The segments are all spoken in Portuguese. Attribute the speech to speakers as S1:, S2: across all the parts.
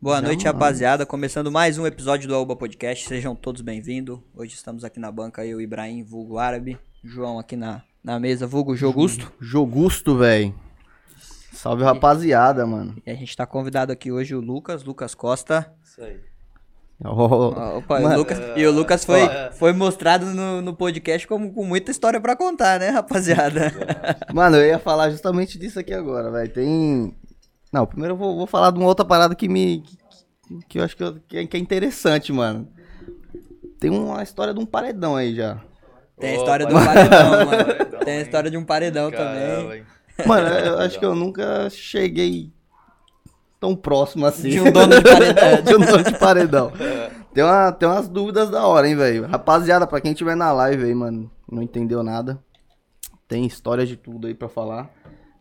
S1: Boa noite, rapaziada. Começando mais um episódio do Alba Podcast. Sejam todos bem-vindos. Hoje estamos aqui na banca, eu, Ibrahim, vulgo árabe. João aqui na, na mesa, vulgo
S2: Hum.
S1: Jogusto.
S2: Jogusto, velho. Salve, rapaziada, mano.
S1: E a gente tá convidado aqui hoje o Lucas, Lucas Costa.
S3: Isso aí.
S2: Ó,
S1: Ah, Opa, o
S2: Mano.
S1: Lucas, e o Lucas foi,
S3: Ó, é.
S1: foi mostrado no, no podcast como com muita história pra contar, né, rapaziada?
S2: Mano, eu ia falar justamente disso aqui agora, velho. Tem. Não, primeiro eu vou, vou falar de uma outra parada que me. que, que eu acho que, eu- que é- que é interessante, mano. Tem uma história de um paredão aí já.
S1: Tem a
S3: Ô,
S1: história do
S3: paredão,
S1: paredão, mano.
S3: paredão,
S1: Tem a
S3: hein?
S1: história de um paredão também.
S3: Caramba, hein?
S2: Mano, eu acho que eu nunca cheguei tão próximo assim.
S1: De um dono de paredão.
S2: É, de um dono de paredão. Tem, uma, tem umas dúvidas da hora, hein, velho. Rapaziada, pra quem tiver na live aí, mano, não entendeu nada. Tem história de tudo aí pra falar.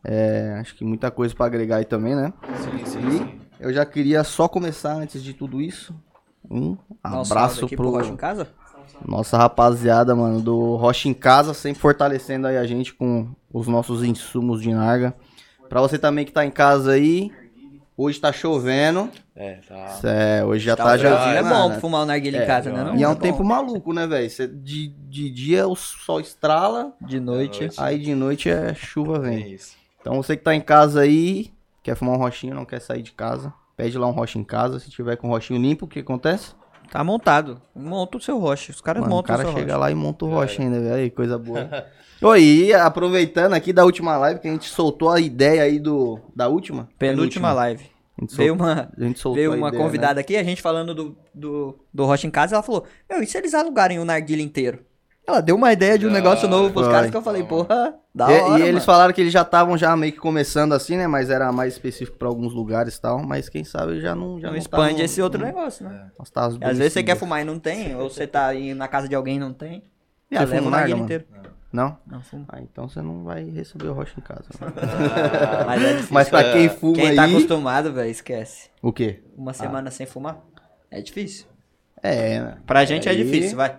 S2: É, acho que muita coisa pra agregar aí também, né?
S3: Sim, sim, sim.
S2: E eu já queria só começar antes de tudo isso. Um
S1: Dá um salve
S2: abraço
S1: aqui
S2: pro
S1: Rocha em casa?
S2: nossa rapaziada, mano, do Rocha em Casa, sempre fortalecendo aí a gente com os nossos insumos de narga. Pra você também que tá em casa aí, hoje tá chovendo.
S3: É, tá.
S2: É, hoje já tá,
S1: Tá, o
S2: já.
S1: friozinho é bom
S2: mano,
S1: pra fumar o narguilha em
S2: é,
S1: casa, né? não?
S2: E é um
S1: bom.
S2: tempo maluco, né, velho? Cê- De, de dia o sol estrala,
S1: De noite.
S3: noite.
S2: aí de noite é chuva,
S3: É
S2: vem.
S3: isso.
S2: Então você que tá em casa aí, quer fumar um roxinho, não quer sair de casa, pede lá um roxinho em casa. Se tiver com roxinho limpo, o que acontece?
S1: Tá montado. Monta o seu rocha. Os caras
S2: Mano, o
S1: montam o
S2: cara
S1: seu
S2: chega
S1: rocha.
S2: lá e monta o rocha ainda, velho. Aí, coisa boa. Oi, e aproveitando aqui da última live que a gente soltou a ideia aí do. Da última?
S1: Penúltima live.
S2: A gente
S1: Veio
S2: soltou,
S1: uma,
S2: a gente soltou
S1: veio
S2: a
S1: uma
S2: ideia, né?
S1: convidada aqui, a gente falando do, do, do Rocha em casa, ela falou, meu, e se eles alugarem o narguilha inteiro? Ela deu uma ideia de um
S3: Ah,
S1: negócio novo pros
S2: foi.
S1: caras que eu falei,
S3: Ah,
S1: porra, da
S2: né? E,
S1: hora,
S2: e eles
S1: mano."
S2: falaram que eles já estavam já meio que começando assim, né? Mas era mais específico pra alguns lugares e tal. Mas quem sabe já não. Já
S1: Então
S2: não
S1: expande
S2: tá no-
S1: esse outro
S2: no-
S1: negócio, né?
S2: Nossa, tá as
S1: Às vezes você
S2: duas
S1: quer
S2: seguidas.
S1: fumar e não tem, ou você tá aí na casa de alguém e não tem.
S2: Você
S1: Já
S2: fuma
S1: leva o
S2: narga,
S1: narguilha
S2: mano?
S1: inteiro.
S2: Não?
S1: Não fuma.
S2: Ah, então você não vai receber o rocha em casa.
S3: Ah,
S1: Mas é difícil.
S2: Mas pra
S3: É,
S2: quem fuma
S1: Quem
S2: aí. Ah.
S1: tá acostumado, velho, esquece.
S2: O quê?
S1: Uma semana sem fumar é difícil.
S2: É, né?
S1: Pra gente é
S2: Aí-
S1: difícil, vai.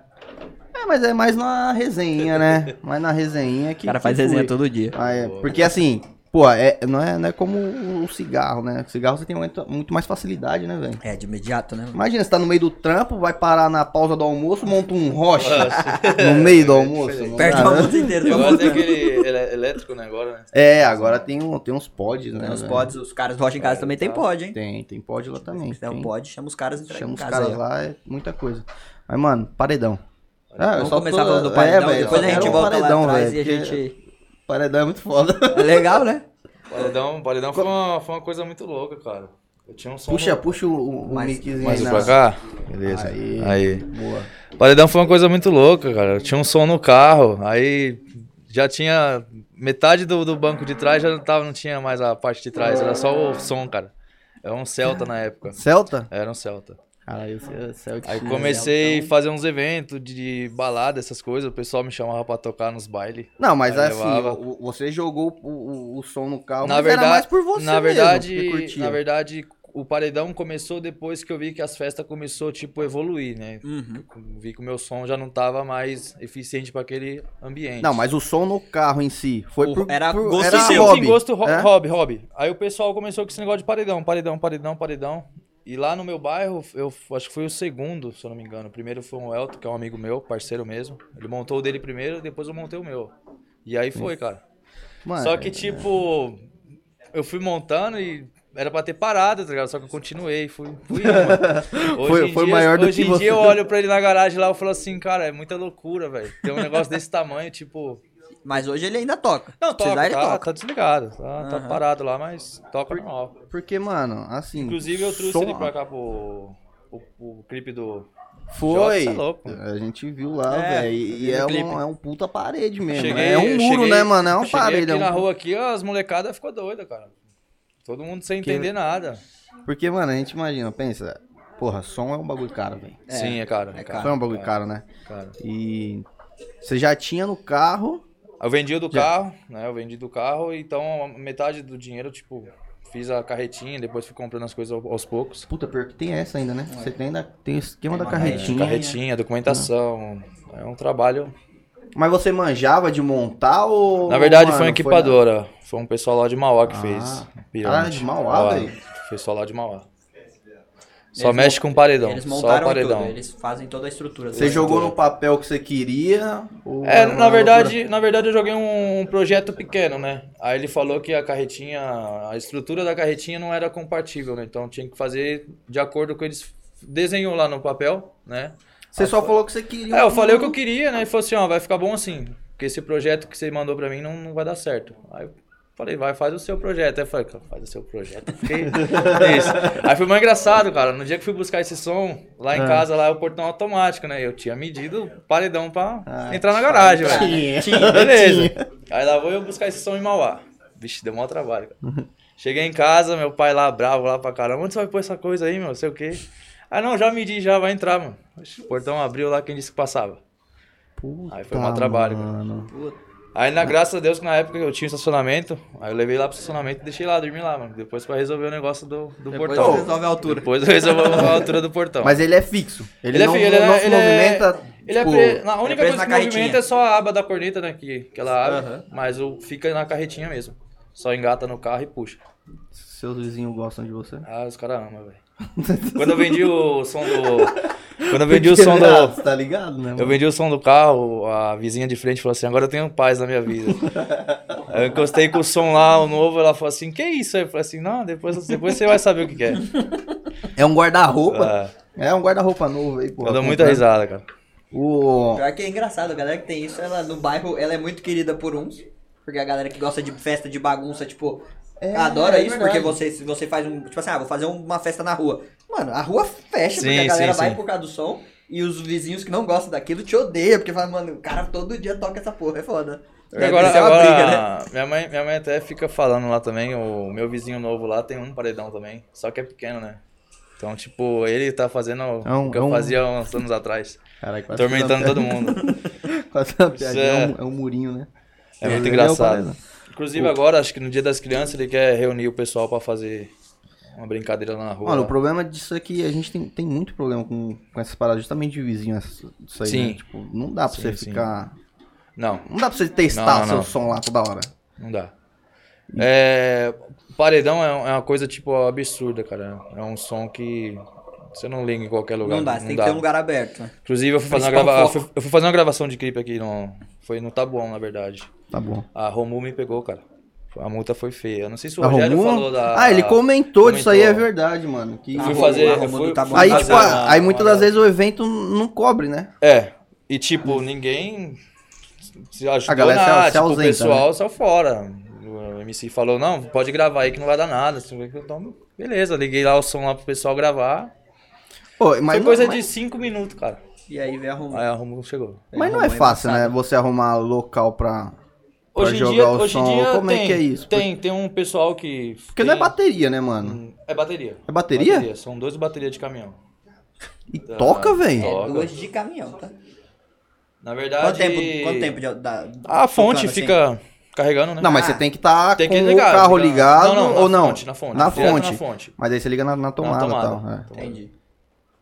S2: É, mas é mais na resenha, né? Mais na resenha que.
S1: O cara faz
S2: que
S1: resenha
S2: flui.
S1: todo dia.
S2: Ah, é.
S3: Boa.
S2: Porque assim, pô, é, não, é, não é como o cigarro, né? O cigarro você tem muito, muito mais facilidade, né, velho?
S1: É, de imediato, né? mano?
S2: Imagina, você tá no meio do trampo, vai parar na pausa do almoço, monta um rocha
S3: assim.
S2: no meio do almoço. não
S1: Perde
S2: dá,
S1: o
S2: né?
S1: mundo inteiro.
S3: E Agora tem é aquele ele- elétrico, né? Agora, né?
S2: É, agora tem, um, tem uns pods, né?
S1: Tem os
S2: velho?
S1: pods, os caras do Rocha em
S3: É,
S1: Casa também
S3: tá.
S1: tem pod, hein?
S2: Tem, tem pod lá também.
S1: Se quiser um
S2: tem.
S1: pod, chama os caras e entrega
S2: Chama
S1: em
S2: os
S1: casa.
S2: caras
S1: aí, ó.
S2: lá, é muita coisa. Mas, mano, paredão.
S3: Olha,
S2: Ah, eu
S1: Vamos
S2: só
S1: começar
S2: tô-
S1: falando do
S2: é,
S1: paredão,
S2: velho,
S1: depois
S2: só
S1: a gente
S2: quero um
S1: volta
S2: paredão,
S1: lá atrás
S2: velho,
S1: e a
S2: porque
S1: gente...
S2: Paredão é muito foda.
S1: É legal, né?
S3: Paredão, paredão foi, uma, foi uma coisa muito louca, cara. Eu tinha um som.
S2: Puxa,
S3: no...
S2: puxa o, o
S1: Mais-
S2: miczinho
S3: mais
S2: aí
S3: um
S2: na-
S3: pra cá? Beleza.
S2: Aí.
S3: aí.
S2: Boa.
S3: Paredão foi uma coisa muito louca, cara. Eu tinha um som no carro, aí já tinha. Metade do, do banco de trás já não, tava, não tinha mais a parte de trás, era só o som, cara. Era um Celta na época.
S2: Celta?
S3: Era um Celta.
S2: Caralho,
S3: é
S2: o Celta.
S3: Aí comecei
S2: então.
S3: a fazer uns eventos de balada, essas coisas. O pessoal me chamava pra tocar nos bailes.
S2: Não, mas
S3: Aí
S2: assim,
S3: levava.
S2: o- o- você jogou o, o- o som no carro,
S3: Na
S2: mas
S3: verdade-
S2: era mais por você
S3: na
S2: mesmo,
S3: verdade,
S2: que curtia.
S3: na verdade, o paredão começou depois que eu vi que as festas começou tipo a evoluir, né?
S1: Uhum.
S3: Vi que o meu som já não tava mais eficiente pra aquele ambiente.
S2: Não, mas o som no carro em si foi
S1: O-
S2: por,
S1: era
S2: por-
S1: gosto seu.
S2: era
S3: Sim,
S1: Sim,
S3: sim,
S2: hobby.
S3: gosto ho
S2: é?
S3: hobby, hobby. Aí o pessoal começou com esse negócio de paredão, paredão, paredão, paredão. E lá no meu bairro, eu f- acho que foi o segundo, se eu não me engano. O primeiro foi o Elton, que é um amigo meu, parceiro mesmo. Ele montou o dele primeiro, depois eu montei o meu. E aí foi, cara.
S2: Mano,
S3: Só que, tipo, eu fui montando e era pra ter parado, tá ligado? Só que eu continuei, fui, fui indo, mano. Hoje
S2: Foi-
S3: em
S2: foi
S3: dia,
S2: maior do
S3: hoje
S2: que
S3: em
S2: você.
S3: dia eu olho pra ele na garagem lá e falo assim, cara, é muita loucura, velho. Ter um negócio desse tamanho, tipo...
S1: Mas hoje ele ainda toca.
S3: Não,
S1: Se
S3: toca,
S1: dá, ele
S3: tá,
S1: toca.
S3: tá desligado, tá, tá
S1: Aham.
S3: parado lá, mas toca normal.
S2: Porque, mano, assim...
S3: Inclusive eu trouxe
S2: som-
S3: ele pra cá pro, pro- pro clipe do...
S2: Foi.
S3: Jota, cê é louco, mano.
S2: a gente viu lá,
S1: É,
S2: velho.
S1: eu
S2: E
S1: vi no
S2: é,
S1: clipe.
S2: um, é um puta parede mesmo.
S3: Cheguei-
S2: né? é um muro,
S3: cheguei-
S2: né, mano? É uma
S3: cheguei
S2: parede. é
S3: aqui
S2: um-
S3: na rua aqui, ó, as molecadas ficou doida, cara. Todo mundo sem entender nada.
S2: Porque, mano, a gente imagina, pensa... Porra, som é um bagulho caro, velho.
S3: Sim, é caro. É
S2: Foi um bagulho
S3: é,
S2: caro, né?
S3: caro.
S2: E... Você já tinha no carro...
S3: Eu vendi o do carro, né? Eu vendi do carro, então a metade do dinheiro, tipo, fiz a carretinha, depois fui comprando as coisas ao- aos poucos.
S2: Puta, pior que tem essa ainda, né? Você tem, ainda, tem o esquema
S1: Tem
S2: da
S1: uma
S2: carretinha. Ah.
S3: Carretinha, documentação. É um trabalho.
S2: Mas você manjava de montar ou.
S3: Na verdade,
S2: mano,
S3: foi um uma equipadora. Foi, um pessoal lá de Mauá que
S2: Ah.
S3: fez.
S2: Caralho, de Mauá,
S3: Mauá,
S2: velho?
S3: Pessoal lá de Mauá. Só mexe com paredão.
S1: Eles
S3: só
S1: montaram
S3: paredão.
S1: tudo, eles fazem toda a estrutura.
S2: Você jogou no papel que você queria? ou tipo,
S3: É,
S2: era uma
S3: na verdade,
S2: loucura?
S3: na verdade eu joguei um projeto pequeno, né? Aí ele falou que a carretinha, a estrutura da carretinha não era compatível, né? Então tinha que fazer de acordo com o que eles desenhou lá no papel, né?
S2: Você só falou que você queria. um-
S3: É, eu falei o que eu queria, né? E falou assim, ó, vai ficar bom assim, porque esse projeto que você mandou pra mim não, não vai dar certo. Aí eu falei, vai, faz o seu projeto. Aí eu falei, cara, faz o seu projeto. Fiquei isso. Aí foi mais engraçado, cara. No dia que fui buscar esse som, lá
S2: Ah.
S3: em casa, lá é o portão automático, né? Eu tinha medido o paredão pra
S2: Ah,
S3: entrar na garagem, velho.
S2: Tinha.
S3: Beleza. Aí lá vou eu buscar esse som em Mauá. Vixe, deu maior trabalho, cara. Cheguei em casa, meu pai lá bravo lá pra caramba. Onde você vai pôr essa coisa aí, meu? Sei o quê. Ah, não, já medi, já vai entrar, mano. Oxe, O portão abriu lá, quem disse que passava. Aí foi um mau trabalho, cara.
S2: mano.
S3: Aí, na graça a Deus, que na época eu tinha um estacionamento, aí eu levei lá pro estacionamento e deixei lá, dormi lá, mano. Depois pra resolver o negócio do, do
S1: Depois
S3: portão.
S1: resolve a altura.
S3: Depois eu resolvi a altura do portão.
S2: Mas ele é fixo. Ele,
S3: Então. Ele
S2: não,
S3: é fi- ele é-
S2: não se
S3: ele é-
S2: movimenta.
S3: Ele é
S2: tipo,
S3: pre... A única
S1: preso
S3: coisa
S1: na
S3: que movimenta
S1: carretinha.
S3: é só a aba da corneta, né? Que, que ela abre.
S1: Aham.
S3: Mas o... fica na carretinha mesmo. Só engata no carro e puxa.
S2: Seus vizinhos gostam de você.
S3: Ah, os caras amam, velho. Quando eu vendi o som do. Quando eu vendi o som do.
S2: Tá ligado, né?
S1: é
S3: Eu vendi o som do carro, a vizinha de frente falou assim: agora eu tenho paz na minha vida. Aí eu encostei com o som lá, o novo, ela falou assim: que isso? Aí eu falei assim: não, depois, depois você vai saber o que que é.
S2: É um guarda-roupa.
S3: Ah,
S2: É um guarda-roupa novo aí, pô.
S3: eu dou
S1: né?
S3: muita risada, cara.
S1: É,
S2: O...
S1: Pior que é engraçado, a galera que tem isso, ela no bairro, ela é muito querida por uns. Porque a galera que gosta de festa, de bagunça, tipo,
S2: É,
S1: adora
S2: é
S1: isso,
S2: verdade.
S1: porque você, se você faz um. Tipo assim, ah, vou fazer uma festa na rua. Mano, a rua fecha, porque
S3: Sim,
S1: a galera
S3: sim,
S1: vai
S3: sim.
S1: por causa do som e os vizinhos que não gostam daquilo te odeiam, porque falam, mano, o cara todo dia toca essa porra, é foda.
S3: E agora,
S1: Isso é uma
S3: agora
S1: briga, né?
S3: minha, mãe, minha mãe até fica falando lá também, o meu vizinho novo lá tem um paredão também, só que é pequeno, né? Então, tipo, ele tá fazendo
S2: É um-
S3: o que
S2: é
S3: eu
S2: um-
S3: fazia uns anos atrás,
S2: Caralho, quase
S3: atormentando
S2: fiz
S3: todo
S2: uma
S3: mundo.
S2: piada- Quase uma piadinha.
S3: é-
S2: É... um, é um murinho, né?
S3: É muito
S2: Ele
S3: engraçado.
S2: o
S3: Inclusive agora, acho que no Dia das Crianças ele quer reunir o pessoal pra fazer uma brincadeira lá na rua.
S2: Mano, o
S3: lá.
S2: problema disso é que a gente tem, tem muito problema com, com essas paradas, justamente de vizinho, essa- isso aí,
S3: Sim.
S2: né? Tipo, não dá pra
S3: Sim,
S2: você
S3: sim.
S2: ficar...
S3: Não,
S2: Não dá pra você testar
S3: Não,
S2: seu
S3: não.
S2: som lá toda hora.
S3: não dá. É, paredão é, é uma coisa, tipo, absurda, cara. É um som que você não liga em qualquer lugar.
S1: Não dá, você tem que ter um lugar aberto, né?
S3: Inclusive, eu fui, fazer uma
S1: Principal
S3: grava- eu,
S1: foco.
S3: fui, eu fui fazer uma gravação de clipe aqui no. Foi no Tabuão, na verdade.
S2: Tá bom.
S3: A Romu me pegou, cara. A multa foi feia. Eu não sei se o
S2: A
S3: Rogério
S2: Romulo-
S3: falou da.
S2: Ah, ele comentou, disso aí, é
S3: comentou.
S2: verdade, mano. Que...
S3: Eu fui
S1: A
S3: fazer.
S1: Ah, Romulo- a
S3: eu
S1: Romulo
S3: fui-
S1: do Tabuão.
S2: Aí,
S3: fui
S1: Vamos
S2: tipo,
S3: fazer
S2: a-
S3: uma-
S2: aí muitas
S3: uma-
S2: das vezes o evento não cobre, né?
S3: É. E, tipo, ninguém se ajudou
S2: A galera se-
S3: nada.
S2: se
S3: tipo,
S2: ausenta, né?
S3: o pessoal saiu fora. O MC falou, não, pode gravar aí que não vai dar nada. Então, beleza, liguei lá o som lá pro pessoal gravar.
S2: Pô, mas
S3: foi
S2: não, é-
S3: coisa
S2: mas,
S3: de 5 minutos, cara.
S1: E aí vem arrumar.
S3: Aí a Romulo chegou.
S2: mas não é fácil, né? Você arrumar local pra, pra
S3: Hoje em
S2: jogar
S3: dia,
S2: o
S3: hoje em
S2: som.
S3: dia
S2: Como
S3: tem,
S2: é que é isso?
S3: Tem, tem um pessoal que.
S2: Porque não é bateria, né, mano?
S3: bateria. É bateria.
S2: É bateria?
S3: São dois baterias de caminhão.
S2: E toca, velho?
S3: Toca.
S1: É duas de caminhão, tá?
S3: Na verdade.
S1: Quanto tempo, quanto tempo de, da,
S3: Ah, A fonte
S1: tocando assim?
S3: fica carregando, né?
S2: Não, mas
S1: Ah.
S2: você tem que estar
S3: Tem
S2: com
S3: que
S2: o
S3: ligar,
S2: carro
S3: ligar.
S2: ligado
S3: Não, não, na
S2: ou não?
S3: fonte, na fonte.
S2: Na
S3: Direto na
S2: fonte.
S3: fonte.
S2: Mas aí você liga na, na tomada e
S3: tomada.
S2: tal. é.
S1: Entendi.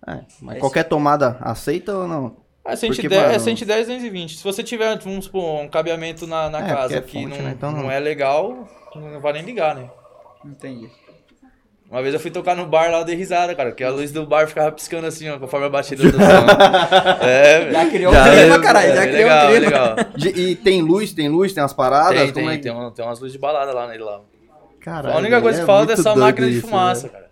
S2: É, Mas qualquer tomada aceita ou não?
S3: É
S2: Porque,
S3: 110,
S2: mano,
S3: é 110, 220. Se você tiver, vamos supor, um cabeamento na, na
S2: É,
S3: casa
S2: porque é
S3: que
S2: fonte,
S3: não,
S2: né? Então não-
S3: não é legal, não vai nem ligar, né?
S1: Entendi.
S3: Uma vez eu fui tocar no bar lá, eu dei risada, cara, porque a luz do bar ficava piscando assim, ó, conforme a batida do som. é, velho.
S1: Já criou
S2: Já
S1: um clima,
S2: é-
S1: caralho. Já
S3: é,
S1: criou
S3: legal,
S1: um
S3: é
S1: clima.
S3: legal.
S2: De- e tem luz, tem luz, tem umas paradas?
S3: Tem,
S2: como é
S3: tem,
S2: que-
S3: tem, um- tem umas luzes de balada lá nele lá.
S2: Caralho,
S3: A única coisa
S2: velho,
S3: que falta é
S2: muito
S3: essa
S2: doido
S3: máquina de
S2: isso,
S3: fumaça,
S2: velho.
S3: cara.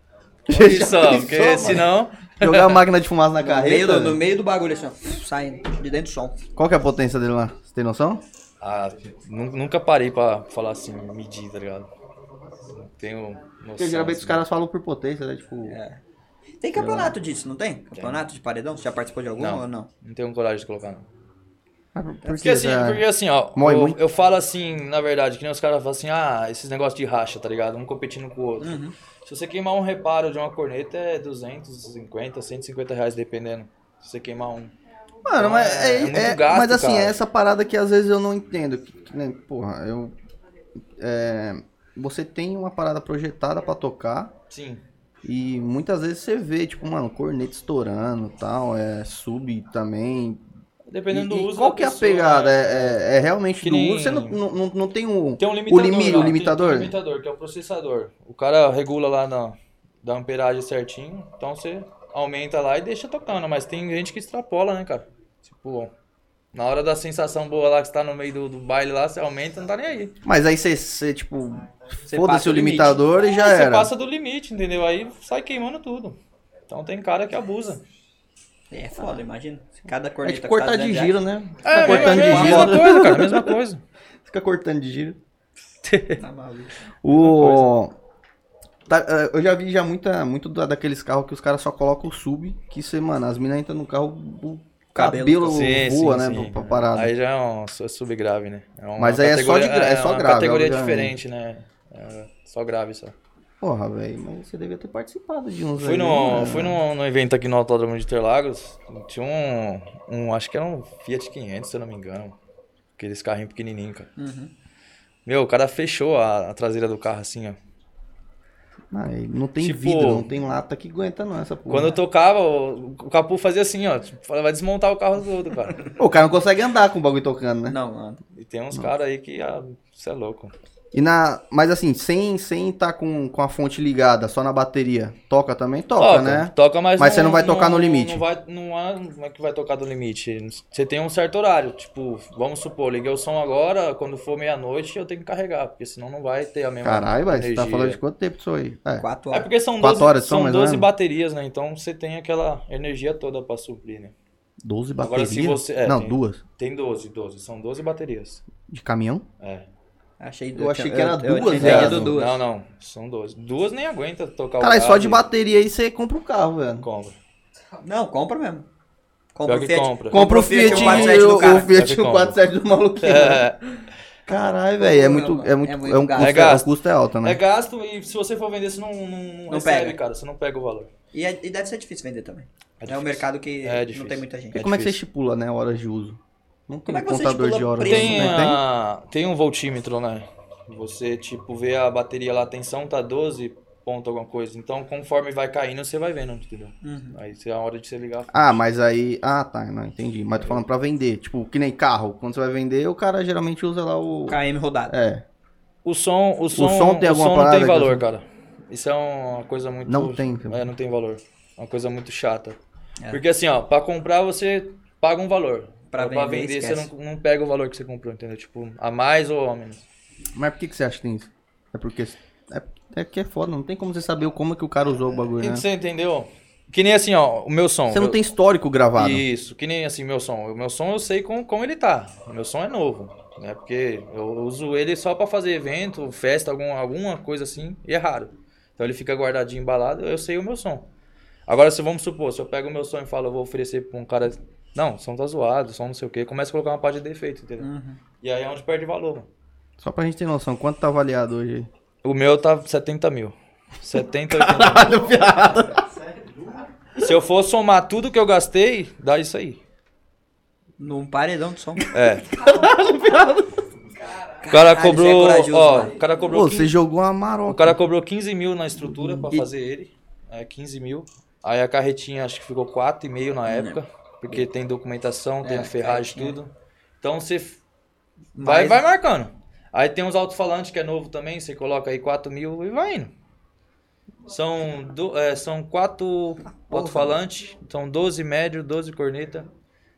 S3: Olha
S2: Já
S3: só,
S2: pensou,
S3: porque
S2: mano?
S3: senão.
S2: né? Jogar a máquina de fumaça na
S1: No meio,
S2: carreta.
S1: do, no
S3: né?
S2: velho.
S1: meio do bagulho, assim, ó, saindo de dentro do som.
S2: Qual que é a potência dele lá? Você tem noção?
S3: Ah, nu- nunca parei pra falar assim, medir, tá ligado? Não Tenho noção.
S2: Porque geralmente os
S3: assim.
S2: caras falam por potência, né? Tipo.
S1: Tem campeonato disso, não tem? Campeonato de paredão? Você já participou de algum
S3: Não.
S1: ou não?
S3: Não tenho coragem de colocar, não.
S2: ah, por- por
S3: Porque assim,
S2: já-
S3: porque assim ó,
S2: Mói
S3: eu,
S2: muito.
S3: eu falo assim, na verdade, que nem os caras falam assim, ah, esses negócios de racha, tá ligado? Um competindo com o outro. Se você queimar um reparo de uma corneta, é 250, 150 reais, dependendo. Se você queimar um.
S2: Mano, mas é,
S3: É muito
S2: é-
S3: gasto,
S2: mas assim,
S3: cara.
S2: é essa parada que às vezes eu não entendo. Que, que nem, porra, eu. é, você tem uma parada projetada pra tocar
S3: Sim.
S2: e muitas vezes você vê, tipo, mano, corneta estourando tal, é sub também.
S3: Dependendo
S2: e,
S3: do
S2: e
S3: uso.
S2: qual
S3: da
S2: que é a
S3: pessoa,
S2: pegada?
S3: né?
S2: É, é- é realmente
S3: Que
S2: do
S3: nem-
S2: uso? Você não, não, não- não tem um.
S3: Tem um limitador.
S2: limite- o
S3: lá, tem-
S2: limitador?
S3: Tem um limitador, que é o processador. O cara regula lá na, da amperagem certinho. Então você aumenta lá e deixa tocando. Mas tem gente que extrapola, né, cara? Tipo, na hora da sensação boa lá que você tá no meio do, do baile lá, você aumenta, não tá nem aí.
S2: Mas aí você- você, tipo,
S1: passa
S2: foda-se
S1: o
S2: o
S1: limite.
S2: limitador e já
S3: Aí Você
S2: era.
S3: passa do limite, entendeu? Aí sai queimando tudo. Então tem cara que abusa.
S1: É foda, imagina. Se Cada
S2: É
S1: corneta
S2: tipo cortar
S1: custa
S2: de
S1: 200
S2: giro, né? Fica
S3: É,
S2: cortando
S3: mesma,
S2: de
S3: mesma
S2: giro.
S3: coisa, cara, mesma coisa.
S2: Fica cortando de giro.
S1: reais, tá maluco.
S2: O. Tá, eh, eu já vi já muita, muito da- daqueles carros que os caras só colocam o sub, que você, mano, as minas entram no carro, o
S1: Cabelo
S2: cabelo,
S3: Sim,
S2: voa,
S3: sim,
S2: né,
S3: sim.
S2: pra, pra parada.
S3: Aí já é um su- subgrave, né? É uma
S2: Mas aí é só de
S3: categoria-
S2: gra- é só
S3: uma
S2: grave,
S3: categoria
S2: obviamente.
S3: diferente, né? É só grave só.
S2: Porra, velho, mas você devia ter participado de uns
S3: Fui,
S2: aí,
S3: no,
S2: né?
S3: fui num, num evento aqui no Autódromo de Interlagos. Tinha um, um. Acho que era um Fiat 500, se eu não me engano. Aqueles carrinhos pequenininhos, cara.
S1: Uhum.
S3: Meu, o cara fechou a, a traseira do carro assim, ó.
S2: Ah, e não tem
S3: Tipo-
S2: vidro, não tem lata que aguenta não essa porra.
S3: Quando eu tocava, o, o capu fazia assim, ó. Tipo, fala, vai desmontar o carro todo, cara.
S2: Pô, O cara não consegue andar com o bagulho tocando, né?
S1: Não, mano.
S3: E tem uns caras aí que. Ah, você é louco.
S2: E na, mas assim, sem sem tá com, com a fonte ligada, só na bateria, toca também? Toca, né?
S3: Toca, mas.
S2: Mas você não vai tocar no limite.
S3: Não, vai, não, há- não é que vai tocar no limite. Você tem um certo horário. Tipo, vamos supor, liguei o som agora, quando for meia-noite eu tenho que carregar, porque senão não vai ter a mesma.
S2: Caralho, velho, você tá
S3: É, energia.
S2: falando de quanto tempo isso aí? É.
S1: Quatro
S3: É
S1: horas.
S3: porque são
S2: Quatro
S3: 12,
S2: horas são,
S3: são
S2: mais ou
S3: 12
S2: menos?
S3: baterias, né? Então você tem aquela energia toda pra suprir, né?
S2: 12
S3: Agora,
S2: baterias?
S3: se você- é,
S2: não,
S3: tem-
S2: duas.
S3: Tem 12, 12. São 12 baterias.
S2: De caminhão?
S3: É.
S1: Achei
S2: Eu achei que era
S1: eu
S2: duas,
S1: tinha entendido
S2: velho.
S1: duas.
S3: Não, não. São 12. Duas nem aguenta tocar o
S2: Caralho,
S3: carro
S2: é só de
S3: e-
S2: bateria aí você compra um carro, velho.
S3: Compra.
S1: Não, compra mesmo. Compra
S3: Pior
S1: o
S3: que
S1: Fiat.
S3: compra.
S2: Compra o Fiat,
S1: o
S2: o
S1: 47 do
S2: o
S1: cara.
S2: Fiat
S3: Sabe como?
S2: 147 do maluquinho.
S3: É,
S2: Caralho, velho, é muito, é muito,
S1: É
S2: é
S1: muito
S2: um
S1: gasto.
S2: custo,
S3: É gasto.
S2: o custo é alto,
S3: é
S2: né?
S3: gasto e se você for vender, você não, não, não
S1: Não
S3: recebe,
S1: pega.
S3: cara. Você não pega o valor.
S1: E, é- e deve ser difícil vender também. É,
S3: difícil.
S1: um mercado que
S3: É
S1: não
S3: difícil.
S1: tem muita gente.
S2: E como é que você
S3: difícil.
S2: estipula, né, horas de uso? Não tem
S1: Como é que você
S2: contador de né?
S1: estipula
S2: horas.
S1: preço,
S3: Tem,
S2: não
S3: a- tem um voltímetro, né? Você, tipo, vê a bateria lá, a tensão tá 12 ponto alguma coisa. Então, conforme vai caindo, você vai vendo, entendeu?
S1: Uhum.
S3: Aí é a hora de você ligar.
S2: Ah, mas aí... Ah, tá, não, entendi. Mas tô falando pra vender. Tipo, que nem carro. Quando você vai vender, o cara geralmente usa lá o...
S1: KM rodado.
S2: É,
S3: O som, o som,
S2: som tem
S3: o
S2: alguma
S3: som não
S2: parada
S3: tem
S2: que
S3: valor,
S2: eu-
S3: cara. Isso é uma coisa muito.
S2: Não tem, cara.
S3: É, não tem valor. É Uma coisa muito chata.
S1: É.
S3: Porque assim, ó, pra comprar você paga um valor.
S1: Pra
S3: Agora,
S1: vender,
S3: você
S1: esquece.
S3: não, não pega o valor que você comprou, entendeu? Tipo, a mais ou a menos.
S2: mas por que, que você acha que tem isso? É porque... É, é que é foda, não tem como você saber como é que o cara usou o bagulho, né?
S3: Você entendeu? Que nem assim, ó, o meu som.
S2: Você não
S3: eu-
S2: tem histórico gravado.
S3: Isso, que nem assim, meu som. O meu som eu sei como, como ele tá. O meu som é novo, né? Porque eu uso ele só pra fazer evento, festa, algum, alguma coisa assim, e é raro. Então ele fica guardadinho, embalado, eu sei o meu som. Agora, se vamos supor, se eu pego o meu som e falo, eu vou oferecer pra um cara. Não, o som tá zoado, o som não sei o quê, começa a colocar uma parte de defeito, entendeu?
S1: Uhum.
S3: E aí é onde perde valor, mano.
S2: Só pra gente ter noção, quanto tá avaliado hoje?
S3: O meu tá 70 mil. 70, 80
S2: Caralho, piada.
S3: mil. Se eu for somar tudo que eu gastei, dá isso aí.
S1: Num paredão de som.
S3: É. O cara
S1: Caralho, você é
S3: cobrou.
S1: corajoso,
S3: ó,
S1: mano.
S3: o cara cobrou.
S2: Pô,
S3: 15
S2: você jogou uma
S3: o
S2: maroca.
S3: cara cobrou 15 mil na estrutura pra fazer ele. É, 15 mil. Aí a carretinha acho que ficou 4,5 na época. Porque tem documentação, tem
S1: É,
S3: a ferragem,
S1: carretinha.
S3: tudo. Então você f- vai,
S1: Mas-
S3: vai marcando. Aí tem uns alto-falantes que é novo também, você coloca aí 4 mil e vai indo. São, do, é, são quatro alto-falantes, são 12 médio, 12 corneta.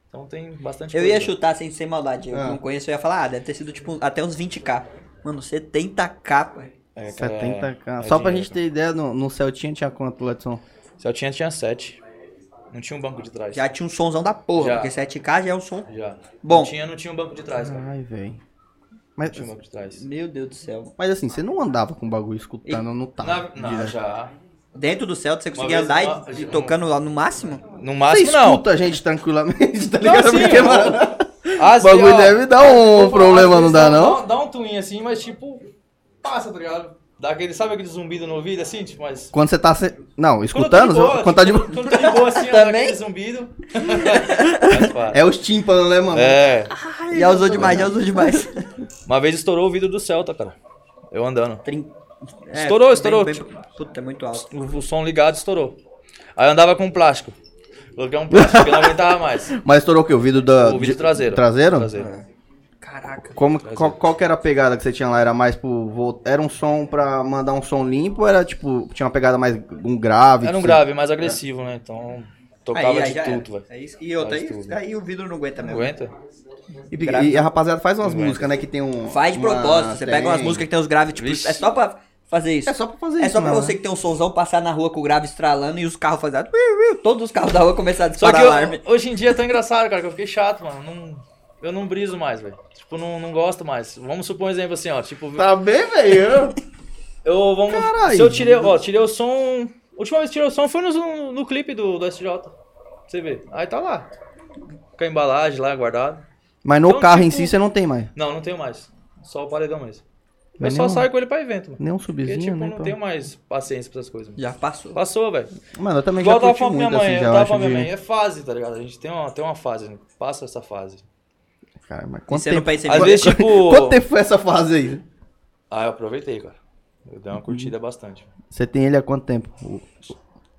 S3: Então tem bastante
S1: Eu
S3: coisa.
S1: ia chutar sem, sem maldade. Eu
S2: Ah.
S1: não conheço, eu ia falar, ah, deve ter sido tipo até uns 20k. Mano, 70k, pai.
S3: É, cara, é-
S2: 70k.
S3: é
S2: Só pra
S3: dinheiro,
S2: gente ter ideia, no, no Celtinha tinha quanto, Ledson?
S3: Se eu tinha, tinha 7. Não tinha um banco de trás.
S1: Já tinha um sonzão da porra,
S3: Já.
S1: porque 7k já é um som.
S3: Já.
S1: Bom.
S3: Não tinha, não tinha um banco de trás, cara.
S2: Ai, velho.
S3: Não
S2: Mas,
S3: tinha um banco de trás.
S1: Meu Deus do céu.
S2: mas assim, você não andava com o bagulho escutando no
S3: Na-
S2: talo.
S3: não,
S2: direto.
S3: já.
S1: Dentro do Celta, você conseguia
S3: vez
S1: andar
S3: uma-
S1: e, e tocando lá no máximo?
S3: No
S2: Você
S3: máximo, não.
S2: escuta a gente tranquilamente, tá
S3: Não,
S2: ligado?
S3: sim,
S2: Porque,
S3: eu-
S2: mano, o
S3: Às vezes,
S2: bagulho
S3: ó,
S2: deve dar
S3: vou
S2: um
S3: falar,
S2: problema,
S3: às
S2: não
S3: vezes
S2: dá
S3: dá-
S2: não?
S3: Dá, dá um twin assim, mas tipo, passa, tá ligado? Dá aquele, sabe aquele zumbido no ouvido assim, tipo, mas.
S2: Quando você tá... se- Não,
S3: Quando eu tô
S2: escutando,
S3: de boa,
S2: quando tá de...
S3: tipo, Quando eu tô de boa assim, ó, dá aquele zumbido. Mas para.
S2: É os tímpanos, né, mano?
S3: É.
S1: já usou demais, já usou demais.
S3: Uma vez estourou o vidro do Celta, cara. Eu andando.
S1: Trin- É,
S3: Estourou,
S1: bem-
S3: estourou.
S1: bem- Puta, é muito alto.
S3: o, o som ligado estourou. Aí eu andava com plástico. Coloquei um plástico que eu não aguentava mais.
S2: Mas estourou o quê? O vidro da...
S3: O vidro
S2: de-
S3: traseiro.
S2: Traseiro? É.
S3: Traseiro. Caraca.
S2: Como,
S3: Traz
S2: qual,
S3: ele.
S2: qual que era a pegada que você tinha lá? Era mais pro. vo- Era um som pra mandar um som limpo ou era tipo. Tinha uma pegada mais. Um grave?
S3: Era um
S2: que
S3: grave, mais agressivo, né? Então tocava de
S1: já
S3: tudo,
S1: era.
S3: velho.
S1: É isso. E outra,
S3: Faz
S1: aí,
S3: tudo.
S1: aí o vidro não aguenta
S3: Não
S1: mesmo.
S3: aguenta?
S2: você- E, e a rapaziada faz umas
S3: Não é.
S2: músicas, né? Que tem um.
S1: Faz de
S2: uma-
S1: propósito. Você
S2: tem-
S1: pega umas músicas que tem os graves, tipo,
S3: Vixe.
S1: é só pra fazer isso.
S2: É só pra fazer isso.
S1: É só pra
S2: mano.
S1: você que tem um sonzão passar na rua com o grave estralando e os carros fazendo. "Uiu, uiu", Todos os carros da rua começaram a
S3: Só
S1: disparar
S3: que
S1: alarme.
S3: eu- hoje em dia é tão engraçado, cara, que eu fiquei chato, mano. Não- eu não briso mais, velho. Tipo, não, não gosto mais. Vamos supor um exemplo assim, ó. Tipo,
S2: Tá bem, velho?
S3: eu vamos.
S2: Caralho.
S3: Se eu tirei, ó, tirei o som. A última vez que tirei o som foi no, no clipe do, do SJ. pra Você vê. Aí tá lá. Com a embalagem lá guardada.
S2: Mas no
S3: Então,
S2: carro em
S3: tipo-
S2: si você não tem mais.
S3: Não, não tenho mais. Só o paredão mesmo. Eu
S2: Mas
S3: só
S2: nem um-
S3: saio com ele pra evento, mano.
S2: Nem um
S3: Porque,
S2: subzinho,
S3: tipo,
S2: nem
S3: não
S2: pra-
S3: tenho mais paciência pra essas coisas. mano.
S1: Já passou.
S3: Passou, velho.
S2: Mano, eu também
S3: Igual
S2: já
S3: eu tava
S2: curti
S3: falando pra
S2: muito,
S3: minha mãe,
S2: assim,
S3: eu
S2: já eu
S3: tava
S2: acho
S3: falando pra minha
S2: de...
S3: mãe. É fase, tá ligado? A gente tem uma, tem uma fase, né? passa essa fase.
S2: Cara, mas
S1: E
S2: quanto
S1: você não
S2: tempo...
S1: pensa em
S3: Às
S1: mim?
S3: vezes, tipo.
S2: Quanto tempo foi essa fase aí?
S3: Ah, eu aproveitei, cara. Eu
S2: Uhum.
S3: dei uma curtida bastante.
S2: Você tem ele há quanto tempo? O-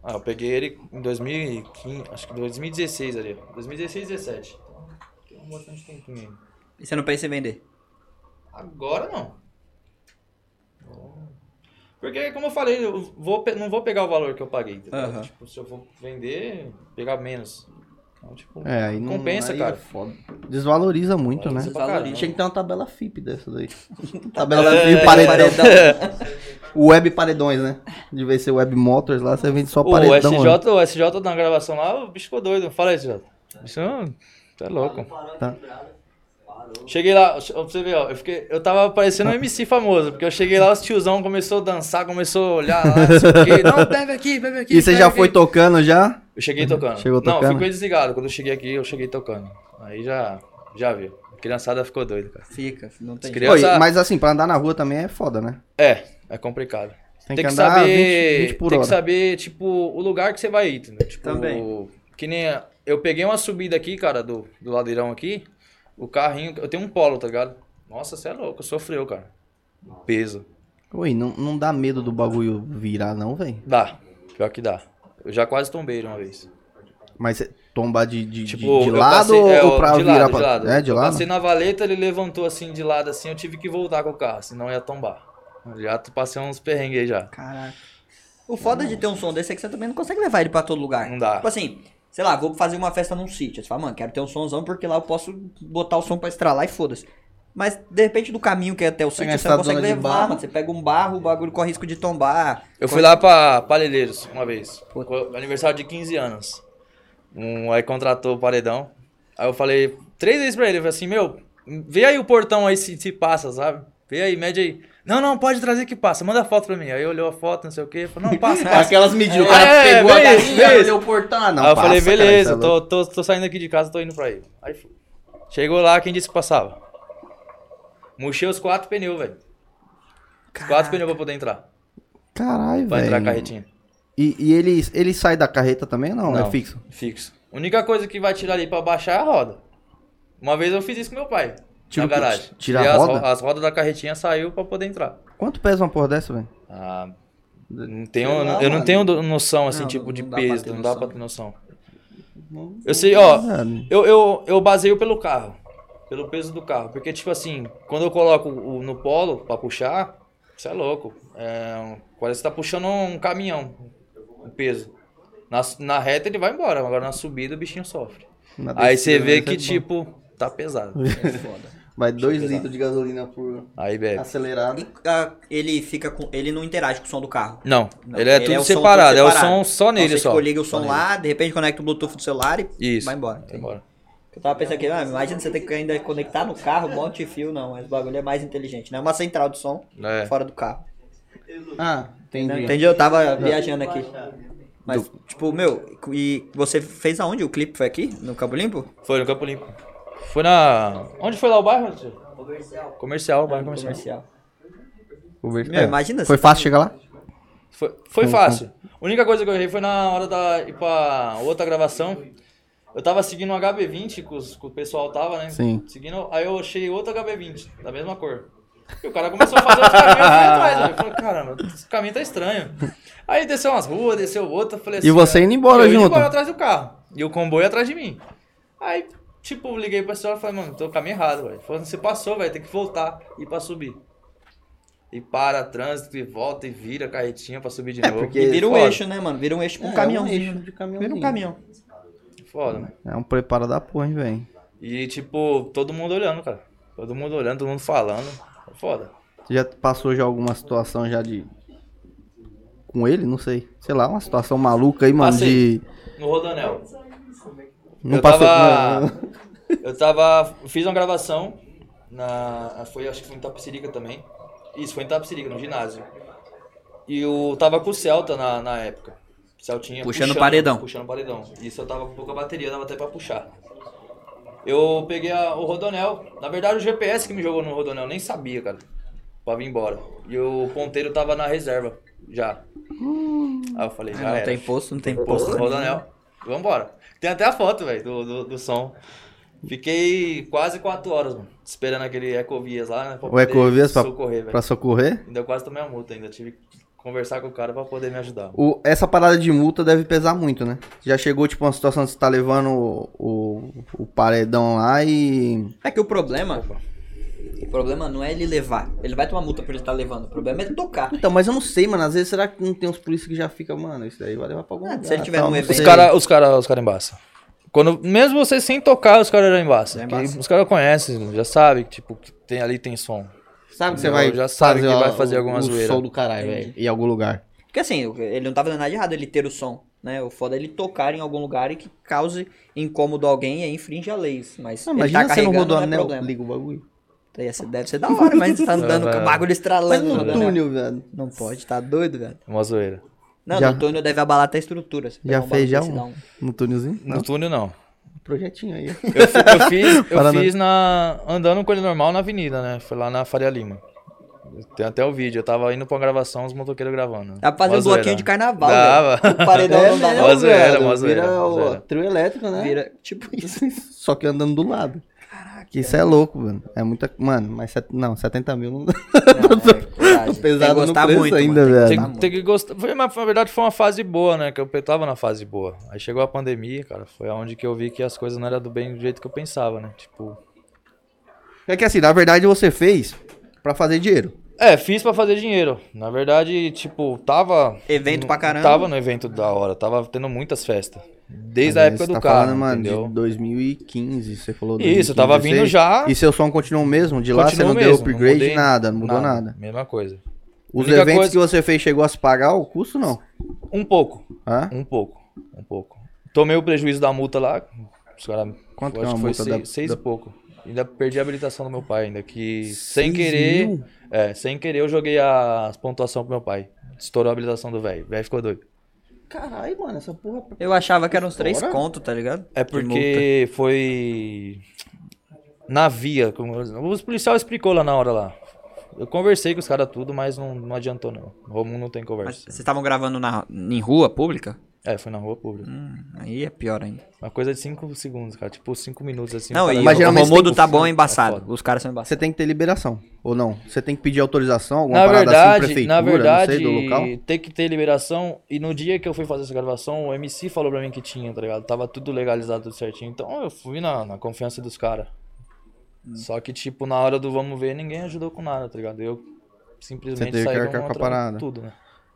S3: Ah, eu peguei ele em 2015, acho que 2016 ali. 2016, 17. Tem um bastante tempinho ainda.
S1: E você não pensa em vender?
S3: Agora não. Porque, como eu falei, eu vou, pe- não vou pegar o valor que eu paguei. tá ligado?
S1: Aham.
S3: Tipo, se eu for vender, pegar menos. Então, tipo,
S2: É, aí não...
S3: Compensa,
S2: aí
S3: cara.
S2: é foda. Desvaloriza muito, né?
S3: Valoriza pra caramba.
S2: Tinha que ter uma tabela FIP dessa daí. tabela
S3: É,
S2: FIP,
S3: é,
S2: tá paredão.
S1: paredão.
S2: Web paredões, né? De vez ser Web Motors lá, você vende só
S3: O
S2: paredão. né?
S3: SJ, o SJ na gravação lá, o bicho ficou doido. Fala aí, SJ. Isso é louco.
S2: Tá.
S3: Cheguei lá, ó, pra você ver, ó, eu, fiquei, eu tava parecendo
S2: Tá.
S3: um MC famoso, porque eu cheguei lá, os tiozão começou a dançar, começou a olhar lá, não sei o quê. Não, bebe aqui, bebe aqui.
S2: E você
S3: bebe
S2: já
S3: aqui.
S2: foi tocando já?
S3: Eu cheguei tocando.
S2: Chegou
S3: não,
S2: tocando?
S3: ficou desligado. Quando eu cheguei aqui, eu cheguei tocando. Aí já, já vi. A criançada ficou doida, cara.
S1: Fica, não tem.
S3: As
S1: jeito.
S2: Pô, e-
S3: crianças.
S2: mas assim, pra andar na rua também é foda, né?
S3: É, é complicado.
S2: Tem
S3: Tem,
S2: que
S3: que,
S2: andar
S3: saber.
S2: 20 por
S3: tem
S2: hora.
S3: que saber, tipo, o lugar que você vai ir, entendeu? Tipo,
S1: Também.
S3: Que nem. a- Eu peguei uma subida aqui, cara, do, do ladeirão aqui. O carrinho. Eu tenho um polo, tá ligado? Nossa, você é louco, sofreu, cara. Peso.
S2: Oi, não, não dá medo do bagulho virar, não, velho.
S3: Dá. Pior que dá. Eu já quase tombei uma vez.
S2: Mas cê tombar de, de, de-
S3: Tipo,
S2: de
S3: eu
S2: lado
S3: passei- é,
S2: ou
S3: eu-
S2: pra
S3: de
S2: virar
S3: lado,
S2: pra.
S3: de lado.
S2: É, de
S3: Eu
S2: lado?
S3: Passei na valeta, ele levantou assim de lado assim, eu tive que voltar com o carro, senão eu ia tombar. Já t- passei uns perrengues aí já.
S1: Caraca. O foda de ter um som desse é que você também não consegue levar ele pra todo lugar.
S3: Não dá.
S1: Tipo assim, sei lá, vou fazer uma festa num sítio. Você fala, mano, quero ter um somzão porque lá eu posso botar o som pra estralar e foda-se. Mas, de repente, do caminho que é até o sítio, você
S2: essa
S1: não consegue
S2: zona de
S1: levar,
S2: barro.
S1: mano. Você pega um barro, o bagulho corre risco de tombar.
S3: Eu fui lá pra Palelheiros uma vez,
S1: Puta.
S3: co- aniversário de 15 anos. Um, aí contratou o paredão. Aí eu falei três vezes pra ele, eu falei assim, meu, vê aí o portão aí se, se passa, sabe? Vê aí, mede aí. Não, não, pode trazer que passa, manda a foto pra mim. Aí olhou a foto, não sei o quê, falou, não, passa, passa.
S2: Aquelas mediu,
S3: É, é, beleza, beleza.
S2: o portão. Ah, não,
S3: aí eu
S2: passa,
S3: falei,
S2: cara,
S3: beleza,
S2: isso é louco.
S3: tô, tô, tô saindo aqui de casa, tô indo pra aí. Aí fui. Chegou lá, quem disse que passava? Murchei os quatro pneus, velho. Os quatro pneus pra poder entrar.
S2: Caralho,
S3: Pra entrar a
S2: velho.
S3: carretinha.
S2: E, e ele, ele sai da carreta também ou não?
S3: Não.
S2: É fixo?
S3: Fixo. A única coisa que vai tirar ali pra baixar é a roda. Uma vez eu fiz isso com meu pai.
S2: Tira o quê?
S3: na garagem.
S2: Tira a
S3: Tirei as
S2: roda?
S3: ro- As, rodas da carretinha saiu pra poder entrar.
S2: Quanto pesa uma porra dessa, velho?
S3: Ah, não tenho,
S2: Sei lá,
S3: eu não
S2: mano.
S3: tenho do- noção, assim,
S1: Não,
S3: tipo,
S1: não
S3: de
S1: dá pra
S3: peso.
S1: ter
S3: Não dá
S1: noção.
S3: pra ter noção. Eu sei, ó,
S2: Mano,
S3: Eu, eu, eu baseio pelo carro, pelo peso do carro. Porque, tipo assim, quando eu coloco o- no polo pra puxar, isso é louco. É, um- parece que tá puxando um caminhão, o peso. Na, su- na reta ele vai embora, agora na subida o bichinho sofre.
S2: na
S3: Aí você
S2: descida,
S3: vê
S2: né,
S3: que,
S2: cê-
S3: tipo, tá pesado.
S1: É
S2: Vai 2 litros de gasolina por
S3: Aí bebe.
S1: E,
S2: acelerado.
S1: ah, ele fica com. Ele não interage com o som do carro.
S3: Não,
S1: Não,
S3: ele é tudo
S1: o som
S3: separado,
S1: todo
S3: é o som só
S1: Então,
S3: nele
S1: você,
S3: só.
S1: tipo, liga o
S3: Só
S1: som
S3: nele.
S1: lá, de repente conecta o Bluetooth do celular e
S3: Isso.
S1: vai embora.
S3: Vai embora.
S1: Eu tava pensando aqui, ah, imagina você ter que ainda conectar no carro, um monte de fio, não. Mas o bagulho é mais inteligente, né? Uma central de som
S3: É.
S1: fora do carro.
S2: Ah, entendi.
S1: Entendi, eu tava viajando aqui. Mas, tipo, meu, e você fez aonde o clipe? Foi aqui? No Campo Limpo?
S3: Foi no Campo Limpo. Foi na. Onde foi lá o bairro? tio? Comercial, bairro comercial.
S1: É, Comercial.
S2: Conversa-
S1: Meu, imagina
S2: É. Foi
S1: se-
S2: fácil chegar lá?
S3: Foi, foi fácil. A única coisa que eu errei foi na hora da ir pra outra gravação. Eu tava seguindo um HB20 que, os- que o pessoal tava, né?
S2: Sim.
S3: Seguindo, aí eu achei outro HB20, da mesma cor. E o cara começou a fazer os caminhos assim atrás. velho. Eu falei, caramba, esse caminho tá estranho. Aí desceu umas ruas, desceu outra, eu falei assim.
S2: E você indo embora
S3: eu indo
S2: junto?
S3: embora atrás do carro. E o comboio atrás de mim. Aí Tipo, liguei pra senhora e falei, mano, tô no caminho errado, velho. Falando, você passou, velho, tem que voltar e ir pra subir. E para, trânsito, e volta, e vira a carretinha pra subir de novo.
S2: É, porque-
S1: E vira um
S2: Foda.
S1: eixo, né, mano? Vira um eixo com um
S2: É,
S1: caminhãozinho.
S2: um eixo
S1: né?
S2: de caminhãozinho.
S1: Vira um caminhão.
S3: Foda, né?
S2: É um preparo da porra, hein, velho.
S3: E, tipo, todo mundo olhando, cara. Todo mundo olhando, todo mundo falando. É Foda.
S2: Você já passou já alguma situação já de... Com ele? Não sei. Sei lá, uma situação maluca aí, mano,
S3: Passei.
S2: de...
S3: No Rodanel.
S2: Não
S3: eu
S2: passou...
S3: tava. Eu tava. Fiz uma gravação. Na, foi, acho que foi em Tapicirica também. Isso, foi em Tapicirica, no ginásio. E eu tava com o Celta na, na época. Celtinha
S1: Puxando paredão.
S3: Puxando paredão. Isso eu tava com pouca bateria, dava até pra puxar. Eu peguei a- o Rodonel. Na verdade, o GPS que me jogou no Rodonel, eu nem sabia, cara. Pra vir embora. E o ponteiro tava na reserva, já. Aí eu falei, já
S1: Não
S3: era.
S1: tem posto, não tem
S3: Posto
S1: posto. né?
S3: Rodanel. Vambora. Tem até a foto, velho, do, do, do som. Fiquei quase 4 horas, mano, esperando aquele Ecovias lá, né? pra
S2: O
S3: poder
S2: Ecovias pra
S3: socorrer,
S2: Pra
S3: velho.
S2: socorrer?
S3: Ainda quase tomei a multa, ainda tive que conversar com o cara pra poder me ajudar.
S2: O- essa parada de multa deve pesar muito, né? Já chegou, tipo, uma situação que você tá levando o, o- o paredão lá e.
S1: É que o problema. O problema não é ele levar. Ele vai tomar multa por ele estar levando. O problema é ele tocar.
S2: Então, mas eu não sei, mano. Às vezes será que não tem uns polícias que já ficam, mano, isso daí vai levar pra algum
S1: Ah,
S2: lugar.
S1: se ele tiver
S2: tal,
S1: num
S2: não
S1: evento-
S2: sei.
S3: cara, os caras os cara embaçam. Quando, mesmo você sem tocar, os caras já embaçam.
S1: Já
S3: porque
S1: embaçam.
S3: Os caras conhecem, já sabem que, tipo, que tem, ali tem som.
S2: Sabe que você
S3: Não,
S2: vai.
S3: já sabe que
S2: ó,
S3: vai fazer
S2: o-
S3: alguma
S2: o
S3: zoeira.
S2: som do caralho, velho. Em algum lugar.
S1: Porque assim, o- ele não tá fazendo nada de errado ele ter o som. Né? O foda é ele tocar em algum lugar e que cause incômodo a alguém e aí infringe a lei. Mas
S2: Não,
S1: ele
S2: imagina
S1: tá
S2: você não
S1: carregando,
S2: rodou
S1: não é
S2: anel,
S1: problema.
S2: liga o bagulho.
S1: Então, ia ser- deve ser da hora, mas você tá andando com o bagulho
S2: Mas
S1: estralando.
S2: no
S1: rodando, né?
S2: túnel, velho.
S1: Não pode, tá doido, velho.
S3: É uma zoeira.
S1: Não,
S2: Já-
S1: no túnel deve abalar até a estrutura. Você pegar
S2: Já
S1: um
S2: fez já
S1: bagulho,
S2: um,
S1: você dá
S2: No túnelzinho? Não.
S3: No túnel, não.
S2: Projetinho aí.
S3: Eu, fi- eu fiz, eu
S2: Paraná.
S3: fiz na, andando com ele normal na avenida, né? Foi lá na Faria Lima. Tem até o vídeo. Eu tava indo pra uma gravação, os motoqueiros gravando.
S1: Dá pra fazer
S3: Uma
S1: um bloquinho
S3: zoeira.
S1: de carnaval,
S3: Dava.
S1: velho. O paredão não dá, não.
S3: Uma zoeira,
S2: velho.
S3: uma zoeira,
S2: Vira
S3: uma
S2: o
S3: zoeira.
S2: trio elétrico, É né?
S1: Vira, tipo isso.
S2: Só que andando do lado. Caraca. Isso é louco, mano. É muita. Mano, mas. set- Não, 70 mil não dá.
S1: Tô
S2: pesado no preço ainda, velho.
S3: Tem, tem que gostar. Foi, mas, na verdade, foi uma fase boa, né? Que eu pe- tava na fase boa. Aí chegou a pandemia, cara. Foi onde que eu vi que as coisas não eram do bem do jeito que eu pensava, né? Tipo.
S2: É que assim, na verdade você fez pra fazer dinheiro.
S3: É, fiz pra fazer dinheiro. Na verdade, tipo, tava.
S1: Evento pra caramba.
S3: Tava no evento da hora. Tava tendo muitas festas. Desde a
S2: Mas
S3: época
S2: você
S3: do
S2: tá
S3: carro.
S2: falando, mano,
S3: entendeu?
S2: de 2015, você falou
S3: Isso, eu tava vindo
S2: 2016.
S3: já.
S2: E seu som continuou o mesmo? De lá você
S3: Continua
S2: não
S3: mesmo,
S2: deu upgrade,
S3: mudei
S2: nada, não mudou nada.
S3: Mesma coisa.
S2: Os
S3: Única
S2: eventos
S3: coisa-
S2: que você fez chegou a se pagar o custo, não?
S3: Um pouco,
S2: Hã?
S3: um pouco, um pouco. Tomei o prejuízo da multa lá. Os caras.
S2: Quanto
S3: eu
S2: que é
S3: acho
S2: uma
S3: foi
S2: multa
S3: seis,
S2: da-
S3: seis
S2: da-
S3: e pouco. Ainda perdi a habilitação do meu pai, ainda que
S2: Seis
S3: sem querer.
S2: mil?
S3: É, sem querer eu joguei as pontuações pro meu pai. Estourou a habilitação do velho. O velho ficou doido.
S2: Caralho, mano, essa porra.
S1: Eu achava que eram uns três
S2: Fora.
S1: conto, tá ligado?
S3: É
S1: De multa.
S3: porque foi. Na via. Como... Os policial explicou lá na hora lá. Eu conversei com os caras tudo, mas não, não adiantou não. Romulo não tem
S1: Mas
S3: conversa.
S1: vocês estavam gravando na, em rua pública?
S3: É, foi na rua pública.
S1: Hum, aí é pior ainda.
S3: Uma coisa de 5 segundos, cara. Tipo, 5 minutos assim.
S1: não,
S3: cara,
S1: e
S2: Mas
S1: o
S2: geralmente
S1: Romulo
S2: tem-
S1: tá bom é
S3: é
S1: embaçado.
S3: foda.
S1: Os caras são embaçados.
S2: Você tem que ter liberação, ou não? Você tem que pedir autorização, alguma
S3: na
S2: parada
S3: verdade,
S2: assim, prefeitura,
S3: na verdade,
S2: não sei, do local?
S3: tem que ter liberação. E no dia que eu fui fazer essa gravação, o MC falou pra mim que tinha, tá ligado? Tava tudo legalizado, tudo certinho. Então eu fui na, na confiança dos caras.
S2: Hum.
S3: Só que, tipo, na hora do vamos ver, ninguém ajudou com nada, tá ligado? Eu
S2: Você
S3: simplesmente
S2: teve
S3: saí
S2: que
S3: do
S2: arcar com a
S3: contra
S2: parada.
S3: tudo, né?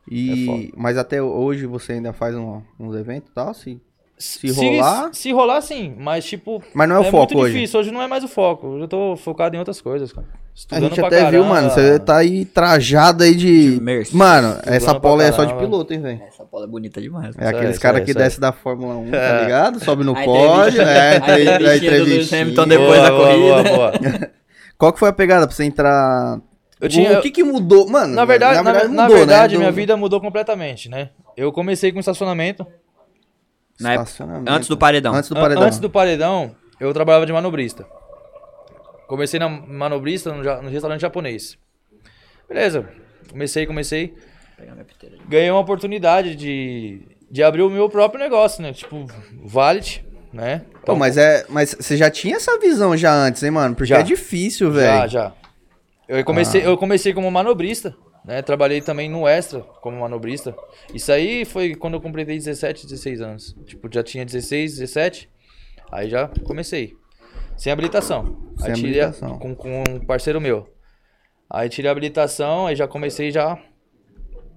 S3: É
S2: E...
S3: foda.
S2: mas até hoje você ainda faz um- uns eventos e tal? Se...
S3: Se,
S2: rolar-
S3: Se, rolar, sim. Mas, tipo,
S2: Mas não é o
S3: é
S2: foco
S3: muito
S2: hoje.
S3: difícil. Hoje não é mais o foco. Hoje eu tô focado em outras coisas, cara.
S2: A
S3: Estudando
S2: gente
S3: pra
S2: até viu,
S3: caramba.
S2: mano, você tá aí trajado aí de.
S1: De Mercedes.
S2: Mano, essa
S3: Estudando pra
S2: polo aí é só de
S3: caramba.
S2: piloto, hein, velho?
S1: Essa bola é bonita demais.
S2: É
S3: Isso aí,
S2: aqueles
S3: isso
S2: caras
S3: aí,
S2: que
S3: isso aí.
S2: desce da Fórmula 1, tá ligado? Sobe no
S1: A
S2: pódio,
S1: entrevistinha-
S2: é,
S1: a entrevistinha
S2: entre- a
S1: do Lewis
S2: entrevistinha.
S1: Hamilton depois. da corrida.
S3: Boa, boa.
S2: Qual que foi a pegada pra você entrar?
S3: Eu
S2: O-
S3: tinha-
S2: O que que mudou? Mano,
S3: Na verdade, na, na
S2: mudou, né?
S3: verdade,
S2: Do-
S3: minha vida mudou completamente, né? Eu comecei com estacionamento.
S1: Na época-
S2: Estacionamento.
S1: é Antes do paredão.
S2: Antes do
S3: An-
S2: paredão.
S3: Antes do paredão, eu trabalhava de manobrista. Comecei na manobrista no, ja- no restaurante japonês. Beleza. Comecei, comecei.
S1: Vou pegar minha piteira ali.
S3: Ganhei uma oportunidade de, de abrir o meu próprio negócio, né? Tipo, valet, né?
S2: Pô, mas é, mas você já tinha essa visão já antes, hein, mano? Porque
S3: Já.
S2: é difícil,
S3: Já,
S2: velho. Ah.
S3: já. Eu comecei, eu comecei como manobrista, né? Trabalhei também no Extra como manobrista. Isso aí foi quando eu completei 17, 16 anos. Tipo, já tinha 16, 17. Aí já comecei. Sem habilitação.
S2: Sem
S3: aí tirei a-
S2: habilitação.
S3: com, com um parceiro meu. Aí tirei a habilitação, aí já comecei já.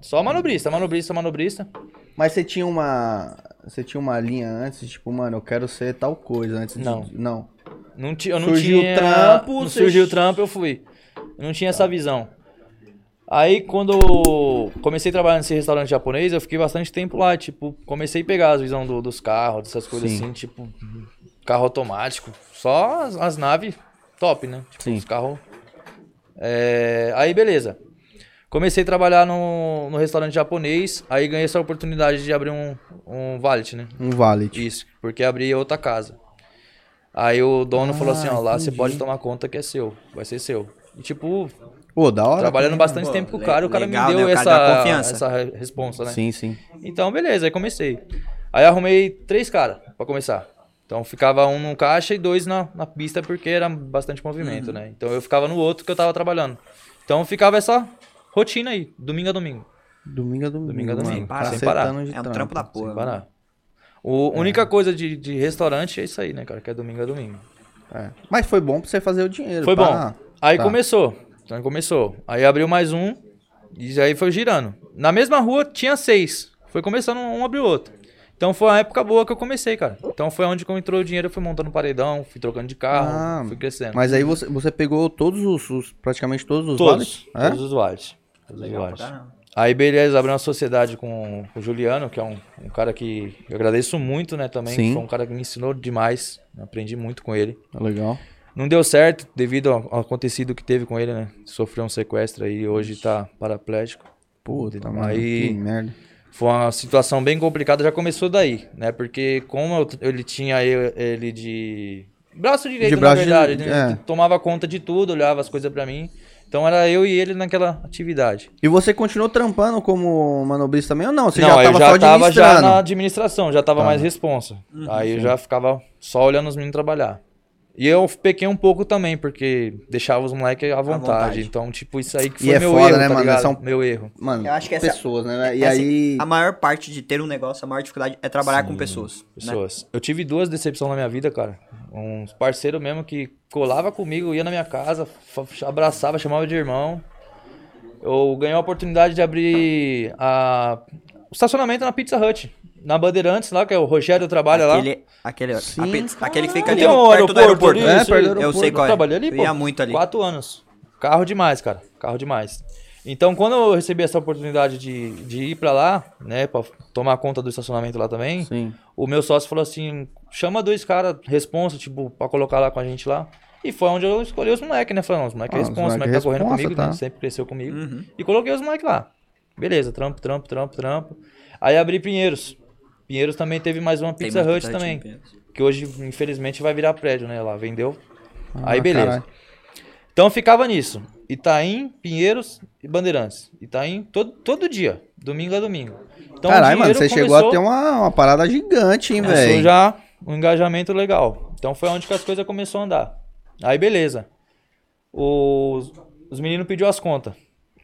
S3: Só manobrista, manobrista, manobrista.
S2: Mas você tinha uma. Você tinha uma linha antes, tipo, mano, eu quero ser tal coisa antes de-
S3: Não.
S2: Não.
S3: Não ti, eu não
S2: Surgiu o
S3: tinha.
S2: trampo,
S3: não
S2: você-
S3: surgiu o trampo, eu fui. Eu não tinha essa visão. Aí quando eu comecei a trabalhar nesse restaurante japonês, eu fiquei bastante tempo lá, tipo, comecei a pegar as visão do- dos carros, dessas coisas
S2: Sim.
S3: assim, tipo, carro automático, só as, as naves top, né? Tipo,
S2: Sim.
S3: os carros. É, Aí beleza. Comecei a trabalhar no, no restaurante japonês, aí ganhei essa oportunidade de abrir um, um valet, né?
S2: Um valet.
S3: Isso, porque abria outra casa. Aí o dono
S2: Ah,
S3: falou assim, ó, lá você
S2: entendi.
S3: pode tomar conta que é seu, vai ser seu. E tipo,
S2: Pô, da hora. tá?
S3: trabalhando
S2: também,
S3: bastante
S1: pô,
S3: tempo com o
S1: le-
S3: cara, o cara
S1: legal,
S3: me
S1: né?
S3: deu
S1: O cara dá
S3: essa,
S1: confiança.
S3: essa re- responsa, né?
S2: né? Sim, sim.
S3: Então, beleza, aí comecei. Aí arrumei três caras pra começar. Então ficava um no caixa e dois na, na pista, porque era bastante
S1: Uhum.
S3: movimento, né? Então eu ficava no outro que eu tava trabalhando. Então ficava essa rotina aí, domingo a domingo.
S2: Domingo a domingo.
S3: Domingo a domingo,
S2: mano.
S1: sem parar.
S2: Cacetando
S3: Sem parar.
S2: de
S1: É um trampo da porra.
S3: Sem parar. O, Única coisa de, de restaurante é isso aí, né, cara? Que é domingo a domingo.
S2: É. Mas foi bom pra você fazer o dinheiro.
S3: Foi
S2: pá.
S3: bom. Aí
S2: Tá.
S3: começou. Então começou. Aí abriu mais um. E aí foi girando. Na mesma rua tinha seis. Foi começando um abriu outro. Então foi uma época boa que eu comecei, cara. Então foi onde que entrou o dinheiro, eu fui montando paredão, fui trocando de carro,
S2: Ah,
S3: fui crescendo.
S2: Mas aí você, você pegou todos os, os- Praticamente todos os
S3: todos,
S2: valets? É?
S3: todos os vales. Todos os
S1: Legal pra
S3: vales.
S1: caramba.
S3: Aí beleza, abriu uma sociedade com o Juliano, que é um, um cara que eu agradeço muito, né, também.
S2: Sim.
S3: Foi um cara que me ensinou demais. Aprendi muito com ele.
S2: Ah, Legal.
S3: Não deu certo devido ao ao acontecido que teve com ele, né? Sofreu um sequestro aí, hoje tá paraplégico.
S2: Puta, mano.
S3: Aí-
S2: Que merda.
S3: Foi uma situação bem complicada, já começou daí, né? Porque como eu- ele tinha eu- ele de braço direito,
S2: De
S3: na
S2: braço
S3: verdade,
S2: de-
S3: né?
S2: é.
S3: tomava conta de tudo, olhava as coisas pra mim. Então era eu e ele naquela atividade.
S2: E você continuou trampando como manobrista também ou não? Você
S3: não,
S2: já
S3: eu
S2: tava
S3: já
S2: só
S3: tava já
S2: administrando?
S3: na administração, já tava
S2: Tá.
S3: mais responsa. aí eu já ficava só olhando os meninos trabalhar. E eu pequei um pouco também, porque deixava os moleques à vontade.
S1: vontade.
S3: Então, tipo, isso aí que
S2: E
S3: foi
S2: é
S3: meu
S2: foda,
S3: erro,
S2: né,
S3: tá
S2: mano?
S3: ligado?
S2: São-
S3: Meu erro.
S2: Mano,
S1: Eu acho que essa-
S2: pessoas, né? E
S1: É assim,
S2: aí.
S1: A maior parte de ter um negócio, a maior dificuldade é trabalhar com pessoas. Né?
S3: Pessoas. Eu tive duas decepções na minha vida, cara. Uns parceiros mesmo que colava comigo, ia na minha casa, fa- abraçava, chamava de irmão. Eu ganhei a oportunidade de abrir a... o estacionamento na Pizza Hut. Na Bandeirantes lá, que é o Rogério trabalha lá.
S1: Aquele, aquele,
S2: Sim,
S1: a pizza- aquele que fica
S3: Não
S1: ali
S3: tem um
S1: perto do aeroporto.
S3: ali,
S2: É,
S3: isso
S2: perto do
S3: aí.
S1: Eu sei qual é.
S3: trabalhei ali,
S1: Eu
S3: pô.
S1: ia muito ali.
S3: Quatro anos. Carro demais, cara. Carro demais. Então, quando eu recebi essa oportunidade de, de ir pra lá, né, pra tomar conta do estacionamento lá também,
S2: Sim.
S3: o meu sócio falou assim: chama dois caras responsa, tipo, pra colocar lá com a gente lá. E foi onde eu escolhi os moleques, né? Falei, não, os moleques
S2: Ah, os
S3: responsa, os
S2: moleque
S3: moleques tá correndo
S2: responsa,
S3: comigo,
S2: tá.
S3: né? sempre cresceu comigo.
S1: Uhum.
S3: E coloquei os moleques lá. Beleza, trampo, trampo, trampo, trampo. Aí abri Pinheiros. Pinheiros também teve mais uma
S1: Tem
S3: Pizza
S1: mais
S3: Hut
S1: Pizza
S3: também.
S1: em Pinheiros.
S3: Que hoje, infelizmente, vai virar prédio, né? Lá, vendeu.
S2: Ah,
S3: Aí, beleza.
S2: caralho.
S3: Então, ficava nisso. Itaim, Pinheiros e Bandeirantes. Itaim, todo, todo dia. Domingo a domingo. Então, o
S2: Caralho, mano,
S3: dinheiro
S2: você chegou a
S3: começou-
S2: ter uma, uma parada gigante, hein,
S3: Começou
S2: velho?
S3: já um engajamento legal. Então foi onde que as coisas começaram a andar. Aí beleza. Os, os meninos pediu as contas.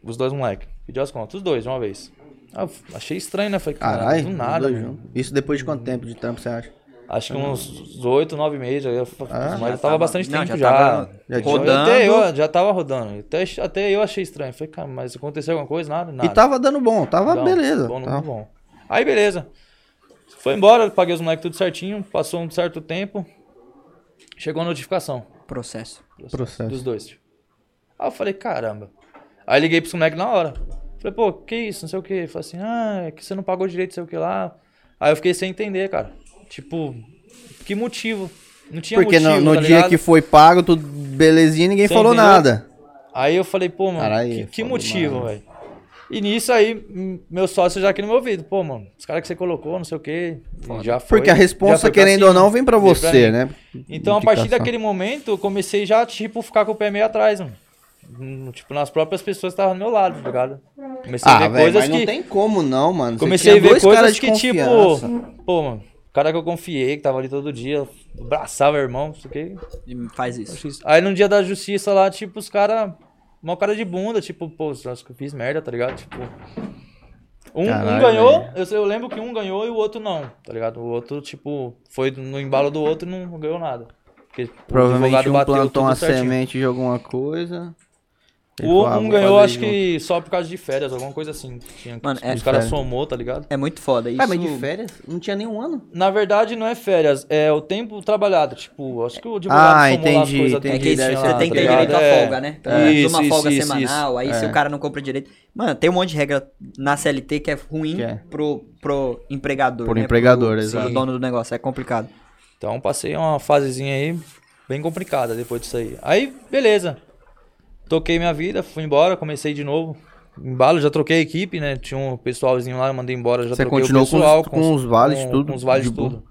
S3: Os dois moleques. Pediu as contas. Os dois, de uma vez. Ah, eu achei estranho, né? Falei, cara,
S2: Caralho,
S3: do nada,
S2: dois
S3: meu.
S2: juntos. Isso depois de quanto tempo de trampo você acha?
S3: Acho que uns oito, nove meses. Aí eu, fa-
S2: Ah,
S3: mas
S1: Já
S3: eu tava, bastante
S1: não,
S3: tempo
S1: já
S3: já.
S1: tava
S2: já tinha-
S3: Eu até
S1: rodando.
S3: eu já tava rodando. Até, até eu achei estranho. Falei, cara, mas aconteceu alguma coisa? Nada, nada.
S2: E tava dando bom, tava
S3: Não,
S2: beleza.
S3: Bom, não
S2: tava.
S3: bom. Aí, beleza. Foi embora, paguei os moleques tudo certinho. Passou um certo tempo. Chegou a notificação
S1: Processo.
S3: dos,
S2: Processo.
S3: dos dois. tipo. Aí eu falei, caramba. Aí liguei pros moleques na hora. Falei, pô, que isso, não sei o que. Falei assim, ah, é que você não pagou direito, não sei o que lá. Aí eu fiquei sem entender, cara. Tipo, que motivo? Não tinha
S2: Porque no,
S3: motivo,
S2: no
S3: tá
S2: dia
S3: ligado?
S2: que foi pago, tudo belezinha, ninguém
S3: Você
S2: falou
S3: entendeu?
S2: nada.
S3: Aí eu falei, pô, mano,
S2: Caralho,
S3: que, que
S2: foda
S3: motivo,
S2: demais.
S3: velho? E nisso aí, m- meu sócio já aqui no meu ouvido, pô, mano, os caras que você colocou, não sei o quê, já foi.
S2: Porque a
S3: já
S2: responsa,
S3: foi pra
S2: querendo
S3: cima,
S2: ou não, vem pra
S3: veio
S2: você,
S3: mim.
S2: né?
S3: Então, a partir
S2: Indicação.
S3: daquele momento, eu comecei já, tipo, ficar com o pé meio atrás, mano. Hum, Tipo, nas próprias pessoas que estavam do meu lado, tá ligado? Comecei a
S2: Ah,
S3: ver
S2: velho,
S3: coisas
S2: mas
S3: que.
S2: não tem como não, mano. Você
S3: Comecei a
S2: tinha
S3: ver
S2: dois caras
S3: coisas
S2: de
S3: que, tipo,
S2: confiança.
S3: pô, mano, o cara que eu confiei, que tava ali todo dia, abraçava o irmão, não sei o quê.
S1: E Faz isso.
S3: Aí no dia da justiça lá, tipo, os caras. Mó cara de bunda, tipo, pô, acho que eu fiz merda, tá ligado? Tipo. Um, um
S2: Caralho,
S3: ganhou, eu, sei- eu lembro que um ganhou e o outro não, tá ligado? O outro, tipo, foi no embalo do outro e não ganhou nada. Porque o
S2: Provavelmente
S3: advogado
S2: um
S3: bateu
S2: plantou
S3: tudo
S2: uma
S3: certinho.
S2: semente de alguma coisa. Ele
S3: O
S2: falou, ah,
S3: um
S2: vou
S3: ganhou,
S2: fazer
S3: acho
S2: junto.
S3: que só por causa de férias, alguma coisa assim. Tinha,
S1: Mano, é
S3: os caras
S2: férias.
S3: somou, tá ligado?
S1: É muito foda isso.
S2: Ah, mas de férias? Não tinha nem um ano.
S3: Na verdade, não é férias, é o tempo trabalhado. Tipo, acho que o advogado
S2: Ah,
S3: somou lá as
S2: entendi,
S3: coisas
S1: É
S2: entendi.
S3: dele,
S1: que
S2: deve
S3: assim,
S1: você
S3: lá,
S1: tem que
S3: tá
S1: ter
S3: ligado?
S1: direito à
S3: É.
S1: folga, né?
S3: É.
S1: Pelo menos
S3: Isso,
S1: uma
S3: isso,
S1: folga
S3: isso, isso.
S1: semanal, aí se o cara não compra direito. Mano, tem um monte de regra na CLT que é ruim
S2: Que é.
S1: Pro, pro empregador.
S2: Pro
S1: né?
S2: empregador,
S1: pro,
S2: exato.
S1: Pro dono do negócio, é complicado.
S3: Então passei uma fasezinha aí bem complicada depois disso aí. Aí, beleza. Toquei minha vida, fui embora, comecei de novo. Embalo, já troquei a equipe, né? Tinha um pessoalzinho lá, eu mandei embora, já
S2: Você
S3: troquei
S2: continuou
S3: o
S2: com os-
S3: pessoal.
S2: com os vales, tudo,
S3: Com os vales,
S2: de boa.
S3: tudo.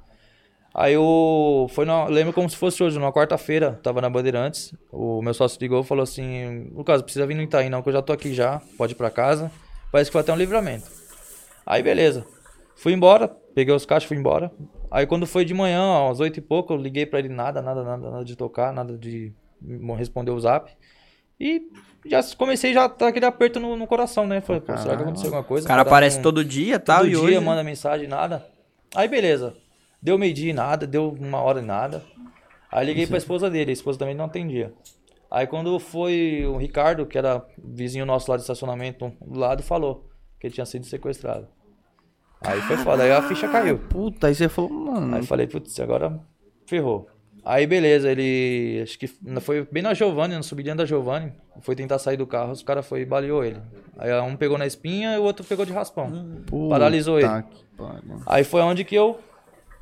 S3: Aí eu... Foi na, lembro como se fosse hoje, numa quarta-feira, tava na Bandeirantes. O meu sócio ligou e falou assim, Lucas, precisa vir no Itaim não, que eu já tô aqui já, pode ir pra casa. Parece que foi até um livramento. Aí beleza. Fui embora, peguei os caixas, fui embora. Aí quando foi de manhã, ó, às oito e pouco, eu liguei pra ele nada, nada, nada, nada de tocar, nada de mo- responder o zap. E já s- comecei já a tá aquele aperto no, no coração, né? Falei, pô, será que
S2: Caralho.
S3: aconteceu alguma
S1: O
S3: coisa? Tá
S1: cara
S3: Será que
S1: aparece
S3: não-
S1: todo dia e
S3: todo
S1: tal, Tá, e
S3: dia,
S1: hoje...
S3: manda mensagem, nada. Aí beleza. Deu meio-dia e nada, deu uma hora e nada. Aí liguei pra esposa dele, a esposa também não atendia. Aí quando foi o Ricardo, que era vizinho nosso lá de estacionamento, do lado, falou que ele tinha sido sequestrado. Aí foi foda, aí a ficha caiu.
S2: Puta, aí você falou, mano.
S3: Aí
S1: Hum.
S3: eu falei, putz, agora ferrou. Aí beleza, ele. Acho que foi bem na Giovanni, no subidinho da Giovanni. Foi tentar sair do carro, os caras foi e baleou ele. Aí um pegou na espinha e o outro pegou de raspão.
S1: Hum.
S2: puta
S3: paralisou ele.
S2: que pariu.
S3: Aí foi onde que eu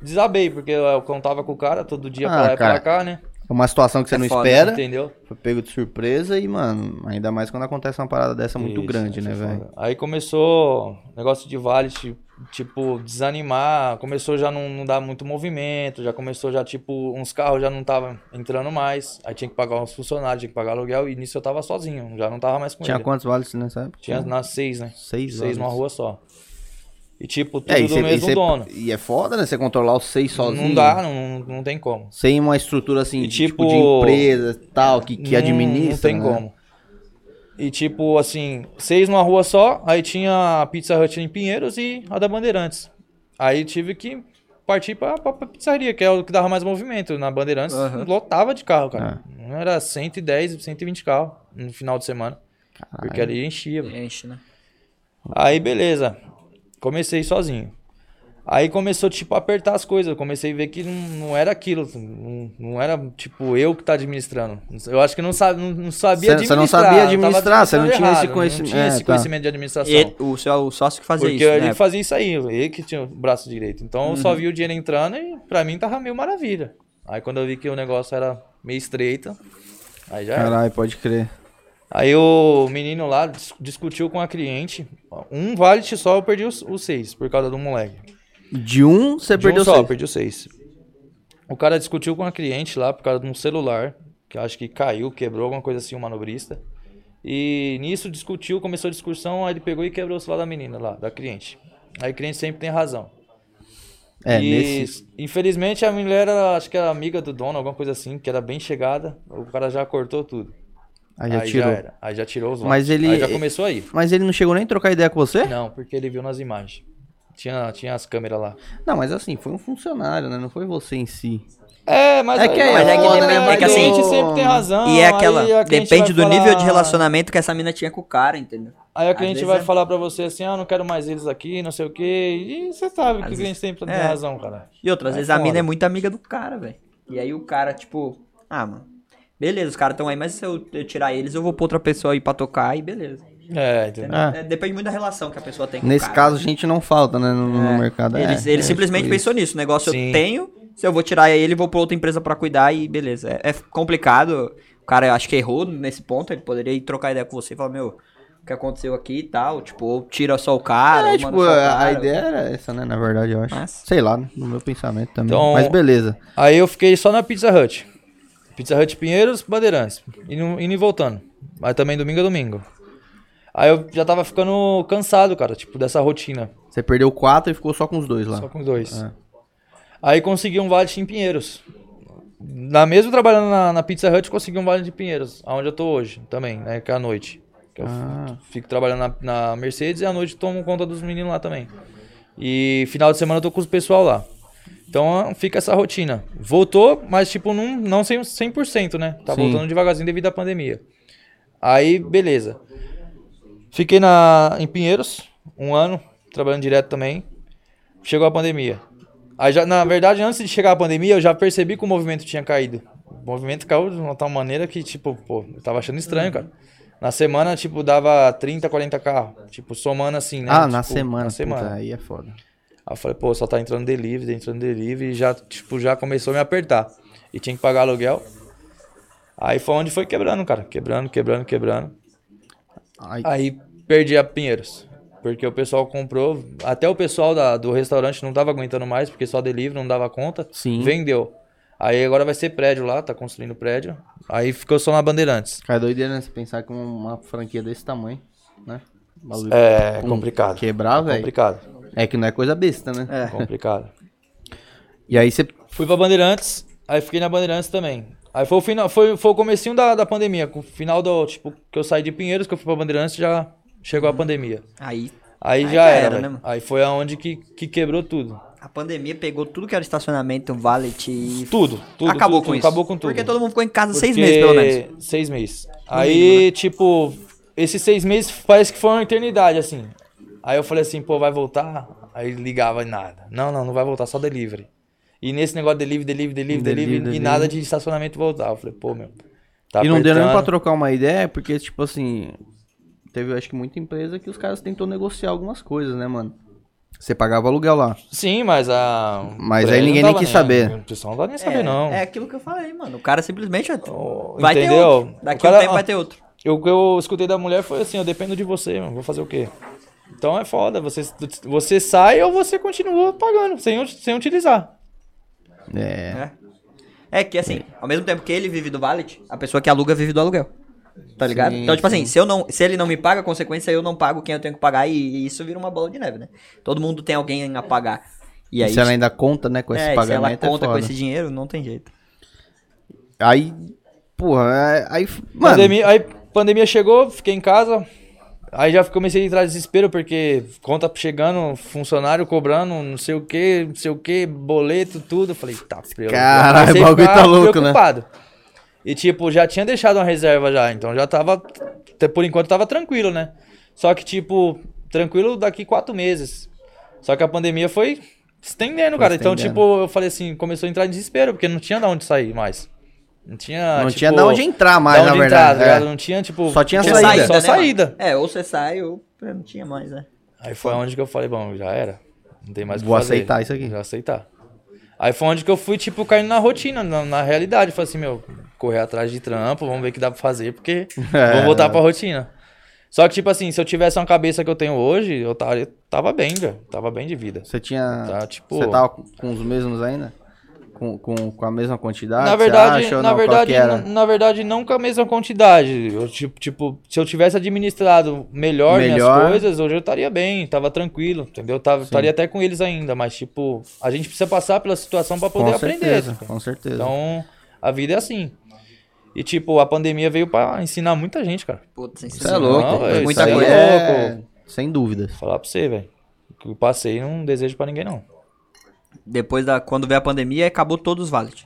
S3: desabei, porque eu contava com o cara todo dia
S2: Ah,
S3: pra lá e
S2: cara.
S3: pra cá, né?
S2: É uma situação que você
S1: É
S2: não
S1: foda,
S2: espera.
S3: Entendeu?
S2: Foi pego de surpresa e, mano, ainda mais quando acontece uma parada dessa muito
S3: Isso,
S2: grande, né,
S3: foi
S2: velho?
S3: foda. Aí começou negócio de vale, ti- tipo, desanimar, começou já não, não dar muito movimento, já começou já, tipo, uns carros já não estavam entrando mais, aí tinha que pagar uns funcionários, tinha que pagar aluguel, e nisso eu tava sozinho, já não tava mais com
S2: Tinha
S3: ele.
S2: quantos vales nessa época?
S3: Tinha nas seis, né?
S2: seis
S3: Seis
S2: vales.
S3: numa rua só. E tipo, tudo
S2: É, e,
S3: do
S2: cê- e
S3: mesmo
S2: cê-
S3: dono.
S2: e é foda, né? Você controlar os seis sozinho.
S3: Não dá, não, não tem como.
S2: Sem uma estrutura assim,
S3: E
S2: de- tipo,
S3: tipo,
S2: de empresa e tal, que, que
S3: Não-
S2: administra.
S3: Não tem
S2: né?
S3: como. E tipo, assim, seis numa rua só, aí tinha a Pizza Hut em Pinheiros e a da Bandeirantes. Aí tive que partir pra, pra, pra pizzaria, que é o que dava mais movimento. Na Bandeirantes
S1: Aham.
S3: lotava de carro, cara.
S2: Ah.
S3: Não Era 110, 120 carros no final de semana. Porque ali enchia. velho.
S1: Enche, né?
S3: Aí beleza. Comecei sozinho. Aí começou, tipo, a apertar as coisas. Eu comecei a ver que não, não era aquilo. Não, não era, tipo, eu que tá administrando. Eu acho que não, sa não, não sabia
S2: Cê- cê
S3: administrar.
S2: não sabia
S3: eu tava
S2: administrar, cê não
S3: administrando
S2: tinha esse
S3: errado, eu
S2: conhecimento.
S3: Não tinha
S2: É,
S3: esse
S2: tá.
S3: conhecimento de administração.
S1: E o seu sócio que fazia
S3: porque
S1: isso,
S3: ele
S1: né?
S3: fazia isso aí. Ele que tinha o braço direito. Então eu
S2: Uhum.
S3: só vi o dinheiro entrando e pra mim tava meio maravilha. Aí quando eu vi que o negócio era meio estreita, aí já era.
S2: Caralho, pode crer.
S3: Aí o menino lá dis- discutiu com a cliente. Um valet só eu perdi os, os seis por causa do moleque.
S2: De um, você
S3: De um
S2: perdeu
S3: só, eu
S2: seis.
S3: perdi os seis. O cara discutiu com a cliente lá por causa de um celular, que eu acho que caiu, quebrou alguma coisa assim, um manobrista. E nisso discutiu, começou a discussão, aí ele pegou e quebrou o celular da menina lá, da cliente. Aí a cliente sempre tem razão.
S2: É,
S3: e
S2: nesse.
S3: infelizmente a mulher era, acho que era amiga do dono, alguma coisa assim, que era bem chegada. O cara já cortou tudo.
S2: Aí já
S3: aí
S2: tirou.
S3: já era. Aí já tirou os
S2: Mas
S3: votos.
S2: ele-
S3: Aí já começou aí.
S2: Mas ele não chegou nem a trocar ideia com você?
S3: Não, porque ele viu nas imagens. Tinha, tinha as câmeras lá.
S2: Não, mas assim, foi um funcionário, né? Não foi você em si.
S3: É, mas,
S2: É que é
S1: Mas é que foda, depende- né? é que assim-
S3: A gente sempre tem razão.
S1: E é aquela,
S3: "Ah, aí a cliente
S1: depende do
S3: vai
S1: nível de
S3: falar-
S1: relacionamento que essa mina tinha com o cara, entendeu?
S3: Aí a
S1: Às
S3: cliente
S1: vezes
S3: vai
S1: é.
S3: falar pra você assim, ah, não quero mais eles aqui, não sei o quê. E você sabe que o cliente sempre tem
S1: é.
S3: razão, cara.
S1: E outras
S3: É
S1: vezes a mina
S3: foda.
S1: é muito amiga do cara, velho. E aí o cara, tipo, ah, mano, beleza, os caras estão aí, mas se eu, eu tirar eles, eu vou pôr outra pessoa aí pra tocar e beleza.
S3: É, entendeu?
S2: Ah.
S1: É, depende muito da relação que a pessoa tem com
S2: Nesse
S1: o cara.
S2: caso, a gente não falta, né? No, no
S1: É,
S2: mercado.
S1: Ele,
S2: é,
S1: ele
S2: é,
S1: simplesmente
S2: tipo isso.
S1: pensou nisso. O negócio eu
S3: Sim.
S1: tenho, se eu vou tirar ele, vou pra outra empresa pra cuidar e beleza. É, é complicado. O cara eu acho que errou nesse ponto. Ele poderia ir trocar ideia com você e falar, meu, o que aconteceu aqui e tal. Tipo, ou tira só o cara.
S2: É,
S1: ou manda
S2: tipo,
S1: só o
S2: a, a
S1: cara.
S2: ideia era essa, né? Na verdade, eu acho.
S1: Mas-
S2: Sei lá, né, no meu pensamento também.
S3: Então-
S2: Mas beleza.
S3: Aí eu fiquei só na Pizza Hut. Pizza Hut Pinheiros, Bandeirantes. Indo, indo e voltando. Mas também domingo a domingo. Aí eu já tava ficando cansado, cara, tipo, dessa rotina.
S2: Você perdeu quatro e ficou só com os dois lá.
S3: Só com os dois.
S2: É.
S3: Aí consegui um vale em Pinheiros. Na mesmo trabalhando na, na Pizza Hut, consegui um vale de Pinheiros, aonde eu tô hoje também, né? Que é à noite. Que eu
S1: né?
S2: Ah.
S3: fico trabalhando na, na Mercedes e à noite tomo conta dos meninos lá também. E final de semana eu tô com o pessoal lá. Então fica essa rotina. Voltou, mas tipo, não, não 100%, 100% né? Tá
S2: Sim.
S3: voltando devagarzinho devido à pandemia. Aí, beleza. Fiquei na, em Pinheiros, um ano, trabalhando direto também. Chegou a pandemia. Aí já, na verdade, antes de chegar a pandemia, eu já percebi que o movimento tinha caído. O movimento caiu de uma tal maneira que, tipo, pô, eu tava achando estranho,
S2: Uhum.
S3: cara. Na semana, tipo, dava 30, 40 carros. Tipo, somando assim, né?
S2: Ah, na
S3: Tipo,
S2: semana.
S3: Na semana.
S2: Puta, aí é foda.
S3: Aí eu falei, pô, só tá entrando delivery, entrando delivery, e já, tipo, já começou a me apertar. E tinha que pagar aluguel. Aí foi onde foi quebrando, cara. Quebrando, quebrando, quebrando.
S1: Ah.
S2: Ai,
S3: Aí perdi a Pinheiros. Porque o pessoal comprou, até o pessoal da- do restaurante não tava aguentando mais, porque só delivery não dava conta.
S2: Sim.
S3: Vendeu. Aí agora vai ser prédio lá, tá construindo prédio. Aí ficou só na Bandeirantes.
S2: Cara, é doideira, né? Você pensar que uma franquia desse tamanho, né? O bagulho
S3: É
S2: Pum,
S3: complicado.
S2: Quebrar, velho.
S3: Complicado.
S2: É que não é coisa besta, né?
S1: É.
S3: Complicado.
S2: E aí você.
S3: Fui pra Bandeirantes, aí fiquei na Bandeirantes também. Aí foi o final, foi, foi o comecinho da, da pandemia, com o final do, tipo, que eu saí de Pinheiros, que eu fui pra Bandeirantes, já chegou a pandemia.
S1: Aí Aí
S3: Aí, já
S1: já
S3: era,
S1: era,
S3: velho.
S1: né, mano?
S3: Aí foi aonde que, que quebrou tudo.
S1: a pandemia pegou tudo que era estacionamento, valet e.
S3: Tudo, tudo.
S1: acabou
S3: tudo,
S1: com
S3: tudo,
S1: isso.
S3: Acabou com tudo.
S1: Porque todo mundo ficou em casa seis
S3: Porque-
S1: meses, pelo menos. Hum.
S3: Seis meses. Aí, tipo, esses seis meses parece que foi uma eternidade, assim. Aí eu falei assim, pô, vai voltar? Aí ligava e nada. Não, não, não vai voltar, só delivery. E nesse negócio delivery, delivery, delivery,
S2: Delivery,
S3: delivery, e
S2: delivery.
S3: nada de estacionamento voltar. Eu falei, pô, meu. Tá
S2: e não deu nem pra
S3: apertando.
S2: trocar uma ideia, porque, tipo assim. Teve, acho que, muita empresa que os caras tentou negociar algumas coisas, né, mano? Você pagava aluguel lá.
S3: Sim, mas a.
S2: Mas
S3: pra
S2: aí
S3: ele
S2: ninguém
S3: não
S2: nem
S3: tava
S2: quis saber.
S3: O pessoal não vai nem saber, não.
S1: É aquilo que eu falei, mano. O cara simplesmente.
S3: Oh,
S1: vai ter
S3: entendeu?
S1: outro.
S3: O
S1: Daqui
S3: cara-
S1: um tempo vai ter outro.
S3: Eu- O que eu escutei da mulher foi assim, eu dependo de você, mano, vou fazer o quê? Então é foda, você, você sai ou você continua pagando, sem, sem utilizar.
S2: É.
S1: né? É que assim, ao mesmo tempo que ele vive do valet, a pessoa que aluga vive do aluguel. Tá ligado?
S2: Sim,
S1: então, tipo
S2: sim.
S1: assim, se, eu não, se ele não me paga, a consequência é eu não pago quem eu tenho que pagar e, e isso vira uma bola de neve, né? Todo mundo tem alguém a pagar. E
S2: E
S1: aí,
S2: se ela ainda conta, né, com esse
S1: é, e se ela
S2: pagamento.
S1: conta
S2: é
S1: com
S2: foda.
S1: esse dinheiro, não tem jeito.
S2: Aí. Porra, é- aí. Mano.
S3: Pandemia- aí pandemia chegou, fiquei em casa, aí já comecei a entrar em desespero, porque conta chegando, funcionário cobrando, não sei o que, não sei o que, boleto, tudo. Eu falei, tá, eu- eu
S2: Caralho,
S3: comecei
S2: o
S3: a
S2: bagulho
S3: ficar
S2: tá louco, né?
S3: preocupado. E tipo, já tinha deixado uma reserva já, então já tava, até por enquanto tava tranquilo, né? Só que tipo, tranquilo daqui quatro meses. Só que a pandemia foi estendendo,
S2: Foi
S3: cara. Então
S2: estendendo.
S3: tipo, eu falei assim, começou a entrar em desespero, porque não tinha de onde sair mais. Não tinha,
S2: não
S3: tipo,
S2: tinha de onde entrar mais,
S3: da
S2: na
S3: onde
S2: verdade.
S3: entrar, tá ligado?
S2: é.
S3: Não tinha, tipo.
S2: Só tinha
S3: tinha
S2: saída.
S3: Só
S1: né, mano?
S3: saída.
S1: É, ou você sai ou é, não tinha mais, né?
S3: Aí foi onde que eu falei, bom, já era. Não tem mais o que
S2: Vou
S3: fazer.
S2: aceitar isso aqui.
S3: Vou aceitar. Aí foi onde que eu fui, tipo, caindo na rotina, na, na realidade. Falei assim, meu, correr atrás de trampo, vamos ver o que dá pra fazer, porque
S2: É.
S3: vou voltar pra rotina. Só que, tipo assim, se eu tivesse uma cabeça que eu tenho hoje, eu tava, eu tava bem, velho. Tava bem de vida.
S2: Você tinha.
S3: Tá, tipo-
S2: Ah, Você tava com- com os mesmos ainda? Com, com, com a mesma quantidade?
S3: Na
S2: Ah, você
S3: verdade,
S2: acha ou
S3: na
S2: não? Qual
S3: verdade,
S2: que era?
S3: na, na verdade, não com a mesma quantidade. Eu, tipo, tipo, se eu tivesse administrado melhor,
S2: Melhor.
S3: minhas coisas, hoje eu estaria bem, tava tranquilo, entendeu? Tava, estaria até com eles ainda, mas tipo, a gente precisa passar pela situação para poder
S2: com
S3: aprender.
S2: certeza,
S3: tá?
S2: com certeza.
S3: Então, a vida é assim. E tipo, a pandemia veio para ensinar muita gente, cara.
S1: Putz,
S2: Isso é louco.
S3: Não,
S2: é,
S3: isso
S2: muita
S3: aí é
S2: coisa.
S3: louco.
S2: é- Sem dúvidas.
S3: Vou Falar para você, velho. O que eu passei não desejo para ninguém não.
S1: Depois da quando veio a pandemia, acabou todos os valet.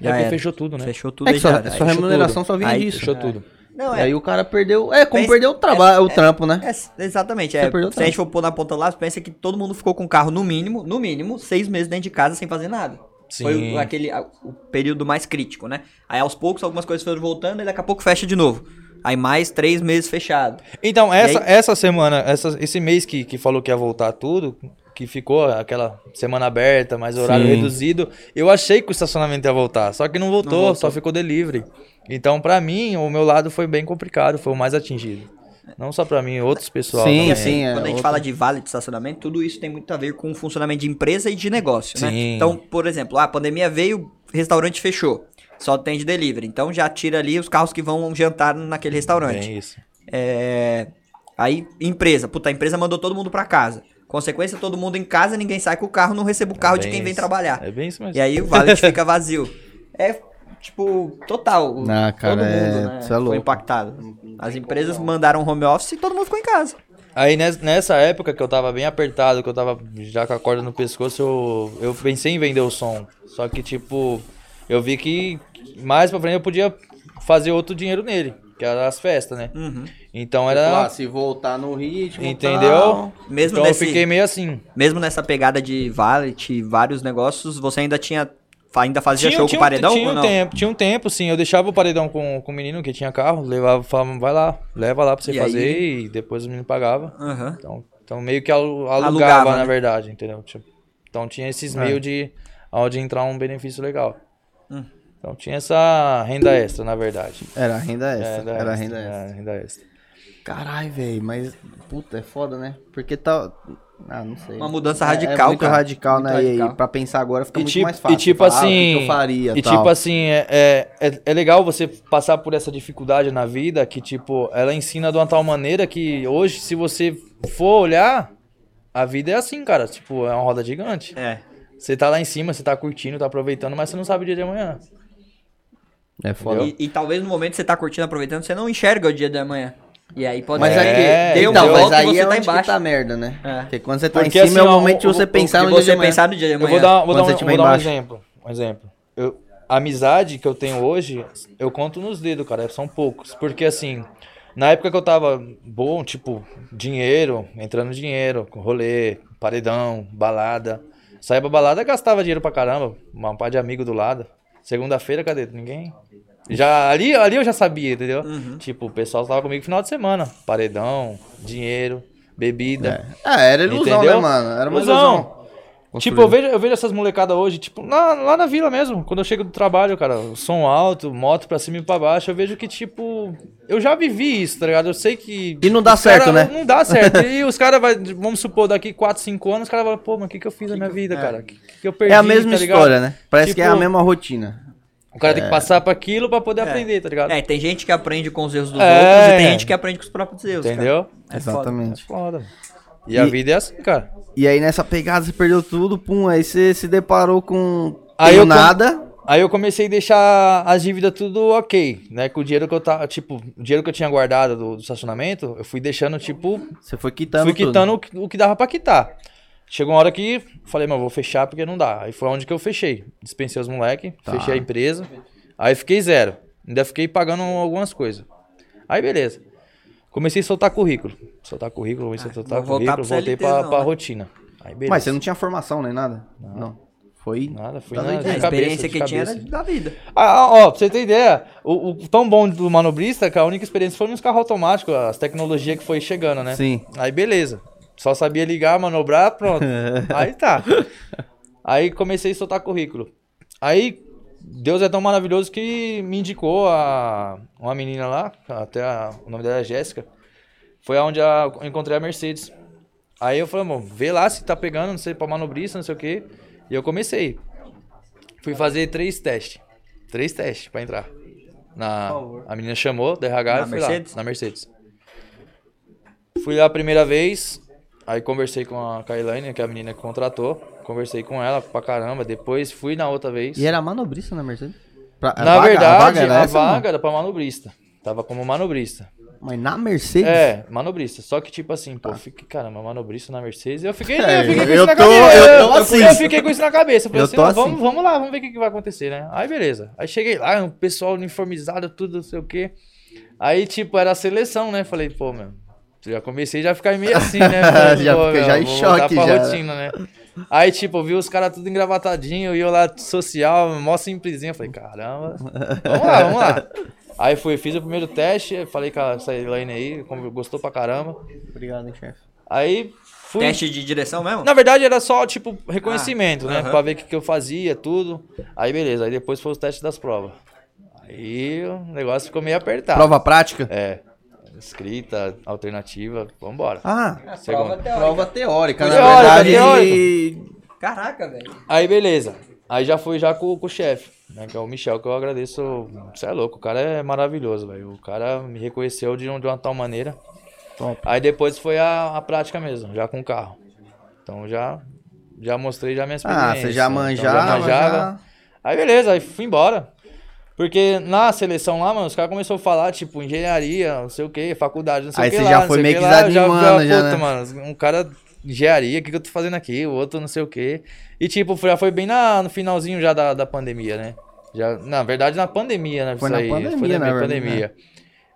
S3: E
S1: Já
S3: aqui
S1: era.
S3: fechou tudo, né?
S1: Fechou tudo
S2: É que
S1: e
S2: só,
S1: já era.
S2: sua
S1: Aí fechou
S2: remuneração
S1: tudo.
S2: só vinha
S1: Aí
S2: disso.
S3: Fechou tudo.
S1: tudo. Não,
S2: E
S1: é,
S2: aí o cara perdeu. É, como
S1: Pensa-
S2: perdeu o trabalho, o trampo, né?
S1: É, s- exatamente.
S2: Você
S1: É,
S2: perdeu
S1: se a gente
S2: tempo.
S1: for pôr na ponta lá, pensa que todo mundo ficou com o carro no mínimo, no mínimo, seis meses dentro de casa sem fazer nada.
S3: Sim.
S1: Foi o- aquele a- o período mais crítico, né? Aí aos poucos algumas coisas foram voltando e daqui a pouco fecha de novo. Aí mais três meses fechado.
S3: Então, essa,
S1: aí?
S3: essa semana, essa, esse mês que, que falou que ia voltar tudo, que ficou aquela semana aberta, mas horário
S2: Sim.
S3: reduzido, eu achei que o estacionamento ia voltar, só que não voltou,
S1: Não voltou.
S3: só ficou delivery. Então, pra mim, o meu lado foi bem complicado, foi o mais atingido. Não só pra mim, outros pessoal.
S2: Sim,
S1: E
S3: também.
S1: assim,
S2: é,
S1: quando a gente
S2: outra-
S1: fala de vale de estacionamento, tudo isso tem muito a ver com o funcionamento de empresa e de negócio, né?
S3: Sim.
S1: Então, por exemplo, ah, a pandemia veio, restaurante fechou. Só tem de delivery. Então já tira ali os carros que vão jantar naquele restaurante.
S3: Bem isso.
S1: É... Aí, empresa. Puta, a empresa mandou todo mundo pra casa. Consequência, todo mundo em casa, ninguém sai com o carro, não recebe o carro de
S3: Bem
S1: quem vem
S3: isso.
S1: trabalhar.
S3: É bem isso mesmo.
S1: E aí o valet fica vazio. É, tipo, total. o-
S2: Ah, cara,
S1: todo mundo,
S2: é-
S1: né?
S2: isso é
S1: Foi
S2: louco.
S1: impactado. As empresas mandaram home office e todo mundo ficou em casa.
S3: Aí nes- nessa época que eu tava bem apertado, que eu tava já com a corda no pescoço, eu, eu pensei em vender o som. Só que, tipo, eu vi que mais pra frente eu podia fazer outro dinheiro nele, que era as festas, né?
S1: Uhum.
S3: Então
S2: Tipo,
S3: era.
S2: ah, se voltar no ritmo.
S3: Entendeu?
S1: Mesmo
S3: Então eu
S1: nesse-
S3: fiquei meio assim.
S1: Mesmo nessa pegada de valet e vários negócios, você ainda tinha. fa- Ainda fazia show
S3: um-
S1: com paredão
S3: tinha
S1: ou
S3: um
S1: não?
S3: tempo, tinha um tempo, sim. Eu deixava o paredão com, com o menino que tinha carro, levava, falava, vai lá, leva lá pra você
S1: E
S3: fazer
S1: aí?
S3: e depois o menino pagava.
S1: Aham.
S3: Então, então meio que alu- alugava,
S1: Alugava,
S3: na
S1: né?
S3: verdade, entendeu? Tipo, então tinha esses
S2: É.
S3: meios de onde entrar um benefício legal.
S1: Hum.
S3: Então tinha essa renda extra, na verdade.
S2: Era a renda extra. era a renda
S3: é,
S2: extra.
S3: renda extra.
S2: Caralho, velho, mas. Puta, é foda, né? Porque tá. Ah, não sei.
S1: Uma mudança
S2: É-
S1: radical,
S2: É muito
S1: cara.
S2: radical, né?
S1: Muito
S2: E aí,
S1: radical.
S2: pra pensar agora fica
S3: E
S2: muito
S3: tipo-
S2: mais fácil.
S3: e tipo
S2: Falar, ah, o que
S3: assim-
S2: que eu faria,
S3: E
S2: tal.
S3: tipo assim, é, é, é, é legal você passar por essa dificuldade na vida que, tipo, ela ensina de uma tal maneira que hoje, se você for olhar, a vida é assim, cara. Tipo, é uma roda gigante.
S1: É.
S3: Você tá lá em cima, você tá curtindo, tá aproveitando, mas você não sabe o dia de amanhã.
S2: É foda.
S1: E, e talvez no momento que você tá curtindo, aproveitando, você não enxerga o dia da manhã. E aí pode
S2: Mas
S1: ser
S2: aí,
S1: que
S3: É,
S1: dê
S2: então,
S1: uma
S3: entendeu?
S2: mas
S1: volta e
S2: aí
S1: você
S2: é
S1: tá
S2: onde que
S1: embaixo.
S2: tá a merda, né?
S1: É.
S2: Porque quando você tá
S3: Porque
S2: em cima
S3: assim,
S2: é o
S3: ó,
S2: momento de
S3: o-
S2: você
S3: o-
S2: pensar
S1: e
S2: no dia de
S1: você
S2: amanhã.
S1: pensar no dia de
S3: Eu
S1: amanhã.
S3: vou dar, vou
S2: quando
S3: dar
S2: você
S3: um,
S2: estiver
S3: vou dar um
S2: embaixo.
S3: exemplo. Um exemplo. Eu, a amizade que eu tenho hoje, eu conto nos dedos, cara. São poucos. Porque assim, na época que eu tava bom, tipo, dinheiro, entrando dinheiro, rolê, paredão, balada. Saía pra balada, gastava dinheiro pra caramba. Uma pá de amigo do lado. Segunda-feira, cadê? Ninguém. Já, ali, ali eu já sabia, entendeu?
S1: Uhum.
S3: Tipo, o pessoal tava comigo final de semana. Paredão, dinheiro, bebida.
S2: Ah, era ilusão,
S3: Entendeu?
S2: né, mano? Era uma
S3: Ilusão.
S2: ilusão.
S3: Tipo, eu vejo, eu vejo essas molecadas hoje, tipo, lá, lá na vila mesmo. Quando eu chego do trabalho, cara, o som alto, moto pra cima e pra baixo, eu vejo que, tipo, eu já vivi isso, tá ligado? Eu sei que.
S2: E não dá
S3: os cara-
S2: certo, né?
S3: Não dá certo. e os caras vai, vamos supor, daqui 4, 5 anos, os caras vão, pô, mas o que, que eu fiz na minha vida, cara? O que, que eu perdi?
S2: É a mesma
S3: tá ligado?
S2: história, né? Parece que é a
S3: Tipo,
S2: mesma rotina.
S3: O cara tem que passar pra aquilo pra poder aprender, tá ligado?
S1: É, tem gente que aprende com os erros dos
S3: É.
S1: outros e tem gente que aprende com os próprios erros. cara.
S3: Entendeu?
S1: É foda.
S2: Exatamente.
S3: Foda. mano. E, a
S2: E-
S3: vida é assim, cara.
S2: E aí nessa pegada você perdeu tudo, pum, aí você se deparou com
S3: Aí
S2: tenho
S3: eu com-
S2: nada.
S3: Aí eu comecei a deixar as dívidas tudo ok, né? Com o dinheiro que eu tava, tipo, o dinheiro que eu tinha guardado do, do estacionamento, eu fui deixando, tipo,
S2: Você foi quitando
S3: fui
S2: tudo.
S3: quitando o que- o, que dava pra quitar. Chegou uma hora que falei, mano, vou fechar porque não dá. Aí foi onde que eu fechei. Dispensei os moleques,
S2: Tá.
S3: fechei a empresa. Aí fiquei zero. Ainda fiquei pagando algumas coisas. Aí beleza. Comecei a soltar currículo. Soltar currículo, comecei a soltar
S1: vou voltar
S3: currículo,
S1: pro
S3: voltei
S1: CLT
S3: pra,
S1: não,
S3: pra
S1: né?
S3: rotina. Aí beleza.
S2: Mas você não tinha formação nem nada? Não. Foi.
S3: Nada, fui
S2: Tá
S3: na,
S2: doido,
S1: É,
S3: de
S1: a
S3: cabeça,
S1: experiência
S3: de
S1: que tinha
S3: cabeça.
S2: É
S1: era da vida.
S3: Ah, ó, pra você ter ideia, o, o tão bom do manobrista é que a única experiência foi nos carros automáticos, as tecnologias que foi chegando, né?
S2: Sim.
S3: Aí beleza. Só sabia ligar, manobrar, pronto. Aí tá. Aí comecei a soltar currículo. Aí Deus é tão maravilhoso que me indicou a uma menina lá, até a- o nome dela é Jéssica. Foi aonde a- eu encontrei a Mercedes. Aí eu falei, amor, vê lá se tá pegando, não sei, pra manobrista, não sei o quê. E eu comecei. Fui fazer três testes. Três testes pra entrar. Na, a menina chamou, do RH,
S1: Na
S3: eu fui
S1: Mercedes?
S3: lá. Na Mercedes. Fui lá a primeira vez, aí conversei com a Kailane, que é a menina que contratou. Conversei com ela pra caramba. Depois fui na outra vez.
S2: E era manobrista na Mercedes? Pra- a
S3: na
S2: vaga- a
S3: verdade, a vaga,
S2: era
S3: era,
S2: essa, não?
S3: pra manobrista. Tava como manobrista.
S2: Mas na Mercedes? Ah.
S3: É, manobrista. Só que, tipo assim, pô, eu fiquei, caramba, manobrista na Mercedes. Eu fiquei,
S2: É,
S3: eu fiquei com
S2: eu
S3: isso na
S2: tô-
S3: cabeça.
S2: eu- eu
S3: fui-
S2: assisto.
S3: fiquei com isso na cabeça. Eu falei
S2: Eu
S3: assim,
S2: tô
S3: ó,
S2: assim.
S3: vamos, vamos lá, vamos ver o que, que vai acontecer, né? Aí, beleza. Aí cheguei lá, o pessoal uniformizado, tudo, não sei o quê. Aí, tipo, era a seleção, né? Falei, pô, meu, já comecei já a ficar meio assim, né? Falei,
S2: Já
S3: pô,
S2: fica-
S3: meu,
S2: já em
S3: vou voltar
S2: choque,
S3: pra
S2: já.
S3: rotina, né? Aí, tipo, eu vi os caras tudo engravatadinho, e eu lá social, mó simplesinho. Eu falei, caramba, vamos lá, vamos lá. Aí fui, fiz o primeiro teste, falei com essa Elaine aí, como gostou pra caramba.
S2: Obrigado, hein, chefe.
S3: Aí fui.
S1: Teste de direção mesmo?
S3: Na verdade era só, tipo, reconhecimento, né?
S1: aham.
S3: Pra ver o que, que eu fazia, tudo. Aí beleza, aí depois foi os testes das provas. Aí o negócio ficou meio apertado.
S2: Prova prática?
S3: É. Escrita, alternativa, vambora.
S2: Ah,
S3: Segunda.
S2: prova teórica, na
S3: Teórica,
S2: verdade.
S1: Caraca, velho.
S3: Aí beleza. Aí já fui já com, com o chefe, né? Que é o Michel, que eu agradeço. Você é louco, o cara é maravilhoso, velho. O cara me reconheceu de, um- de uma tal maneira.
S2: Top.
S3: Aí depois foi a, a prática mesmo, já com o carro. Então já, já mostrei já minha experiência.
S2: Ah, você já
S3: Então,
S2: manjava.
S3: já manjava. Aí beleza, aí fui embora. Porque na seleção lá, mano, os caras começaram a falar, tipo, engenharia, não sei o que, faculdade, não sei
S2: Aí
S3: o que.
S2: você
S3: lá,
S2: já
S3: não
S2: foi
S3: sei o
S2: meio
S3: que
S2: que
S3: lá, eu já
S2: desanimando,
S3: ficava,
S2: já,
S3: "Puta,
S2: né?"
S3: mano, um cara engenharia, o que, que eu tô fazendo aqui? O outro não sei o que. E, tipo, já foi bem na, no finalzinho já da, da pandemia, né? Já, na verdade, na pandemia, né?
S2: Foi
S3: isso
S2: na
S3: aí, foi
S2: pandemia,
S3: na
S2: na
S3: bem
S2: verdade, né?
S3: pandemia.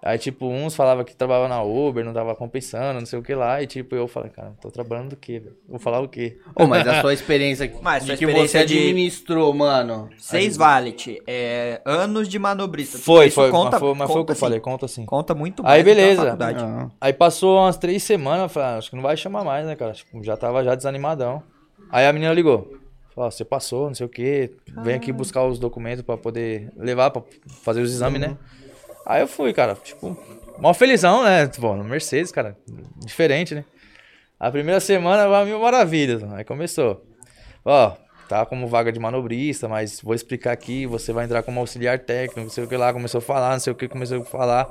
S3: Aí, tipo, uns falavam que trabalhava na Uber, não tava compensando, não sei o que lá. E, tipo, eu falei, cara, tô trabalhando do quê? velho? Vou falar o quê?
S2: Ô, mas a sua experiência que,
S1: Mas sua
S2: de que você
S1: experiência de-
S2: administrou, mano.
S1: Seis valet, é, anos de manobrista.
S3: Foi,
S1: Isso
S3: foi,
S1: conta,
S3: mas foi, mas foi o que eu
S1: sim.
S3: falei, conta assim.
S1: Conta muito mais do
S3: Aí,
S1: que a
S3: beleza.
S1: faculdade.
S2: Ah,
S3: Aí passou umas três semanas, eu falei, ah, acho que não vai chamar mais, né, cara? Tipo, já tava já desanimadão. Aí a menina ligou. Falou, "Ah, você passou, não sei o quê. Vem aqui buscar os documentos pra poder levar, pra fazer os exames, né? Aí eu fui, cara, tipo, mó felizão, né? Tipo, no Mercedes, cara. Diferente, né? A primeira semana vai mil maravilhas. Aí começou. Ó, tá como vaga de manobrista, mas vou explicar aqui, você vai entrar como auxiliar técnico, não sei o que lá, começou a falar, não sei o que, começou a falar.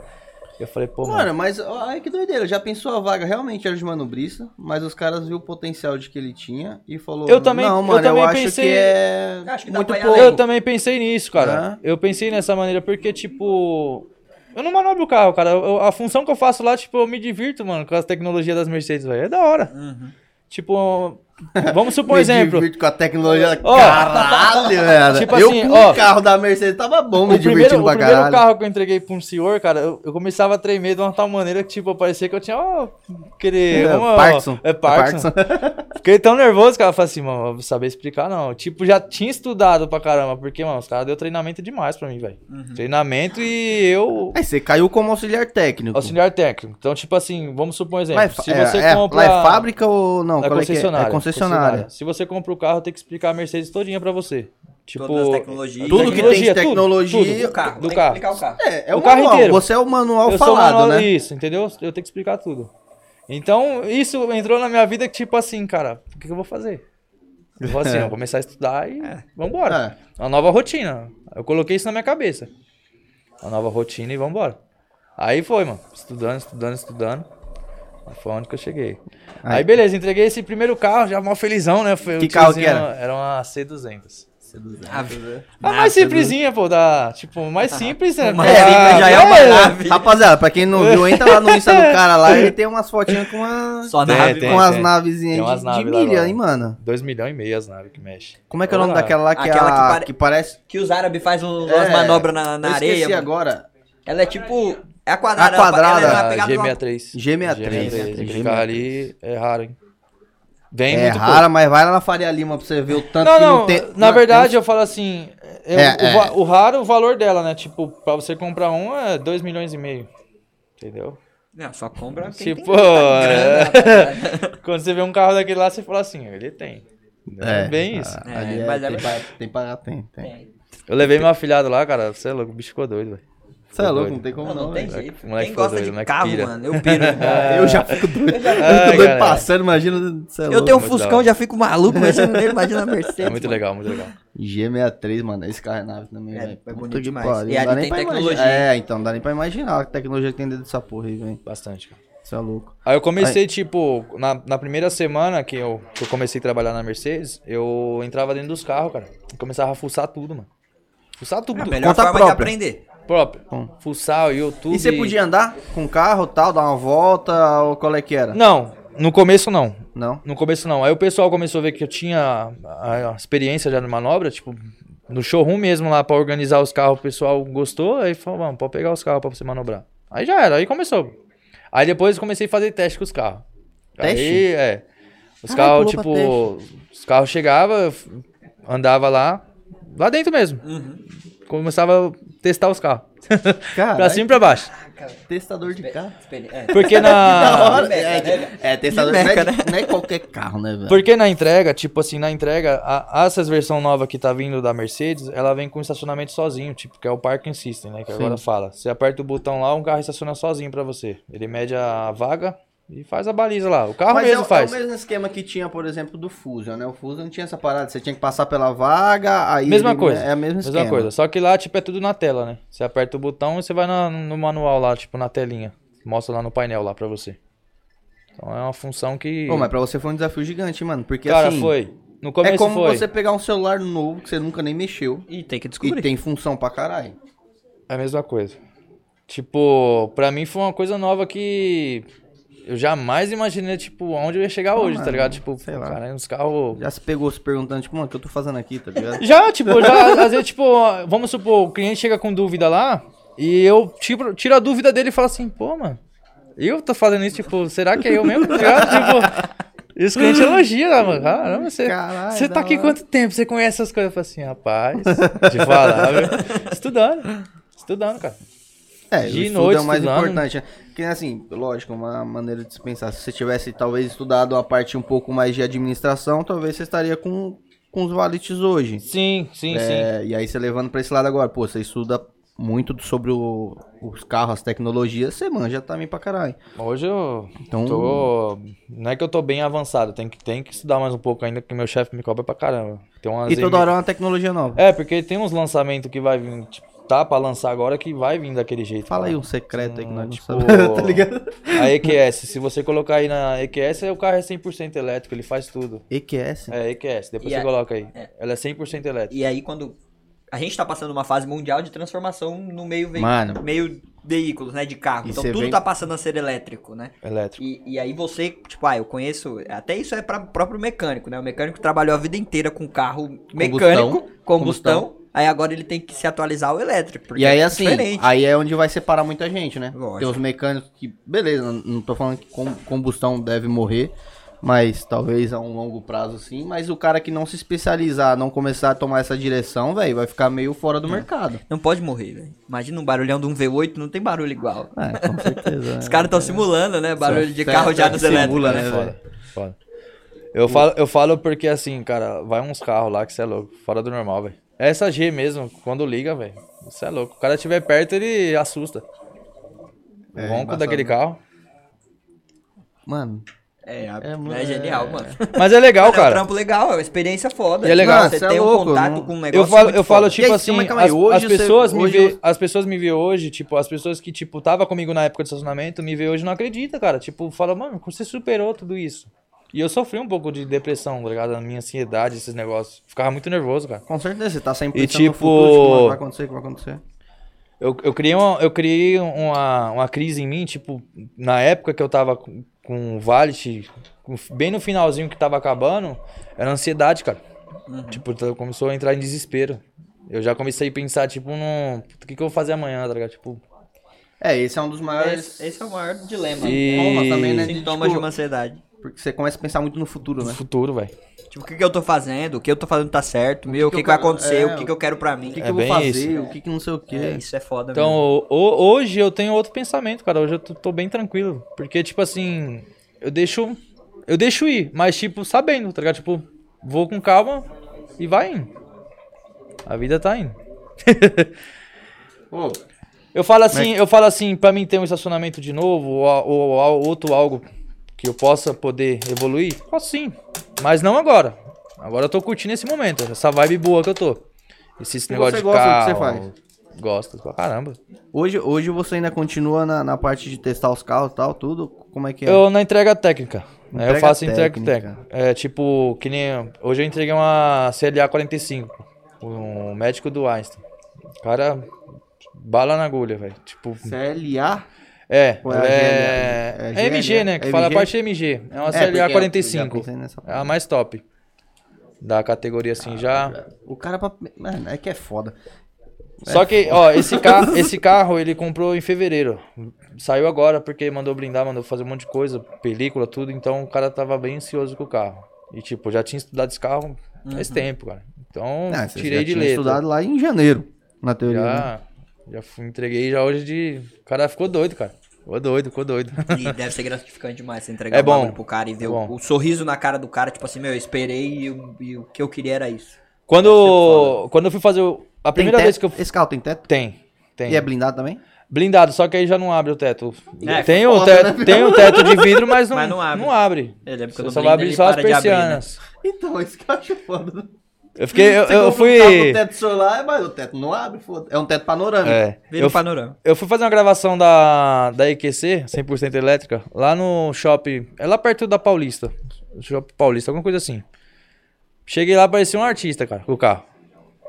S3: Eu falei, pô, mano.
S2: Mano, mas olha que doideira. Já pensou a vaga realmente era de manobrista, mas os caras viu o potencial de que ele tinha e falou:
S3: Eu também-
S2: Não,
S3: eu
S2: mano, eu,
S3: também
S2: acho
S3: pensei-
S2: que é
S1: Acho que dá
S2: muito
S1: pra ir
S2: pouco.
S3: Eu também pensei nisso, cara.
S2: Né?
S3: Eu pensei nessa maneira porque, tipo. Eu não manobro o carro, cara. Eu- a função que eu faço lá, tipo, eu me divirto, mano, com as tecnologias das Mercedes, velho. É da hora.
S1: Uhum.
S3: Tipo, vamos supor um
S2: Me
S3: exemplo.
S2: divirto com a tecnologia.
S3: Ó.
S2: caralho, velho.
S3: Tipo
S2: eu
S3: assim,
S2: com
S3: ó.
S2: o carro da Mercedes tava bom, me
S3: O primeiro,
S2: divertindo
S3: o
S2: pra
S3: primeiro
S2: caralho.
S3: carro que eu entreguei pra um senhor, cara, eu, eu começava a tremer de uma tal maneira que, tipo, parecia que eu tinha, ó, querer.
S2: É,
S3: uma-
S2: Parkinson.
S3: É Parkinson. Fiquei tão nervoso, cara. Eu falei assim, mano, eu vou saber explicar, não. Tipo, já tinha estudado pra caramba, porque, mano, os caras deu treinamento demais pra mim, velho.
S2: Uhum.
S3: Treinamento e eu.
S2: Aí você caiu como auxiliar técnico.
S3: Auxiliar técnico. Então, tipo assim, vamos supor um exemplo.
S2: Lá é,
S3: Se
S2: é-
S3: você
S2: é-
S3: compra.
S2: lá é fábrica ou não?
S3: na
S2: Qual é que é?
S3: concessionária,
S2: É concessionária.
S3: Se você compra o carro, tem que explicar a Mercedes todinha pra você. Tipo.
S1: Todas as tecnologias.
S2: Tudo que tem de tecnologia,
S3: tudo.
S1: Do carro.
S3: Do
S1: tem que
S3: carro.
S1: explicar o carro.
S2: É, é o,
S3: O carro
S2: manual.
S3: inteiro.
S2: Você é o manual
S3: Eu sou um
S2: falado,
S3: manual-
S2: né?
S3: Isso, entendeu? Eu tenho que explicar tudo. Então, isso entrou na minha vida que, tipo assim, cara, o que, que eu vou fazer? Eu vou assim, eu vou começar a estudar e vambora.
S2: É.
S3: Uma nova rotina. Eu coloquei isso na minha cabeça. Uma nova rotina e vambora. Aí foi, mano. Estudando, estudando, estudando. Aí Foi onde que eu cheguei. Aí,
S2: Aí.
S3: beleza, entreguei esse primeiro carro, já mó felizão, né? Foi,
S2: Que
S3: o
S2: carro
S3: tiozinho
S2: que era?
S3: Era uma C200.
S1: Ah,
S3: A mais simplesinha, pô, da... Tipo, mais simples, né?
S1: Uma
S3: Ah,
S1: Zinca já é uma nave.
S2: Rapaziada, pra quem não viu, entra lá no Insta do cara lá, ele tem umas fotinhas com, uma,
S1: Só
S3: Tem,
S1: nave.
S3: tem.
S2: com as navezinhas
S3: Tem umas
S2: de,
S3: naves
S2: de
S3: lá
S2: milha,
S3: agora.
S2: hein, mano?
S3: 2 milhões e meio as naves que mexe.
S2: Como é que é o nome
S3: Olha lá.
S2: daquela lá que, é
S1: Aquela que
S2: a-
S1: pare-
S2: que parece...
S1: Que os árabes fazem um- umas
S2: É,
S1: manobras na, na
S2: eu
S1: areia.
S2: esqueci
S1: mano.
S2: agora.
S1: Ela é tipo. É a quadrada.
S2: A quadrada.
S1: Ela, ela é
S3: Ah,
S1: pegada numa-
S3: G63.
S2: G63.
S3: Aquele carro ali é raro, hein? Vem
S2: É
S3: muito
S2: rara, mas vai lá na Faria Lima pra você ver o tanto
S3: Não,
S2: que
S3: não,
S2: tem...
S3: na verdade eu falo assim, eu-
S2: É,
S3: o,
S2: é.
S3: va- o raro, o valor dela, né? Tipo, pra você comprar um é 2 milhões e meio, entendeu?
S1: Não, só compra. quem tem
S3: tipo,
S1: grana, tá
S3: é,
S1: rapaziada.
S3: quando você vê um carro daquele lá, você fala assim, ele tem. É, bem isso.
S2: a-
S1: É,
S2: ali é-
S1: mas é
S2: tem,
S1: verdade.
S2: pra- tem pra- tem, tem.
S1: Tem.
S3: Eu levei meu afilhado lá, cara, você é louco, o bicho ficou doido, velho.
S2: Você é louco,
S3: doido.
S2: não tem como
S1: Não,
S2: não,
S1: não tem
S2: velho.
S1: jeito.
S3: moleque
S1: Quem
S3: ficou
S1: gosta
S3: doido,
S1: de
S3: moleque
S1: carro,
S3: pira. É
S1: mano, eu piro.
S2: Eu já fico doido. Eu
S3: Ai,
S2: tô doido
S3: cara.
S2: passando, imagina... você é
S1: Eu
S2: louco.
S1: tenho um
S3: muito da
S1: Fuscão,
S3: hora.
S1: já fico maluco mexendo nele, imagina a Mercedes.
S3: É muito
S1: mano.
S3: legal, muito legal.
S2: G63, mano, esse carro é nave também,
S1: É,
S2: velho.
S1: é
S2: Puta
S1: bonito
S2: que
S1: demais.
S2: pariu,
S1: E
S2: não dá
S1: ali tem
S2: nem pra imaginar.
S1: tecnologia.
S2: É, então, não dá nem pra imaginar a tecnologia que tem dentro dessa porra aí, velho.
S3: Bastante, cara.
S2: Você é louco.
S3: Aí eu comecei, tipo, na, na primeira semana que eu, que eu comecei a trabalhar na Mercedes, eu entrava dentro dos carros, cara. E começava a fuçar tudo, mano. Fuçar tudo.
S1: É a melhor
S2: Conta
S1: forma
S2: própria.
S1: de aprender.
S3: próprio.
S2: Bom.
S3: Fuçar o YouTube.
S2: E você podia andar com o carro tal, dar uma volta, ou qual é que era?
S3: Não, no começo não.
S2: Não?
S3: No começo não. Aí o pessoal começou a ver que eu tinha a, a experiência já de manobra, tipo, no showroom mesmo lá pra organizar os carros, o pessoal gostou, aí falou, mano, pode pegar os carros pra você manobrar. Aí já era, aí começou. Aí depois eu comecei a fazer teste com os carros.
S2: Teste?
S3: Aí, é. Os
S2: Caralho,
S3: carros,
S2: pulou
S3: tipo, os carros chegavam, eu f- andava lá, lá dentro mesmo. Começava a testar os carros.
S2: Cara,
S3: pra cima e pra baixo.
S2: testador de carro.
S1: é.
S3: Porque na.
S1: hora.
S2: É, é, testador
S1: Que
S2: não é de
S1: meca, né?
S2: Não é qualquer carro, né, velho?
S3: Porque na entrega, tipo assim, na entrega, a, essas versão nova que tá vindo da Mercedes, ela vem com estacionamento sozinho, tipo, que é o Parking System, né? Que agora fala. Você aperta o botão lá, um carro estaciona sozinho pra você. Ele mede a vaga e faz a baliza lá. O carro
S2: Mas
S3: mesmo
S2: é, o-
S3: faz.
S2: é o mesmo esquema que tinha, por exemplo, do Fusion, né? O Fusion tinha essa parada, você tinha que passar pela vaga, aí...
S3: Mesma
S2: ele-
S3: coisa.
S2: É a mesma
S3: Mesma coisa. Só que lá, tipo, é tudo na tela, né? Você aperta o botão e você vai na- no manual lá, tipo, na telinha. Mostra lá no painel lá pra você. Então é uma função que.
S2: Pô, mas pra você foi um desafio gigante, mano, porque
S3: Cara,
S2: assim...
S3: foi. No
S2: É
S3: começo
S2: como
S3: foi.
S2: você pegar um celular novo que você nunca nem mexeu
S1: E tem que
S2: e
S1: descobrir.
S2: tem função pra caralho.
S3: É a mesma coisa. Tipo, pra mim foi uma coisa nova que eu jamais imaginei, tipo, aonde eu ia chegar hoje, tá
S2: Ah, mano,
S3: ligado? Tipo,
S2: sei
S3: sei
S2: lá.
S3: cara, uns carros
S2: Já se pegou se perguntando, tipo, mano, o que eu tô fazendo aqui, tá ligado?
S3: Já, tipo, já, às vezes, tipo, ó, vamos supor, o cliente chega com dúvida lá e eu tipo, tiro a dúvida dele e falo assim, pô, mano, eu tô fazendo isso, tipo, será que é eu mesmo? Tá ligado? tipo, e os clientes elogiam, né, mano? Caramba, você,
S2: Caralho,
S3: você
S2: da
S3: tá aqui
S2: hora.
S3: quanto tempo? Você conhece essas coisas? Eu falo assim, rapaz, de falar, viu? Estudando, estudando, cara.
S2: É,
S3: De
S2: o estudo
S3: noite
S2: é o mais
S3: estudando.
S2: importante. né? Porque, assim, lógico, uma maneira de se pensar. Se você tivesse, talvez, estudado uma parte um pouco mais de administração, talvez você estaria com, com os valetes hoje.
S3: Sim, sim, sim.
S2: É, e aí você levando pra esse lado agora, pô, você estuda muito do- sobre o- os carros, as tecnologias, você manja também pra caralho.
S3: Hoje eu
S2: Então,
S3: tô. Não é que eu tô bem avançado, tem que, tem que estudar mais um pouco ainda, porque meu chefe me cobra pra caramba. Tem umas
S2: e toda
S3: em-
S2: hora é uma tecnologia nova.
S3: É, porque tem uns lançamentos que vai vir, tipo, tá pra lançar agora que vai vir daquele jeito.
S2: Fala aí
S3: cara.
S2: um secreto aí que nós não
S3: Tipo,
S2: sabemos, tá ligado?
S3: A EQS, se você colocar aí na EQS, o carro é 100% elétrico, ele faz tudo.
S2: EQS?
S3: É, EQS, depois
S1: E
S3: você
S1: a-
S3: coloca aí. Ela é 100% elétrica.
S1: E aí, quando. A gente tá passando uma fase mundial de transformação no meio, vei...
S2: Mano.
S1: meio veículos, né? De carro.
S2: E
S1: então
S2: você
S1: tudo
S2: vem-
S1: tá passando a ser elétrico, né?
S3: Elétrico.
S1: E, e aí você, tipo, ah, eu conheço. Até isso é para próprio mecânico, né? O mecânico trabalhou a vida inteira com carro mecânico, combustão. Aí agora ele tem que se atualizar ao elétrico. porque
S2: E aí,
S1: é
S2: assim,
S1: Diferente.
S2: aí é onde vai separar muita gente, né?
S1: Lógico.
S2: Tem os mecânicos que, beleza, não- não tô falando que com- combustão deve morrer, mas talvez a um longo prazo sim. Mas o cara que não se especializar, não começar a tomar essa direção, velho, vai ficar meio fora do mercado.
S1: Não pode morrer, velho. Imagina um barulhão de um V8, não tem barulho igual.
S2: É, com certeza.
S1: Os caras estão simulando, né? Barulho de carro já dos elétricos.
S2: Simula,
S1: né?
S2: né, velho?
S3: Foda, foda. Eu falo, eu falo porque assim, cara, vai uns carros lá que você é louco, fora do normal, velho. É Essa G mesmo, quando liga, velho, você é louco. O cara estiver perto, ele assusta.
S2: É,
S3: O ronco
S2: embaçado,
S3: daquele
S2: né?
S3: carro.
S2: Mano,
S1: É,
S2: É,
S1: é,
S2: mano,
S1: é genial,
S2: é.
S1: mano.
S3: Mas é legal,
S1: Mano, É um
S3: cara.
S1: trampo legal, é uma experiência foda.
S3: E é legal.
S1: Você
S2: Cê é
S1: tem um
S2: louco,
S1: contato
S2: não-
S1: com um negócio
S3: Eu falo,
S1: muito
S3: eu falo
S1: foda.
S3: tipo
S2: E aí,
S3: assim,
S2: calma aí, calma aí.
S3: as,
S2: Hoje
S3: as
S2: você-
S3: pessoas me
S2: hoje
S3: vê,
S2: você-
S3: as pessoas me vê hoje, tipo, as pessoas que tipo tava comigo na época do estacionamento, me vê hoje e não acredita, cara. Tipo, fala, mano, você superou tudo isso. E eu sofri um pouco de depressão, tá ligado? A minha ansiedade, esses negócios. Ficava muito nervoso, cara.
S2: com certeza, você tá sempre
S3: E
S2: pensando no
S3: tipo-
S2: futuro, tipo, mano, vai acontecer, o que vai acontecer.
S3: Eu, eu criei, uma, eu criei uma, uma crise em mim, tipo, na época que eu tava com, com o Valet, com- bem no finalzinho que tava acabando, era ansiedade, cara. Tipo, então começou a entrar em desespero. Eu já comecei a pensar, tipo, no. puta, O que, que eu vou fazer amanhã, tá ligado? Tipo.
S2: É, esse é um dos maiores
S1: Esse, esse é o maior dilema.
S3: E-
S2: sintomas também, né? de,
S1: Sintomas de
S2: tipo,
S1: uma ansiedade.
S2: Porque você começa a pensar muito no futuro,
S3: No
S2: né?
S3: futuro, velho.
S1: Tipo, o que, que eu tô fazendo? O que eu tô fazendo tá certo? meu, o
S2: que
S1: que,
S2: eu
S1: que vai
S2: quero-
S1: acontecer?
S2: é,
S1: o que, que eu quero pra mim?
S2: O que,
S1: É,
S2: que
S3: É
S2: eu vou
S3: bem
S2: fazer?
S3: isso.
S2: O que, que não sei o quê?
S1: isso é foda
S3: Então,
S1: mesmo.
S3: ho- hoje eu tenho outro pensamento, cara. Hoje eu tô, tô bem tranquilo. Porque, tipo assim, eu deixo. Eu deixo ir, mas, tipo, sabendo, tá ligado? Tipo, vou com calma e vai indo. A vida tá indo.
S2: Ô,
S3: Eu falo
S2: é
S3: assim, eu falo assim, pra mim ter um estacionamento de novo, ou, a- ou a- outro algo que eu possa poder evoluir, posso sim. Mas não agora. Agora eu tô curtindo esse momento, essa vibe boa que eu tô. Esse, esse
S2: E
S3: negócio
S2: você
S3: de
S2: gosta do que
S3: carro.
S2: você
S3: Gosto pra caramba.
S2: Hoje, hoje você ainda continua na, na parte de testar os carros e tal, tudo? Como é que é?
S3: Eu na entrega técnica. né?
S2: Entrega
S3: eu faço entrega
S2: técnica.
S3: técnica. É tipo, que nem. Hoje eu entreguei uma CLA 45. Um médico do Einstein. Cara, bala na agulha, velho. Tipo,
S2: CLA?
S3: é.
S2: Ou é
S3: ela
S2: a
S3: é,
S2: GLA? É
S3: é MG,
S2: GLA?
S3: né? Que
S2: É
S3: fala a
S2: MG?
S3: parte MG. É uma
S2: É, porque eu-
S3: CLA
S2: eu
S3: 45.
S2: já pensei nessa
S3: É a mais top. Da categoria assim já.
S2: O cara pra... Mano, é que é foda.
S3: Só que,
S2: É
S3: ó, esse, ca esse carro ele comprou em fevereiro. Saiu agora porque mandou blindar, mandou fazer um monte de coisa, película, tudo. Então o cara tava bem ansioso com o carro. E, tipo, já tinha estudado esse carro faz tempo, cara. Então,
S2: Uhum. Ah, você
S3: tirei
S2: já
S3: de
S2: tinha
S3: letra.
S2: estudado lá em janeiro, na teoria. né?
S3: já, já fui, entreguei já hoje de. O cara ficou doido, cara. Ficou doido, ficou doido.
S1: E deve ser gratificante demais você entregar
S3: É
S1: um
S3: bom.
S1: bagulho pro cara e ver
S3: É
S1: o-
S3: bom.
S1: o, sorriso na cara do cara, tipo assim, meu, eu esperei e, o- e o que eu queria era isso.
S3: Quando, quando eu fui fazer. o- A primeira
S2: Tem
S3: vez
S2: teto?
S3: que eu.
S2: Esse carro tem teto?
S3: Tem. Tem.
S2: E é blindado também?
S3: Blindado, só que aí já não abre o teto.
S1: É,
S3: tem, o
S2: foda, né,
S3: teto tem o teto de vidro, mas não,
S1: Mas
S3: não
S1: não
S3: abre.
S1: abre.
S3: Você
S1: Eu
S2: É,
S1: lembro que eu
S3: só vai abrir só as
S2: né?
S3: persianas.
S2: Então, esse carro é foda.
S3: Eu fiquei. Eu,
S2: Você
S3: eu
S2: compra um carro
S3: fui.
S2: com teto solar, mas o teto não abre, foda. É um teto panorâmico.
S3: É.
S1: Vira
S3: Eu,
S1: o panorama.
S3: eu fui fazer uma gravação da, da EQC, 100% elétrica, lá no shopping. É lá perto da Paulista. Shopping Paulista, alguma coisa assim. Cheguei lá, parecia um artista, cara, com o carro.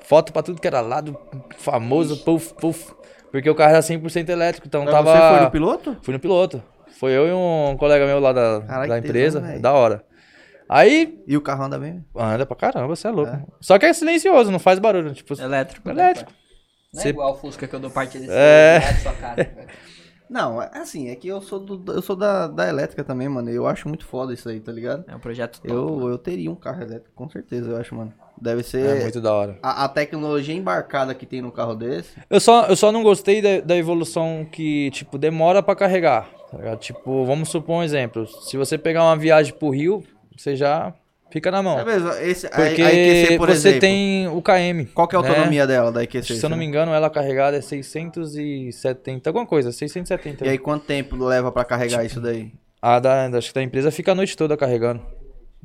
S3: Foto pra tudo que era lado, famoso, puff, puff. Porque o carro era 100% elétrico, então
S2: Mas
S3: tava.
S2: Você foi no piloto?
S3: Fui no piloto. Foi eu e um colega meu lá da,
S2: Caralho,
S3: da
S2: que tesão,
S3: empresa.
S2: velho.
S3: da hora. Aí.
S2: E o carro anda bem?
S3: Anda pra caramba, você é louco. Só que é silencioso, não faz barulho. Tipo,
S1: Elétrico. né,
S3: Elétrico.
S1: pai? Não é
S3: Cê-
S1: igual o Fusca que eu dou parte desse
S3: É.
S1: lá de sua casa. velho.
S2: Não, é assim, é que eu sou, do- eu sou da, da elétrica também, mano. Eu acho muito foda isso aí, tá ligado?
S1: É um projeto top.
S2: Eu, eu teria um carro elétrico, com certeza, eu acho, mano. Deve
S3: é
S2: ser
S3: muito da hora.
S2: a, a tecnologia embarcada que tem no carro desse.
S3: Eu só, eu só não gostei da, da evolução que, tipo, demora pra carregar. tá ligado? Tipo, vamos supor um exemplo. Se você pegar uma viagem pro Rio, você já fica na mão.
S2: É mesmo, esse, a-
S3: porque
S2: a EQC, por
S3: você
S2: exemplo.
S3: tem o KM.
S2: Qual que é a
S3: né?
S2: autonomia dela da EQC?
S3: Se eu não me
S2: né?
S3: engano, ela carregada é 670, alguma coisa, 670.
S2: E aí quanto tempo leva pra
S3: Tipo,
S2: carregar isso daí?
S3: A da, da- acho que da empresa fica a noite toda carregando.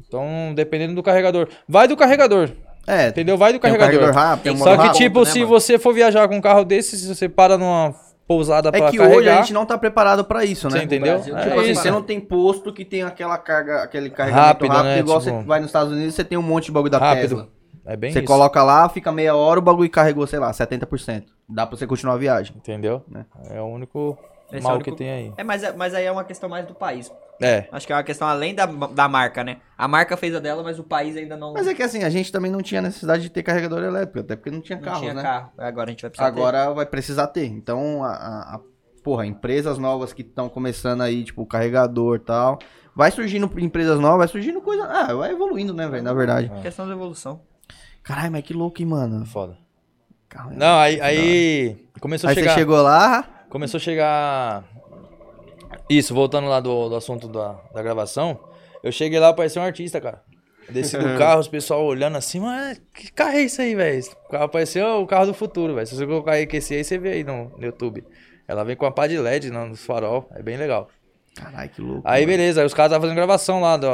S3: Então, dependendo do carregador. Vai do carregador,
S2: É,
S3: entendeu? Vai do
S2: Tem um
S3: carregador.
S2: carregador rápido, tem um
S3: Só
S2: modo
S3: que,
S2: rápido,
S3: tipo,
S2: né,
S3: se
S2: mano?
S3: você for viajar com um carro desse, se você para numa pousada pra
S2: é que
S3: carregar...
S2: hoje a gente não tá preparado pra isso, né?
S3: Você entendeu?
S1: Brasil,
S3: É
S2: Tipo assim,
S3: isso.
S2: você não tem posto que tem aquela carga, aquele carregamento rápido,
S3: Rápido, né?
S2: igual
S3: Tipo-
S2: você vai nos Estados Unidos, você tem um monte de bagulho da
S3: rápido.
S2: Tesla.
S3: É bem
S2: você
S3: isso.
S2: coloca lá, fica meia hora, o bagulho carregou, sei lá, 70%. Dá pra você continuar a viagem.
S3: Entendeu?
S2: Né?
S3: É o único
S1: Esse é o
S3: mal
S1: único-
S3: que tem aí.
S1: É, mas, é- mas aí é uma questão mais do país.
S3: É.
S1: Acho que é uma questão além da, da marca, né? A marca fez a dela, mas o país ainda não,
S2: Mas é que assim, a gente também não tinha necessidade de ter carregador elétrico, até porque não tinha
S1: não
S2: carro,
S1: tinha
S2: né?
S1: carro. Agora a gente vai precisar
S2: Agora vai precisar ter. Então, a, a- a- porra, empresas novas que estão começando aí, tipo, carregador e tal. Vai surgindo empresas novas, vai surgindo coisa. Ah, vai evoluindo, né, velho? Na verdade.
S3: É.
S1: ter. Questão da evolução.
S2: Caralho, mas que louco, hein, mano?
S3: Foda.
S2: Caralho.
S3: Não, aí, aí começou a
S2: né? Aí
S3: chegar...
S2: você chegou lá.
S3: Começou a chegar. Isso, voltando lá do, do assunto da, da gravação. Eu cheguei lá, eu parecia um artista, cara. Eu Desci do carro, os pessoal olhando assim, mas que carro é isso aí, velho? O carro pareceu o carro do futuro, velho. Se você colocar aí que esse aí, você vê aí no, no YouTube. Ela vem com a pá de LED no- nos farol, é bem legal.
S2: Caralho, que louco.
S3: Aí beleza, aí os caras estavam fazendo gravação lá do,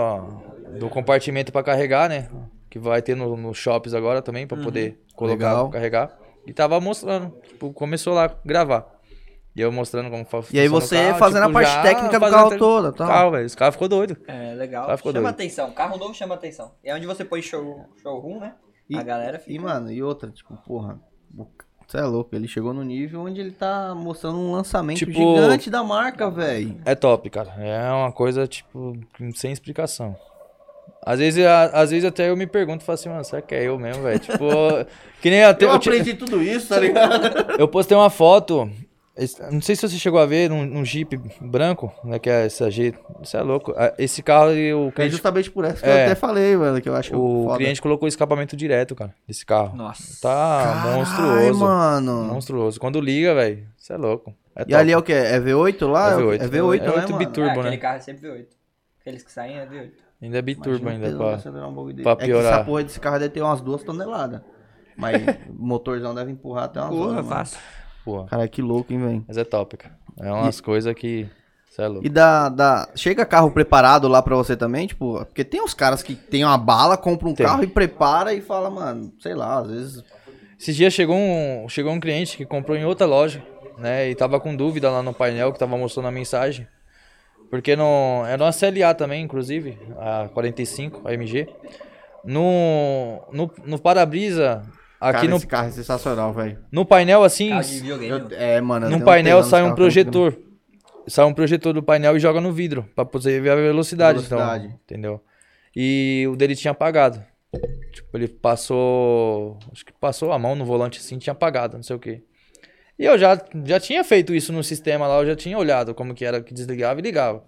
S3: do compartimento pra carregar, né? Que vai ter nos no shops agora também, pra poder colocar,
S2: Uhum. Legal.
S3: carregar. E tava mostrando, tipo, começou lá a gravar. E eu mostrando como fa-
S2: E aí
S3: funciona o
S2: você
S3: carro,
S2: fazendo a
S3: tipo,
S2: parte
S3: já
S2: técnica do
S3: fazendo
S2: carro
S3: a-
S2: todo,
S3: do
S2: tá?
S3: Carro, velho, os caras ficou doido.
S1: É, legal.
S3: Tá,
S1: chama
S3: ficou doido.
S1: atenção. Carro novo chama atenção. É onde você põe show, showroom, né?
S2: E-
S1: a galera fica.
S2: E, mano, e outra, tipo, porra. Você é louco, ele chegou no nível onde ele tá mostrando um lançamento
S3: Tipo-
S2: gigante da marca, velho.
S3: É top, cara. É uma coisa, tipo, sem explicação. Às vezes, a- às vezes até eu me pergunto, falo assim, mano, será que é eu mesmo, velho? tipo, que nem até.
S2: Eu
S3: eu ti-
S2: aprendi tudo isso, tá ligado?
S3: Eu postei uma foto. esse- Não sei se você chegou a ver num, num Jeep branco, né? Que é essa Jeep. Isso é louco. Ah, Esse carro e o
S2: É
S3: cliente,
S2: justamente por essa que eu
S3: É.
S2: até falei, mano, que eu acho que
S3: o
S2: foda.
S3: cliente colocou escapamento direto, cara. Esse carro.
S1: Nossa.
S3: Tá
S2: Caralho,
S3: monstruoso.
S2: mano.
S3: Monstruoso. Quando liga, velho. Isso é louco. É
S2: E ali é o que? É V8 lá?
S3: É V8.
S2: É V8,
S3: É
S2: né,
S3: 8
S2: mano?
S3: biturbo,
S1: é, aquele
S3: né?
S1: carro é sempre V8. Aqueles que saem é V8.
S3: Ainda é
S2: Imagina
S3: biturbo
S2: o
S3: ainda.
S2: tesão
S3: pá.
S2: de acelerar um bagulho desse.
S3: pra
S2: É que
S3: piorar.
S2: essa porra desse carro deve ter umas duas toneladas. Mas o motorzão deve empurrar até umas
S1: Porra,
S2: horas, mano.
S1: fácil.
S3: Porra.
S2: Cara, que louco, hein, velho?
S3: Mas é top, cara. É umas coisas que. Isso é louco.
S2: E da, da. Chega carro preparado lá pra você também, tipo, porque tem uns caras que tem uma bala, compra um
S3: Tem.
S2: carro e prepara e fala, mano, sei lá, às vezes.
S3: Esses dias chegou um, chegou um cliente que comprou em outra loja, né? E tava com dúvida lá no painel que tava mostrando a mensagem. Porque no, era uma CLA também, inclusive, a 45, a MG. No, no, no para-brisa, aqui
S2: cara,
S3: no,
S2: esse carro é sensacional, velho.
S3: no painel assim,
S1: Carro de videogame.
S2: Eu-
S1: mano.
S2: É, mano. eu
S3: num
S2: tenho
S3: painel
S2: tesão
S3: sai
S2: nesse
S3: um
S2: carro, eu tenho-
S3: projetor. Sai um projetor do painel e joga no vidro, pra poder ver a velocidade.
S2: Velocidade.
S3: Então, entendeu? E o dele tinha apagado. Tipo, ele passou. Acho que passou a mão no volante assim, tinha apagado, não sei o quê. E eu já, já tinha feito isso no sistema lá, eu já tinha olhado como que era que desligava e ligava.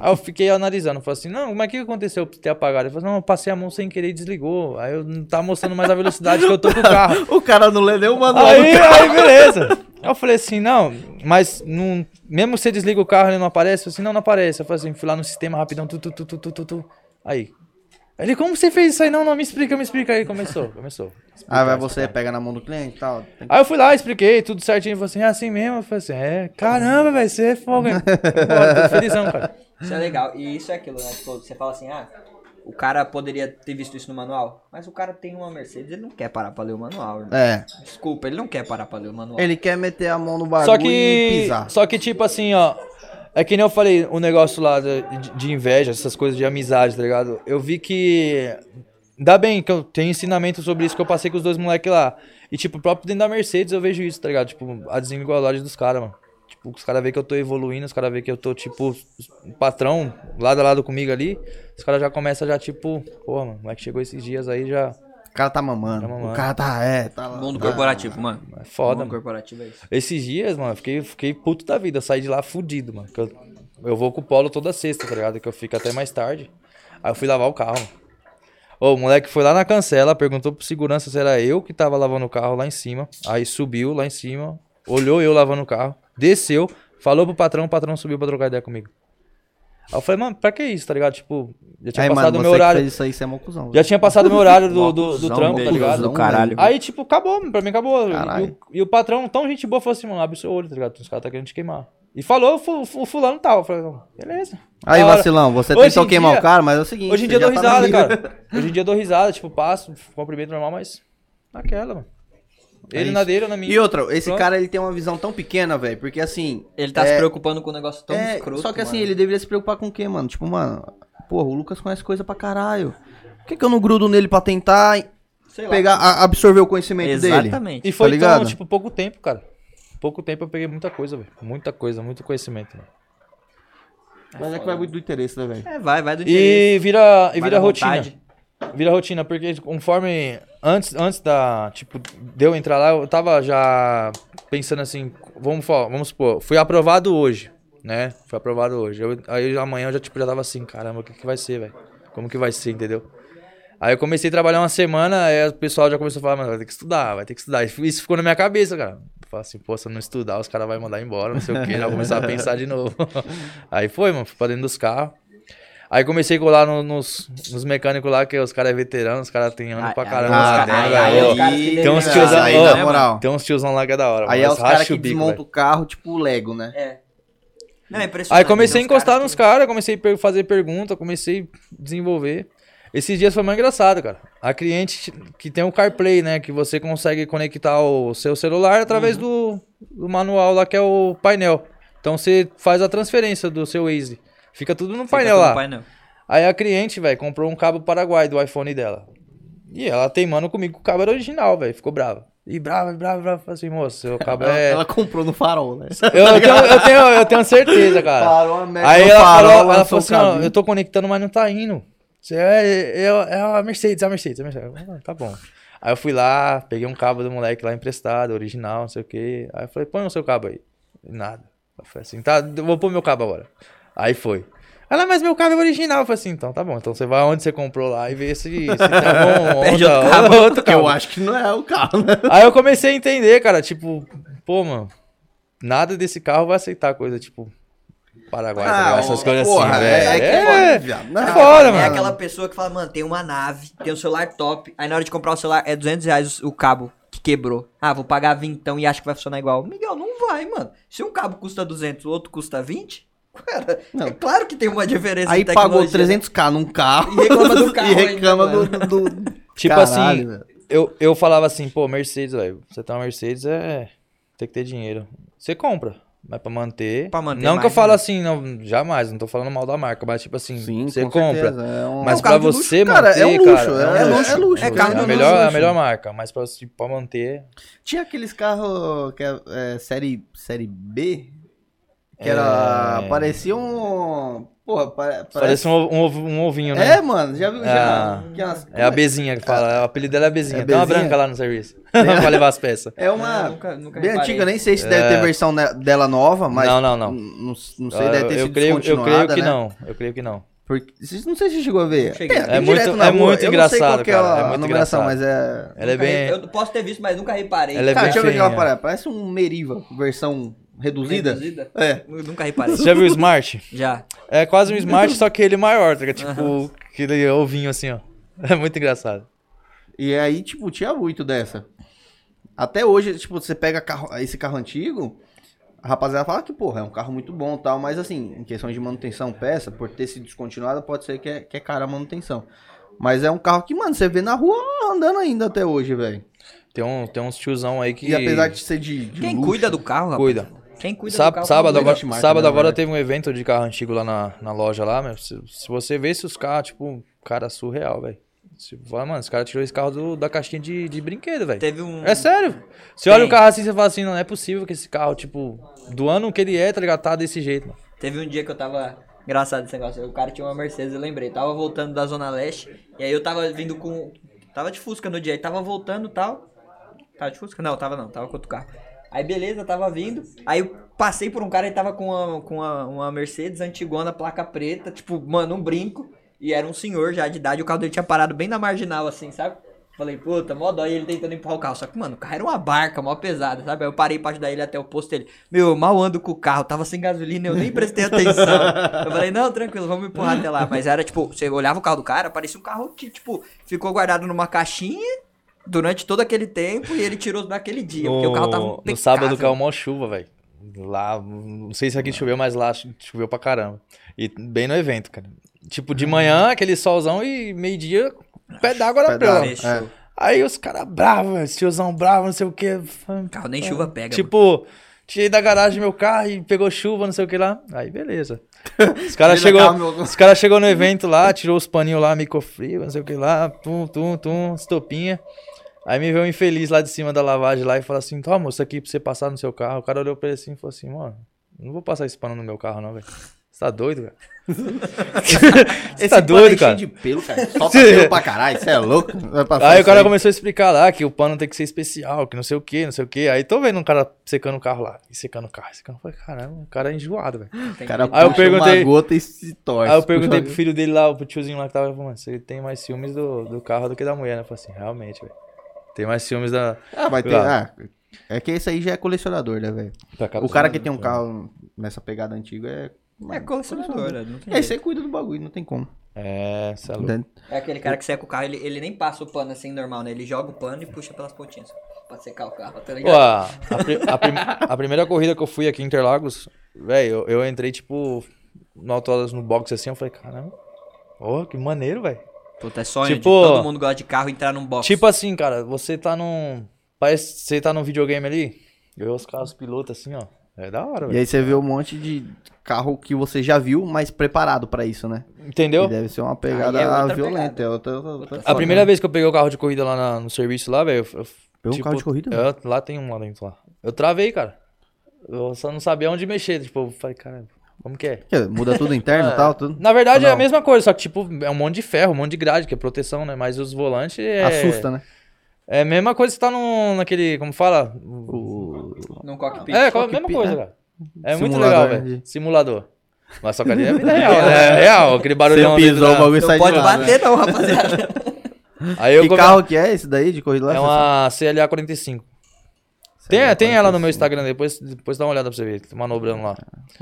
S3: Aí eu fiquei analisando, falei assim, não, mas o que aconteceu pra ter apagado? Ele falou, não, eu passei a mão sem querer e desligou. Aí eu não tava mostrando mais a velocidade que eu tô com o carro.
S2: um- O cara não lê nem o manual.
S3: Aí, aí, beleza. Eu falei assim, não, mas não, mesmo que você desliga o carro, ele não aparece? Eu falei assim, não, não aparece. Eu falei assim, fui lá no sistema rapidão, tu, tu, tu, tu, tu, tu, tu. Aí. Ele, como você fez isso aí? Não, não, me explica, me explica. Aí começou, começou.
S2: Ah, vai você pega na mão do cliente e tal. Tem
S3: Aí eu fui lá, expliquei tudo certinho. Ele falou assim, é assim mesmo? Eu falei assim, é, caramba, velho, você é fogo. hein? Pô, tô felizão, cara.
S1: Isso é legal. E isso é aquilo, né? Tipo, você fala assim, ah, o cara poderia ter visto isso no manual. Mas o cara tem uma Mercedes, ele não quer parar pra ler o manual. irmão.
S2: É.
S1: Desculpa, ele não quer parar pra ler o manual.
S2: Ele quer meter a mão no bagulho
S3: Só
S2: e
S3: que,
S2: pisar.
S3: só que tipo assim, ó. É que nem eu falei, o negócio lá de, de inveja, essas coisas de amizade, tá ligado? Eu vi que Ainda bem que eu tenho ensinamento sobre isso que eu passei com os dois moleques lá. E, tipo, próprio dentro da Mercedes eu vejo isso, tá ligado? Tipo, a desigualdade dos caras, mano. Tipo, os caras veem que eu tô evoluindo, os caras veem que eu tô, tipo, um patrão lado a lado comigo ali. Os caras já começam já, tipo, porra, mano, o moleque chegou esses dias aí já.
S2: O cara tá mamando.
S3: Tá mamando.
S2: O cara tá, é, tá lá.
S1: Mundo
S2: tá-
S1: corporativo, mano.
S3: É foda,
S1: Mundo
S3: mano.
S1: corporativo é isso.
S3: Esses dias, mano, eu fiquei, fiquei puto da vida. Eu saí de lá fudido, mano. que Eu, eu vou com o Polo toda sexta, tá ligado? Que eu fico até mais tarde. Aí eu fui lavar o carro. Ô, o moleque foi lá na cancela, perguntou pro segurança se era eu que tava lavando o carro lá em cima. Aí subiu lá em cima, olhou eu lavando o carro, desceu, falou pro patrão, o patrão subiu pra trocar ideia comigo. Aí eu falei, mano, pra que isso, tá ligado? Tipo, já tinha
S2: Aí, mano,
S3: passado
S2: você
S3: o meu
S2: que
S3: horário.
S2: fez isso aí, você é mó cuzão.
S3: Já tinha passado meu horário do, do, do
S2: Cusão,
S3: trampo, tá
S2: cuzão,
S3: ligado?
S1: Do caralho.
S3: Aí, tipo, acabou, mano. pra mim acabou. E,
S2: Caralho.
S3: o, e o patrão, tão gente boa, falou assim, mano, abre seu olho, tá ligado? Os caras tá querendo te queimar. E falou, fu- fu- o fulano tal. Eu falei, não, beleza.
S2: Aí,
S3: Da hora.
S2: vacilão, você
S3: Hoje
S2: tentou
S3: em
S2: queimar
S3: dia-
S2: o cara, mas é o seguinte.
S3: Hoje em dia eu
S2: você
S3: dou
S2: já tá na
S3: risada,
S2: liga.
S3: cara. Hoje em dia eu dou risada, tipo, passo, cumprimento normal, mas naquela, mano.
S2: É
S3: Ele
S2: isso.
S3: na dele, eu na minha.
S2: E outra, esse
S3: Pronto.
S2: cara ele tem uma visão tão pequena, velho, porque assim.
S1: Ele tá
S2: é-
S1: se preocupando com um negócio tão
S2: é,
S1: escroto.
S2: Só que assim,
S1: mano.
S2: ele deveria se preocupar com o quê, mano? Tipo, mano, porra, o Lucas conhece coisa pra caralho. Por que, que eu não grudo nele pra tentar
S1: Sei lá.
S2: pegar, a- absorver o conhecimento dele?
S1: Exatamente.
S3: E foi
S2: Tá
S3: então,
S2: ligado?
S3: tipo, pouco tempo, cara. Pouco tempo eu peguei muita coisa, velho. Muita coisa, muito conhecimento, mano.
S2: Mas é que vai muito do interesse, né, velho?
S1: É, vai, vai do interesse.
S3: E vira, e
S1: vai
S3: vira
S1: da
S3: rotina.
S1: vontade.
S3: Vira rotina, porque conforme. Antes, antes da. Tipo, de eu entrar lá, eu tava já pensando assim. Vamos, fa- vamos supor, fui aprovado hoje, né? Fui aprovado hoje. Eu- aí amanhã eu já, tipo, já tava assim, caramba, o que, que vai ser, velho? Como que vai ser, entendeu? Aí eu comecei a trabalhar uma semana, aí o pessoal já começou a falar, mano, vai ter que estudar, vai ter que estudar. Isso isso ficou na minha cabeça, cara. Eu Falei assim, pô, se eu não estudar, os caras vão mandar embora, não sei o quê, já vou começar a pensar de novo. aí foi, mano, fui pra dentro dos carros. Aí comecei a colar no- nos, nos mecânicos lá, que os caras é veterano, os caras têm ano
S1: Ah,
S3: pra
S1: ah,
S3: caramba.
S1: ah,
S3: os caras
S1: ah,
S3: é
S1: aí
S3: da hora.
S1: os caras que
S3: Tem uns
S1: devem-
S3: tiozão
S1: Ah,
S2: aí,
S3: ó,
S2: na moral.
S3: Tem uns tiozão lá que é da hora.
S2: Aí
S3: mano,
S2: é
S3: mas
S2: os caras
S3: racha
S2: que
S3: o bico,
S2: desmontam
S3: velho.
S2: o carro, tipo o Lego, né?
S1: É. Não, é impressionante.
S3: Aí comecei a
S1: os caras
S3: encostar
S1: que-
S3: nos caras, comecei a per- fazer pergunta, comecei a desenvolver. Esses dias foi mais engraçado, cara. A cliente que tem o CarPlay, né? Que você consegue conectar o seu celular através do, do manual lá, que é o painel. Então você faz a transferência do seu Waze. Fica tudo no
S1: Fica
S3: painel
S1: todo
S3: lá.
S1: no tá painel.
S3: Aí a cliente, velho, comprou um cabo paraguai do iPhone dela. E ela teimando comigo que o cabo era original, velho. Ficou brava. E brava, brava, brava. Falei assim, moço, seu cabo
S2: Ela,
S3: é.
S2: ela comprou no farol, né?
S3: Eu, eu tenho, eu, tenho, eu tenho certeza, cara.
S2: Parou a merda
S3: Aí
S2: no
S3: ela
S2: farol,
S3: falou, ela
S2: lançou
S3: falou
S2: o
S3: assim, ó,
S2: cabinho.
S3: eu tô conectando, mas não tá indo. Você é, é, é a Mercedes, é a Mercedes, é a Mercedes. Eu falei, "Ah, tá bom. Aí eu fui lá, peguei um cabo do moleque lá emprestado, original, não sei o quê. Aí eu falei, põe o seu cabo aí. Nada. Eu falei assim, tá, eu vou pôr meu cabo agora. Aí foi. Ela, mas meu cabo é original. Eu falei assim, então tá bom. Então você vai onde você comprou lá e vê se, se tem algum
S1: Perde
S3: outra-
S1: outro cabo.
S3: outro
S2: Eu
S3: cabo.
S2: acho que não é o carro, né?
S3: Aí eu comecei a entender, cara, tipo, pô, mano, nada desse carro vai aceitar coisa, tipo, Paraguai, tá ligado? essas coisas
S2: Ah, porra,
S3: assim,
S2: é, é, né?
S3: velho.
S2: que
S3: É,
S2: foda, viado. Não,
S3: é foda,
S1: É
S3: mano.
S1: aquela pessoa que fala, mano, tem uma nave, tem um celular top. Aí na hora de comprar o celular é 200 reais o cabo que quebrou. Ah, vou pagar 20 então e acho que vai funcionar igual. Miguel, não vai, mano. Se um cabo custa 200, o outro custa 20, cara,
S2: Não.
S1: é claro que tem uma diferença
S2: Aí
S1: de
S2: pagou
S1: tecnologia. né?
S2: 300k num carro.
S1: E reclama do carro né,
S2: E reclama
S1: ainda,
S2: do, do- do-
S3: Tipo
S2: Caralho,
S3: assim,
S2: velho.
S3: eu, eu falava assim, pô, Mercedes, velho, você tem uma Mercedes, é, tem que ter dinheiro. Você compra, mas pra manter...
S1: Pra manter
S3: Não que eu
S1: mais,
S3: falo
S1: né?
S3: assim, não, jamais, não tô falando mal da marca, mas tipo assim,
S2: Sim,
S3: você
S2: com
S3: compra.
S2: certeza, é um-
S3: Mas
S2: É um
S3: pra
S2: carro de luxo,
S3: você
S2: cara,
S3: manter,
S2: é um luxo,
S3: cara,
S2: é um luxo, É.
S1: é
S3: tá
S1: carro
S3: ligado?
S1: de
S3: a melhor,
S1: luxo.
S3: a melhor marca, mas pra, tipo, pra manter...
S2: Tinha aqueles carros que é, é, série, série B, que era.
S3: É.
S2: Parecia um. Porra, pare-
S3: Parece
S2: parece.
S3: um, ovo- um, ovo- um ovinho, né?
S2: É, mano, já viu? Já,
S3: Ah,
S2: que umas-
S3: É a Bezinha que fala. O apelido dela é Bezinha.
S2: É
S3: Tem uma
S2: Bezinha?
S3: branca lá no serviço. pra levar as peças.
S2: É
S1: Ah,
S2: uma.
S1: nunca- nunca
S2: bem
S1: reparei.
S3: né?
S2: antiga, nem sei se deve ter versão ne- dela nova, mas.
S3: É. Não, não, não.
S2: N- Não, não sei, deve ter
S3: eu,
S2: sido
S3: creio, eu creio
S2: descontinuada,
S3: que
S2: né?
S3: não. Eu creio que não.
S2: Porque, vocês- não sei se você chegou a ver.
S1: Cheguei.
S2: Tem-
S1: É
S2: tem
S3: muito-
S2: direto na
S3: é
S2: rua.
S3: muito
S2: Eu não sei qual
S3: engraçado,
S2: que é a
S3: cara, é muito
S2: numeração,
S3: engraçado.
S2: mas é.
S3: Ela é
S1: Nunca
S3: bem.
S1: re- Eu posso ter visto, mas nunca reparei.
S3: Ela é
S2: Cara,
S3: bem
S2: deixa eu ver
S3: feinha.
S2: aquela parada. Parece um Meriva, versão reduzida.
S1: Reduzida?
S2: É.
S1: Eu nunca reparei.
S3: Você já viu o Smart?
S1: Já.
S3: É quase um Smart, só que ele maior. Tá? ligado? Tipo, aquele ovinho assim, ó. É muito engraçado.
S2: E aí, tipo, tinha muito dessa. Até hoje, tipo, você pega carro- esse carro antigo, a rapaziada fala que, porra, é um carro muito bom e tal, mas assim, em questão de manutenção, peça, por ter sido descontinuada, pode ser que é, que é cara a manutenção. Mas é um carro que, mano, você vê na rua andando ainda até hoje, velho.
S3: Tem, um, tem uns tiozão aí que.
S2: E apesar de ser de. de
S1: Quem
S2: luxo-
S1: cuida do carro, rapaz?
S3: Cuida.
S1: Quem cuida
S3: Sá-
S1: do carro?
S3: sábado
S2: cuida.
S3: agora,
S2: Smart,
S3: sábado
S2: né,
S3: agora
S2: velho?
S3: teve um evento de carro antigo lá na, na loja lá, meu. Se, se você vê esses carros, tipo, cara surreal, velho. Tipo, fala, mano, os caras tirou esse carro do- da caixinha de, de brinquedo, velho.
S1: Teve um.
S3: É sério. Você
S1: Tem.
S3: olha o carro assim, você fala assim, não, não é possível que esse carro, tipo, do ano que ele é, tá ligado? Tá desse jeito, mano.
S1: Teve um dia que eu tava. Engraçado esse negócio. O cara tinha uma Mercedes, eu lembrei. Tava voltando da Zona Leste. E aí eu tava vindo com. Tava de Fusca no dia. Aí tava voltando e tal. Tava de Fusca? Não, tava não. Tava com outro carro. Aí beleza, tava vindo. Aí eu passei por um cara e tava com, uma, com uma, uma Mercedes antigona, placa preta. Tipo, mano, um brinco. E era um senhor já de idade. O carro dele tinha parado bem na marginal, assim, sabe? Falei, puta, mó dó. E ele tentando empurrar o carro. Só que, mano, o carro era uma barca, mó pesada, sabe? Aí eu parei pra ajudar ele até o posto ele Meu, eu mal ando com o carro. Tava sem gasolina, eu nem prestei atenção. eu falei, não, tranquilo, vamos empurrar até lá. Mas era, tipo, você olhava o carro do cara, parecia um carro que, tipo, ficou guardado numa caixinha durante todo aquele tempo e ele tirou naquele dia, porque o carro tava
S3: No, no
S1: impecável.
S3: sábado é um caiu mó chuva, velho. Lá, não sei se aqui choveu, mas lá cho- choveu pra caramba. E bem no evento, cara. Tipo, de manhã, aquele solzão e meio-dia, pé d'água na
S2: Pé d'água.
S3: praia.
S1: Fechou.
S2: É.
S3: Aí os caras bravos, esse tiozão bravo, não sei o quê.
S1: Carro nem chuva pega. mano.
S3: Tipo, tirei da garagem meu carro e pegou chuva, não sei o que lá. Aí, beleza. Os caras
S2: Tirei
S3: chegou,
S2: da garagem, meu-
S3: os cara chegou no evento lá, tirou os paninhos lá, microfrio, não sei o que lá, tum, tum, tum, estopinha. Aí me veio um infeliz lá de cima da lavagem lá e falou assim, toma isso aqui pra você passar no seu carro. O cara olhou pra ele assim e falou assim, mano, eu não vou passar esse pano no meu carro não, velho. Você tá doido, cara? Você tá
S2: Esse pano é
S3: doido,
S2: cheio
S3: cara?
S2: de pelo, cara. Solta pelo pra caralho, você é louco. Vai passar
S3: Aí o
S2: isso
S3: cara começou a explicar lá que o pano tem que ser especial, que não sei o que, não sei o que. Aí tô vendo um cara secando o carro lá, e secando o carro, secando. Eu Falei, caramba, o cara é enjoado, velho.
S1: Tem
S2: O cara
S1: que-
S3: Aí eu
S2: puxa
S3: perguntei-
S2: uma gota e se torce.
S3: Aí eu perguntei pro filho dele lá, pro tiozinho lá que tava, eu falei, mano, você tem mais ciúmes do, do carro do que da mulher, né? Eu falei assim, realmente, velho. Tem mais ciúmes da.
S2: Ah, vai ter...
S3: Lá. Tá
S2: Ah, é que esse aí já é colecionador, né, velho?
S3: da
S2: O cara que tem um carro nessa pegada antiga é...
S1: É colecionadora, não tem
S2: É,
S1: jeito.
S2: você cuida do bagulho, não tem como.
S3: É, cê é louco.
S2: Entende?
S1: É aquele cara que seca o carro, ele, ele nem passa o pano assim normal, né? Ele joga o pano e puxa pelas pontinhas pra secar o carro, tá
S3: Pô,
S1: ligado?
S3: a, a pri- a prim- a primeira corrida que eu fui aqui em Interlagos, velho, eu, eu entrei, tipo, no autódromo, no box assim, eu falei, caramba, ô, que maneiro, velho.
S1: Puta, é sonho de
S3: Tipo-
S1: todo mundo gosta de carro entrar num box.
S3: Tipo assim, cara, você tá num. Parece que você tá num videogame ali, eu os carros pilotos assim, ó. É da
S2: E
S3: hora, velho.
S2: aí você vê um monte de carro que você já viu, mas preparado pra isso, né?
S3: Entendeu?
S2: E deve ser uma pegada
S1: Aí é outra
S2: violenta.
S1: pegada.
S2: É outra, outra né?
S3: A
S2: forma.
S3: primeira vez que eu peguei o carro de corrida lá na- no serviço lá, velho, eu, eu
S2: Pegou um carro de corrida,
S3: eu- lá tem um lá dentro lá. Eu travei, cara. Eu só não sabia onde mexer, tipo, eu falei, caramba, como que é?
S2: Que Muda tudo interno
S1: Ah,
S2: e tal, tudo.
S3: Na verdade é a
S2: Não.
S3: mesma coisa, só que tipo, é um monte de ferro, um monte de grade, que é proteção, né? Mas os volantes é
S2: Assusta, né?
S3: É a mesma coisa que tá no naquele, como fala?
S2: O...
S1: num cockpit.
S3: É, é a
S2: cockpit,
S3: mesma coisa,
S2: né?
S3: cara. É muito
S2: Simulador,
S3: legal,
S2: né,
S3: velho.
S2: de-
S3: Simulador. Mas só que ali é vida real, né? É real, aquele barulhão
S2: Você
S3: dentro
S2: pisou
S3: da-
S2: o bagulho
S1: Não
S2: sai de
S1: pode
S2: lá, né?
S1: bater não, rapaziada.
S3: Aí eu
S2: Que
S3: come-
S2: carro que é esse daí de corrida lá?
S3: É uma CLA 45.
S2: Você-
S3: Tem,
S2: você-
S3: tem ela no meu Instagram, depois, depois dá uma olhada pra você ver, tá manobrando lá.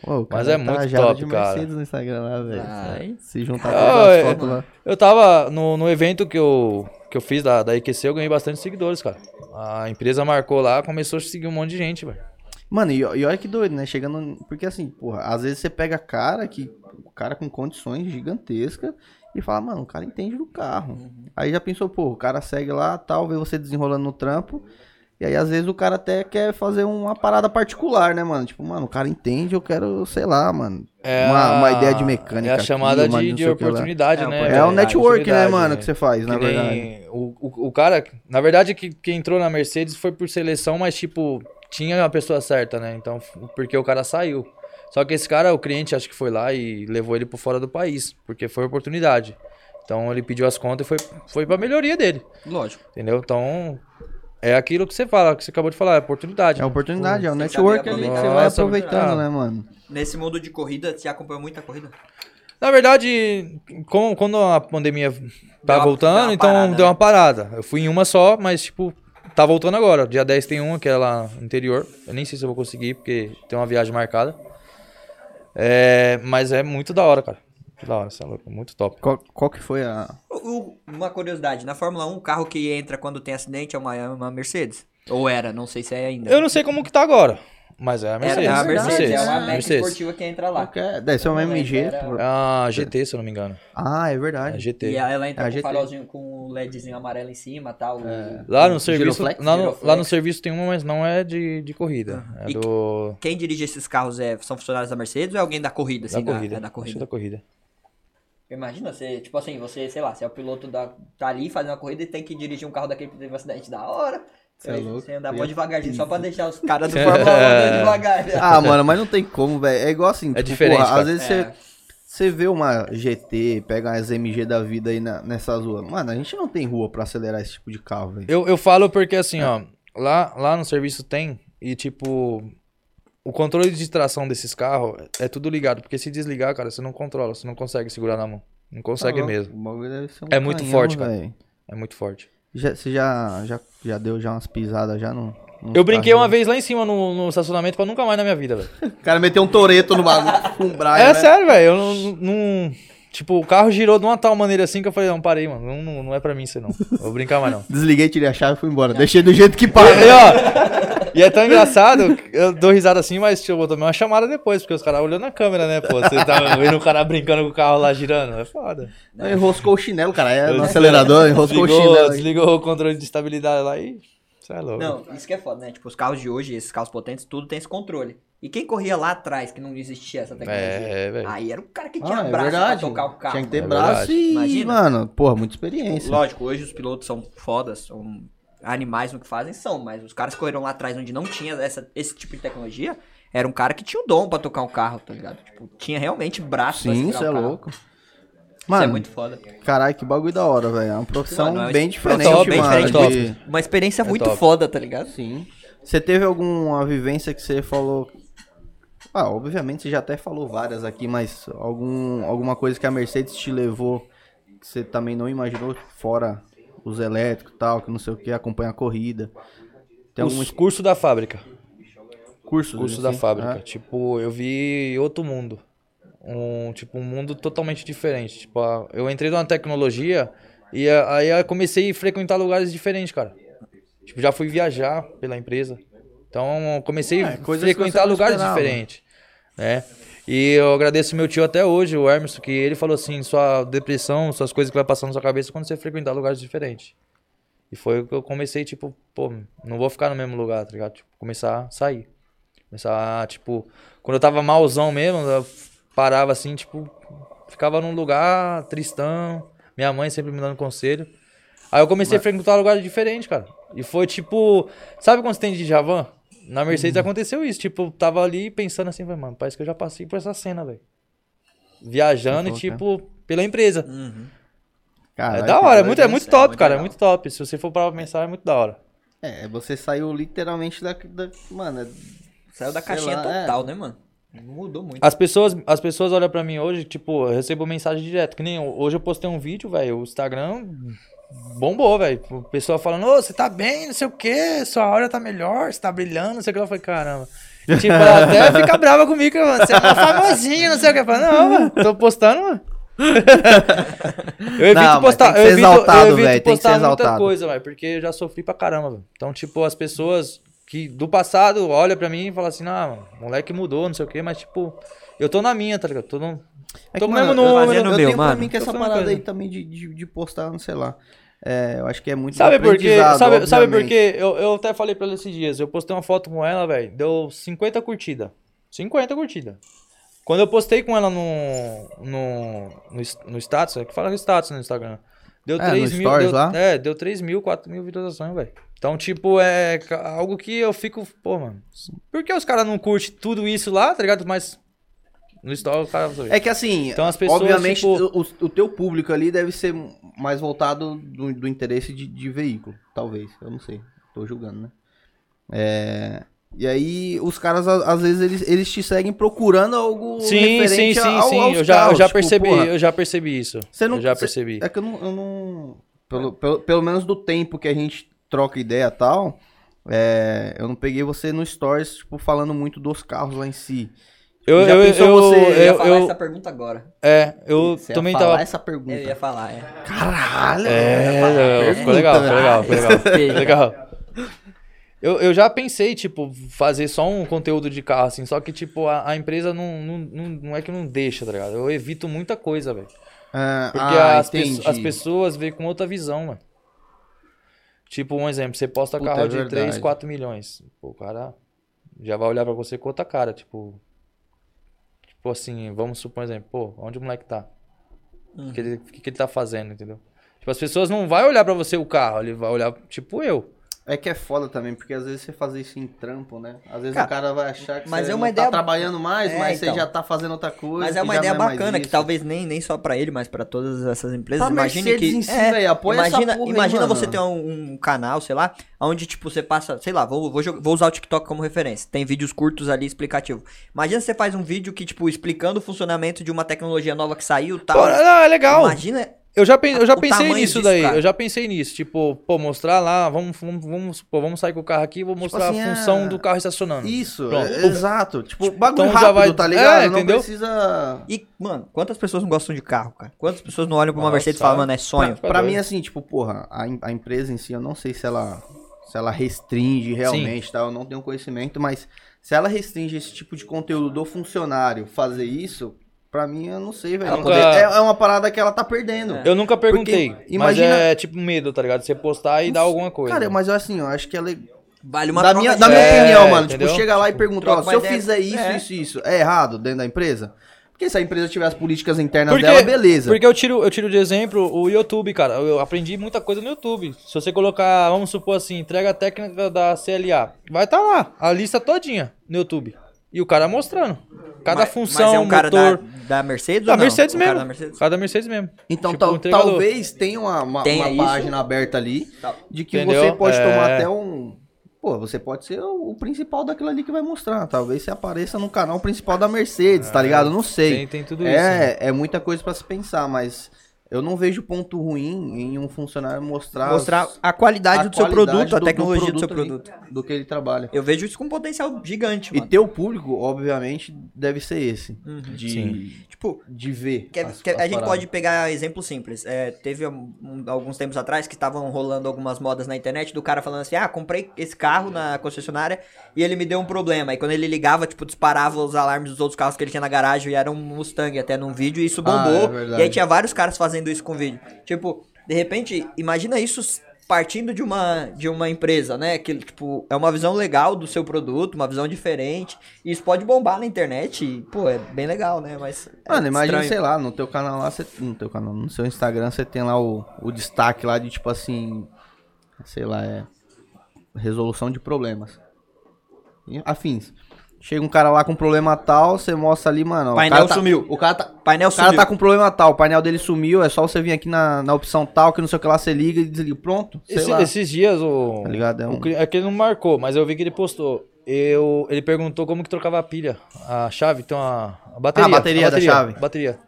S2: Ô, o cara
S3: Mas é
S2: tá
S3: muito
S2: trajado
S3: top,
S2: de
S3: cara.
S2: Mercedes no Instagram lá, velho.
S1: Ai.
S2: Se juntar
S3: Ah,
S2: com as
S3: é.
S2: fotos lá.
S3: Eu tava no, no evento que eu, que eu fiz da, da IQC, eu ganhei bastante seguidores, cara. A empresa marcou lá, começou a seguir um monte de gente, velho.
S2: Mano, e, e olha que doido, né? Chegando. Porque assim, porra, às vezes você pega cara que. O cara com condições gigantescas e fala, mano, o cara entende do carro.
S3: Uhum.
S2: Aí já pensou, pô, o cara segue lá, tal, vê você desenrolando no trampo. E aí, às vezes, o cara até quer fazer uma parada particular, né, mano? Tipo, mano, o cara entende, eu quero, sei lá, mano.
S3: É
S2: uma,
S3: a-
S2: uma ideia de mecânica.
S3: É a
S2: aqui,
S3: chamada
S2: uma
S3: de,
S2: não
S3: de
S2: sei o que lá.
S3: oportunidade,
S1: É,
S3: né?
S2: É o
S3: velho?
S2: network, né,
S3: Oportunidade,
S2: mano,
S3: né?
S2: que você faz, na
S3: Que nem
S2: verdade.
S3: O, o, o cara, na verdade, que, que entrou na Mercedes foi por seleção, mas, tipo, tinha a pessoa certa, né? Então, f- porque o cara saiu. Só que esse cara, o cliente, acho que foi lá e levou ele por fora do país, porque foi oportunidade. Então, ele pediu as contas e foi, foi pra melhoria dele,
S1: Lógico.
S3: entendeu? Então, é aquilo que você fala, que você acabou de falar, é oportunidade.
S2: É a oportunidade, é o
S1: Tem que
S2: network
S1: saber
S2: ali que você
S3: aproveitar.
S2: vai
S3: Nossa,
S2: aproveitando,
S3: cara.
S2: né, mano?
S1: Nesse mundo de corrida, você acompanhou muita corrida?
S3: Na verdade, com- quando a pandemia
S1: Deu
S3: tá
S1: uma- deu
S3: voltando,
S1: uma
S3: então
S1: parada,
S3: deu
S1: né?
S3: uma parada. Eu fui em uma só, mas tipo, tá voltando agora. Dia 10 tem uma, que é lá no interior. Eu nem sei se eu vou conseguir, porque tem uma viagem marcada. É, mas é muito da hora, cara. Muito da hora, você é louco. Muito top.
S2: Qual, qual que foi a.
S1: O- o- Uma curiosidade, na Fórmula 1, o carro que entra quando tem acidente é uma, é uma Mercedes? Ou era, não sei se é ainda.
S3: Eu não sei como que tá agora, mas é a Mercedes.
S1: Era, é a
S2: Mercedes,
S1: Mercedes, é uma Mac
S3: Mercedes.
S1: esportiva que entra lá.
S2: Qualquer... é? Deve ser um uma
S1: Não
S2: MG.
S1: lembro,
S2: por-
S3: É a GT, se eu não me engano.
S2: tipo, Ah, é
S3: É a
S2: verdade.
S3: GT.
S1: E ela entra
S2: É a
S1: com o
S2: GT.
S1: farolzinho com o LEDzinho amarelo em cima tal.
S2: É.
S1: o-
S3: Lá no serviço,
S2: Giroflex?
S3: lá no, lá no
S1: Giroflex. Ah,
S3: serviço tem uma, mas não é de, de corrida. É
S1: E-
S3: do
S1: Quem dirige esses carros é, são funcionários da Mercedes ou é alguém da corrida? Assim,
S3: da corrida.
S1: É da
S3: Acho que
S1: corrida.
S3: Da corrida.
S1: Imagina você, tipo assim, você, sei lá, você é o piloto da. tá ali fazendo uma corrida e tem que dirigir um carro daquele que teve um acidente da hora.
S2: Cê é
S1: Aí
S2: louco,
S1: Você andar
S2: ia
S1: mó devagarzinho, só pra deixar os caras do
S3: É.
S1: Fórmula 1 andando devagar. né?
S2: Ah, mano, mas não tem como, velho. É igual assim.
S3: É diferente, cara.
S2: às vezes você.
S1: É.
S2: Você vê uma GT, pega as MG da vida aí na, nessas ruas. Mano, a gente não tem rua pra acelerar esse tipo de carro, velho.
S3: Eu, eu falo porque
S2: É.
S3: assim, ó, lá, lá no serviço tem e tipo o controle de tração desses carros é tudo ligado, porque se desligar, cara, você não controla, você não consegue segurar na mão. Não consegue
S2: Tá louco,
S3: mesmo.
S2: o bagulho deve ser um
S3: É muito
S2: canhão,
S3: forte, cara.
S2: velho.
S3: É muito forte.
S2: Já, você já, já, já deu já umas pisadas já no. nos
S3: Eu brinquei uma
S2: carros,
S3: vez lá em cima no, no estacionamento pra nunca mais na minha vida, velho.
S2: né? O cara meteu um toreto no bagulho com um braço.
S3: é
S2: né?
S3: sério, velho. Eu não, não- Tipo, o carro girou de uma tal maneira assim que eu falei, não, parei, mano. Não, não, não é pra mim isso, aí, não. Eu Vou brincar mais, não.
S2: Desliguei, tirei a chave e fui embora. Deixei do jeito que
S3: E,
S2: parou.
S3: ó, e é tão engraçado, eu dou risada assim, mas tipo, eu tomei uma chamada depois, porque os caras olhando na câmera, né, pô? Você tá vendo o cara brincando com o carro lá girando, é foda.
S2: Enroscou o chinelo, cara. É no acelerador, enroscou o
S3: Desligou,
S1: assim,
S2: chinelo. aí.
S3: desligou o controle de estabilidade lá e... Você é louco.
S1: Não, isso que é foda, né? Tipo, os carros de hoje, esses carros potentes, tudo tem esse controle. E quem corria lá atrás, que não existia essa tecnologia?
S3: é, velho.
S1: Aí era o cara que tinha
S2: Ah, é
S1: braço pra
S2: verdade.
S1: tocar o carro.
S2: Tinha que ter
S3: É
S2: braço
S3: verdade.
S2: e,
S1: Imagina.
S2: mano, porra, muita experiência.
S1: Lógico, hoje os pilotos são fodas, são animais no que fazem, são, mas os caras que correram lá atrás onde não tinha essa, esse tipo de tecnologia, era um cara que tinha o dom pra tocar um carro, tá ligado? Tipo, tinha realmente braço pra
S2: Sim,
S1: segurar
S2: isso
S1: o
S2: é
S1: carro.
S2: louco.
S1: Isso
S2: Mano,
S1: é muito foda.
S2: caralho, que bagulho da hora, velho. É uma profissão
S1: Mano, é uma
S2: bem
S1: profissão
S2: diferente,
S3: bem
S2: mano.
S3: diferente,
S2: de-
S1: Uma experiência
S3: É
S1: muito
S3: top.
S1: foda, tá ligado?
S2: Sim. Você teve alguma vivência que você falou... Ah, obviamente você já até falou várias aqui, mas algum, alguma coisa que a Mercedes te levou que você também não imaginou, fora os elétricos e tal, que não sei o que, acompanha a corrida. Tem algum assim?
S3: Os cursos da fábrica.
S2: curso? assim?
S3: curso da fábrica. Tipo, eu vi outro mundo. Um, tipo, um mundo totalmente diferente. Tipo, a- eu entrei numa tecnologia e a- aí eu comecei a frequentar lugares diferentes, cara. Tipo, já fui viajar pela empresa. Então, eu comecei
S2: Ah, é,
S3: a
S2: coisas que você
S3: frequentar
S2: não
S3: lugares
S2: esperava.
S3: diferentes, né? E eu agradeço meu tio até hoje, o Hermes, que ele falou assim, sua depressão, suas coisas que vai passar na sua cabeça quando você frequentar lugares diferentes. E foi o que eu comecei, tipo, pô, não vou ficar no mesmo lugar, tá ligado? Tipo, começar a sair. Começar, tipo, quando eu tava malzão mesmo, eu parava assim, tipo, ficava num lugar tristão. Minha mãe sempre me dando conselho. Aí eu comecei a frequentar lugares diferentes, cara. E foi tipo, sabe quando você tem de Javan? Na Mercedes aconteceu isso, tipo, eu tava ali pensando assim, falei, mano, parece que eu já passei por essa cena, velho. Viajando, e,
S2: Você
S3: tipo, pela empresa.
S1: Uhum.
S2: Ah, Caralho,
S3: é da hora, é
S2: que
S3: muito, é muito
S1: isso é
S3: top,
S1: muito
S3: cara, é
S1: legal.
S3: muito top. Se você for pra pensar, é muito da hora.
S2: É, você saiu literalmente da. da- mano, é-
S1: Saiu da
S2: sei
S1: caixinha
S2: lá, é.
S1: total, né, mano? Não Mudou muito.
S3: As pessoas, as pessoas olham pra mim hoje, tipo, eu recebo mensagem direto. Que nem hoje eu postei um vídeo, velho. O Instagram bombou, velho. O pessoal falando, ô, você tá bem, não sei o quê, sua hora tá melhor, você tá brilhando, não sei o que. Eu falei, caramba. Tipo, ela até fica brava comigo, mano. Você é uma famosinha, não sei o que. Eu falo, não, mano, tô postando, mano. eu evito
S2: Não, mas tem
S3: postar,
S2: que
S3: eu
S2: ser
S3: evito,
S2: exaltado,
S3: eu evito
S2: velho, tem que ser
S3: postar muita
S2: exaltado.
S3: coisa, velho, porque eu já sofri pra caramba, velho. Então, tipo, as pessoas que do passado olham pra mim e falam assim, ah, mano, moleque mudou, não sei o quê, mas, tipo, eu tô na minha, tá ligado? Tô no...
S2: é
S3: Tô
S2: que,
S3: mesmo
S2: mano,
S3: no-
S2: eu-
S3: no
S2: eu,
S1: meu,
S2: eu tenho pra
S1: mano.
S2: mim que
S3: Tô
S2: essa
S3: falando
S2: parada
S3: coisa.
S2: aí também de, de, de postar, não sei lá. É, eu acho que é muito.
S3: Sabe
S2: do
S3: por quê?
S2: aprendizado,
S3: Sabe, sabe por
S2: obviamente.
S3: quê? Eu, eu até falei pra ela esses dias. Eu postei uma foto com ela, velho. Deu 50 curtidas. 50 curtidas. Quando eu postei com ela no, no, no, is- no status, é que fala no status no Instagram. Deu
S2: É,
S3: 3
S2: no
S3: mil.
S2: stories
S3: deu,
S2: lá?
S3: É, deu 3 mil, 4 mil visualizações, velho. Então, tipo, é ca- algo que eu fico, pô, mano. Por que os caras não curtem tudo isso lá, tá ligado? Mas no story o cara vai saber.
S2: É que assim,
S3: Então as pessoas,
S2: obviamente,
S3: tipo-
S2: o, o teu público ali deve ser mais voltado do, do interesse de, de veículo, talvez. Eu não sei. Tô julgando, né? É, E aí, os caras, a- às vezes, eles, eles te seguem procurando algo
S3: Sim, sim,
S2: referente
S3: sim,
S2: ao-
S3: sim.
S2: aos
S3: Eu já, eu
S2: carros,
S3: já
S2: tipo,
S3: percebi,
S2: porra.
S3: eu já percebi isso.
S2: Você não-
S3: eu já
S2: você-
S3: percebi.
S2: É que eu não. eu não- pelo, pelo, pelo menos do tempo que a gente troca ideia e tal, é, eu não peguei você no Stories, tipo, falando muito dos carros lá em si.
S3: Eu,
S2: Já
S3: eu,
S2: pensou
S3: eu,
S2: você-
S1: Eu ia
S3: eu,
S1: falar
S3: eu-
S1: essa pergunta agora.
S3: é, eu
S2: Você ia
S3: também
S2: falar
S3: tava.
S2: essa pergunta.
S1: Eu ia falar, é.
S2: Caralho!
S3: É,
S2: mano,
S3: eu-
S2: pergunta, né?
S3: ficou legal, ficou
S2: velho.
S3: legal, ficou legal.
S1: Esse
S3: ficou legal. Eu, eu já pensei, tipo, fazer só um conteúdo de carro, assim, só que, tipo, a, a empresa não, não, não, não é que não deixa, tá ligado? Eu evito muita coisa, velho.
S2: Ah,
S3: Porque
S2: ah,
S3: as, pesso-
S2: entendi.
S3: as pessoas veem com outra visão, mano. Tipo, um exemplo, você posta
S2: Puta,
S3: carro
S2: é
S3: de 3,
S2: verdade.
S3: 4 milhões. Pô, o cara já vai olhar pra você com outra cara, tipo. Tipo assim, vamos supor um exemplo, pô, onde o moleque tá? O que, ele, o que ele tá fazendo, entendeu? Tipo, as pessoas não vão olhar pra você o carro, ele vai olhar, tipo eu.
S2: É que é foda também, porque às vezes você fazer isso em trampo, né? Às vezes
S1: Cara,
S2: o cara vai achar que
S1: mas
S2: você
S1: é uma
S2: não
S1: ideia-
S2: tá trabalhando mais,
S1: É,
S2: mas
S1: então.
S2: você já tá fazendo outra coisa.
S1: Mas é
S2: que
S1: uma
S2: já
S1: ideia
S2: não mais
S1: bacana, que
S2: isso. Tá,
S1: talvez nem, nem só pra ele, mas pra todas essas empresas.
S2: Pra
S1: imagine
S2: Mercedes
S1: que. é,
S2: em si, velho, apoia essa
S1: imagina
S2: porra aí,
S1: imagina
S2: mano.
S1: você ter um, um canal, sei lá, onde tipo você passa, sei lá, vou, vou, jog- vou usar o TikTok como referência. Tem vídeos curtos ali explicativo. Imagina você faz um vídeo que tipo explicando o funcionamento de uma tecnologia nova que saiu,
S2: Tá.
S1: tal.
S3: Pô, não, é legal.
S1: Imagina
S3: Eu já, pen- eu já
S1: O
S3: pensei
S1: tamanho
S3: nisso
S1: disso,
S3: daí.
S1: cara.
S3: Eu já pensei nisso. Tipo, pô, mostrar lá, vamos, vamos, vamos, supor, vamos sair com o carro aqui, vou mostrar
S2: assim,
S3: a função
S2: é-
S3: do carro estacionando.
S2: Isso,
S3: Pronto.
S2: é-
S3: Puf.
S2: exato. Tipo, bagulho
S3: então já
S2: rápido,
S3: vai-
S2: tá ligado?
S3: É,
S2: não
S3: entendeu?
S2: precisa...
S1: E, mano, quantas pessoas não gostam de carro, cara? Quantas pessoas não olham pra uma
S3: Nossa,
S1: Mercedes e falam, mano, é sonho?
S3: Fica
S2: Pra
S3: doido.
S2: mim, assim, tipo, porra, a, em- a empresa em si, eu não sei se ela, se ela restringe realmente, tá? Eu não tenho conhecimento, mas se ela restringe esse tipo de conteúdo do funcionário fazer isso, pra mim, eu não sei, velho.
S3: Ela
S2: Não
S3: nunca-
S2: tem- É, é uma parada que ela tá perdendo.
S1: É.
S3: Eu nunca perguntei. mas
S2: imagina-
S3: é tipo medo, tá ligado? Você postar e dar alguma coisa.
S2: Cara, mas eu, assim, eu acho que ela...
S1: Vale
S2: Da minha, da
S1: de
S2: minha
S1: ideia.
S3: É,
S2: opinião, mano.
S3: entendeu?
S2: Tipo, chega lá e pergunta,
S1: troca
S2: ó,
S1: uma
S2: se eu
S1: ideia.
S2: fizer isso,
S1: É.
S2: isso, isso, é errado dentro da empresa? Porque se a empresa tiver as políticas internas
S3: Porque-
S2: dela, beleza.
S3: Porque eu tiro, eu tiro de exemplo o YouTube, cara. Eu eu aprendi muita coisa no YouTube. Se você colocar, vamos supor assim, entrega técnica da CLA, vai estar lá, a lista todinha no YouTube. E o cara mostrando. Cada
S1: Mas-
S3: função,
S1: mas é um cara
S3: motor.
S1: da, da Mercedes
S3: Da
S1: ou não?
S3: Mercedes
S1: Um
S3: mesmo.
S1: cara da Mercedes?
S3: Cada Mercedes mesmo.
S2: Então,
S3: Tipo,
S2: tal-
S3: um entregador.
S2: talvez tenha uma, uma,
S1: Tem
S2: uma
S1: isso.
S2: página aberta ali
S1: Tá.
S2: de que
S3: Entendeu?
S2: você pode
S3: É.
S2: tomar até um. Pô, você pode ser o, o principal daquilo ali que vai mostrar. Talvez você apareça no canal principal da Mercedes, tá ligado? Eu Não sei.
S3: É, Tem, tem tudo isso. né?
S2: É, é muita coisa pra se pensar, mas eu não vejo ponto ruim em um funcionário mostrar,
S1: Mostrar
S2: os-
S1: a qualidade do seu
S2: qualidade
S1: produto, a
S2: do- do
S1: tecnologia do, seu
S2: ali,
S1: produto.
S2: do que ele trabalha.
S1: Eu vejo isso com um potencial gigante,
S2: E
S1: mano.
S2: teu público, obviamente, deve ser esse.
S3: Hum.
S1: Uhum.
S2: De,
S3: Sim.
S1: Tipo,
S2: de ver.
S1: quer-
S2: as-
S1: quer-
S2: as
S1: a gente
S2: paradas.
S1: pode pegar exemplo simples. É, teve um- alguns tempos atrás que estavam rolando algumas modas na internet do cara falando assim: ah, comprei esse carro na concessionária e ele me deu um problema. E quando ele ligava, tipo, disparava os alarmes dos outros carros que ele tinha na garagem e era um Mustang até num vídeo e isso bombou.
S2: Ah, é verdade.
S1: e aí tinha vários caras fazendo isso com vídeo. Tipo, de repente, imagina isso s- partindo de uma, de uma empresa, né? Que, tipo, é uma visão legal do seu produto, uma visão diferente. E isso pode bombar na internet. E, pô, é bem legal, né? Mas. é
S2: Mano, imagina,
S1: estranho.
S2: sei lá, no teu canal lá, você, no teu canal, no seu Instagram, você tem lá o, o destaque lá de tipo assim, sei lá, é resolução de problemas. E Afins. Chega um cara lá com problema tal, você mostra ali, mano.
S1: Painel
S2: o cara tá-
S1: sumiu.
S2: O cara, tá,
S1: Painel
S2: o cara
S1: sumiu.
S2: tá com problema tal, o painel dele sumiu, é só você vir aqui na, na opção tal, que não sei o que lá, você liga e desliga. Pronto, sei
S3: Esse-
S2: lá.
S3: Esses dias o.
S2: Tá ligado? É
S3: o
S2: um-
S3: cli- é que ele não marcou, mas eu vi que ele postou. Eu, ele perguntou como que trocava a pilha, a chave, então a, a bateria.
S2: Ah, a bateria da chave.
S3: Bateria.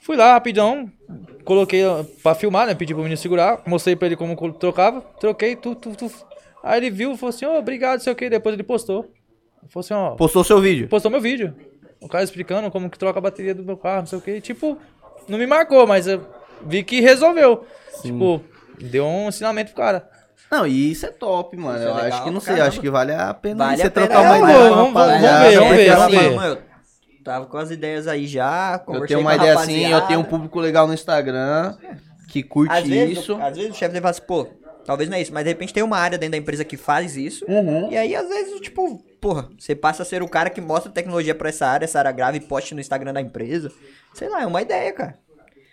S3: Fui lá rapidão, coloquei ó, pra filmar, né? Pedi pro menino segurar, mostrei pra ele como co- trocava, troquei, tu, tu, tu. Aí ele viu, falou assim, ô, obrigado, sei o que. Depois ele postou. Falou assim, ó,
S2: Postou seu vídeo.
S3: postou meu vídeo. O cara explicando como que troca a bateria do meu carro, não sei o que. Tipo, não me marcou, mas eu vi que resolveu. Tipo, deu um ensinamento pro cara.
S2: Não, e isso é top, mano.
S1: Isso é
S2: eu
S1: legal,
S2: acho que não sei,
S1: caramba.
S2: acho que vale a pena
S1: Vale
S2: você
S1: a pena.
S2: trocar uma
S3: É,
S2: ideia.
S3: vamos-
S2: com a
S3: vamos-
S2: rapaziada.
S3: vamos
S2: Até
S3: ver, vamos ver,
S2: ela
S1: Ela
S3: vamos
S2: fala,
S3: ver.
S1: fala, "Mano, eu tava com as ideias aí já,
S2: Eu
S1: conversei
S2: tenho
S1: com
S2: uma
S1: a
S2: ideia assim, eu
S1: rapaziada."
S2: tenho um público legal no Instagram que curte
S1: às vezes,
S2: isso.
S1: o- às vezes o chefe deve falar assim, pô, talvez não é isso, mas de repente tem uma área dentro da empresa que faz isso.
S2: Uhum.
S1: E aí, às vezes, tipo, porra, você passa a ser o cara que mostra tecnologia pra essa área, essa área grave, e poste no Instagram da empresa. Sei lá, é uma ideia, cara.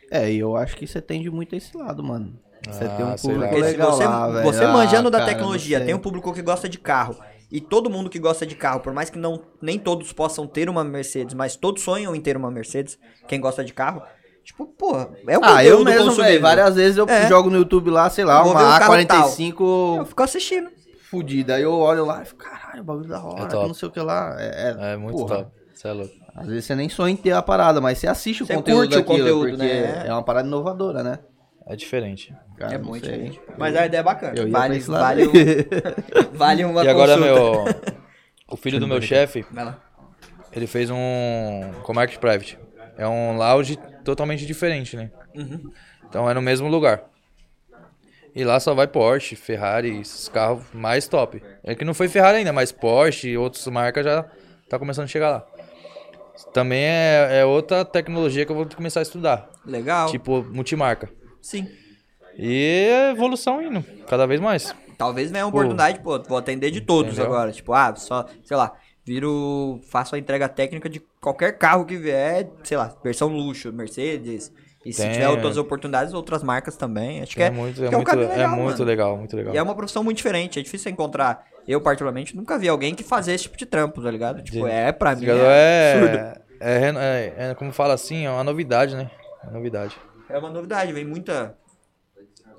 S2: É, e eu acho que você tende muito a esse lado, mano. Você
S3: Ah,
S2: tem um
S3: sei lá.
S2: público
S1: Porque se
S2: legal
S1: você,
S2: lá, velho.
S1: você
S2: Ah,
S1: manjando da
S2: cara,
S1: tecnologia,
S2: não sei.
S1: tem um público que gosta de carro. E todo mundo que gosta de carro, por mais que não, nem todos possam ter uma Mercedes, mas todos sonham em ter uma Mercedes, quem gosta de carro, tipo, porra, é um
S2: Ah, eu
S1: conteúdo
S2: mesmo,
S1: consumível.
S2: velho, várias vezes eu
S1: É.
S2: jogo no YouTube lá, sei lá,
S1: Vou ver
S2: uma
S1: o carro Eu
S2: A45
S1: fico assistindo.
S2: fudida. Aí eu olho lá e fico, caralho, o bagulho da hora,
S3: É
S2: que
S3: top.
S2: não sei o que lá. É, é,
S3: É muito
S2: porra.
S3: top. Você é louco.
S2: Às vezes você nem sonha em ter a parada, mas você assiste o
S1: Você
S2: conteúdo
S1: curte o
S2: daquilo,
S1: conteúdo,
S2: porque
S1: né?
S2: é uma parada inovadora, né?
S3: É diferente.
S2: Cara,
S1: é
S2: Ah, não
S1: muito
S2: sei.
S1: gente. Mas a ideia é bacana.
S2: Eu ia pra
S1: vale,
S2: esse lado
S1: vale,
S2: aí.
S1: um- vale uma
S3: e agora,
S1: consulta.
S3: meu. O filho do meu chefe,
S1: Vai lá.
S3: ele fez um Comarc Private. É um lounge totalmente diferente, né?
S1: Uhum.
S3: Então é no mesmo lugar. E lá só vai Porsche, Ferrari, esses carros mais top. É que não foi Ferrari ainda, mas Porsche e outras marcas já tá começando a chegar lá. Também é, é outra tecnologia que eu vou começar a estudar.
S1: Legal.
S3: Tipo, multimarca.
S1: Sim.
S3: E é evolução indo, cada vez mais.
S1: Talvez venha uma oportunidade, pô, vou atender de todos
S3: Entendeu?
S1: agora. Tipo, ah, só, sei lá, viro, faço a entrega técnica de qualquer carro que vier, sei lá, versão luxo, Mercedes, E se
S3: Tem,
S1: tiver outras
S3: é.
S1: oportunidades, outras marcas também. Acho que
S3: É,
S1: é,
S3: muito,
S1: que
S3: é,
S1: é um
S3: muito,
S1: caminho
S3: é
S1: legal,
S3: muito
S1: mano.
S3: legal, muito legal.
S1: e é uma profissão muito diferente. É difícil você encontrar. Eu, particularmente, nunca vi alguém que fazia esse tipo de trampo, tá ligado? Tipo,
S3: De-
S1: é pra mim.
S3: Jogador
S1: É,
S3: é, é, reno- é- é como fala assim, é uma novidade, né? É uma novidade.
S1: é uma novidade, vem muita.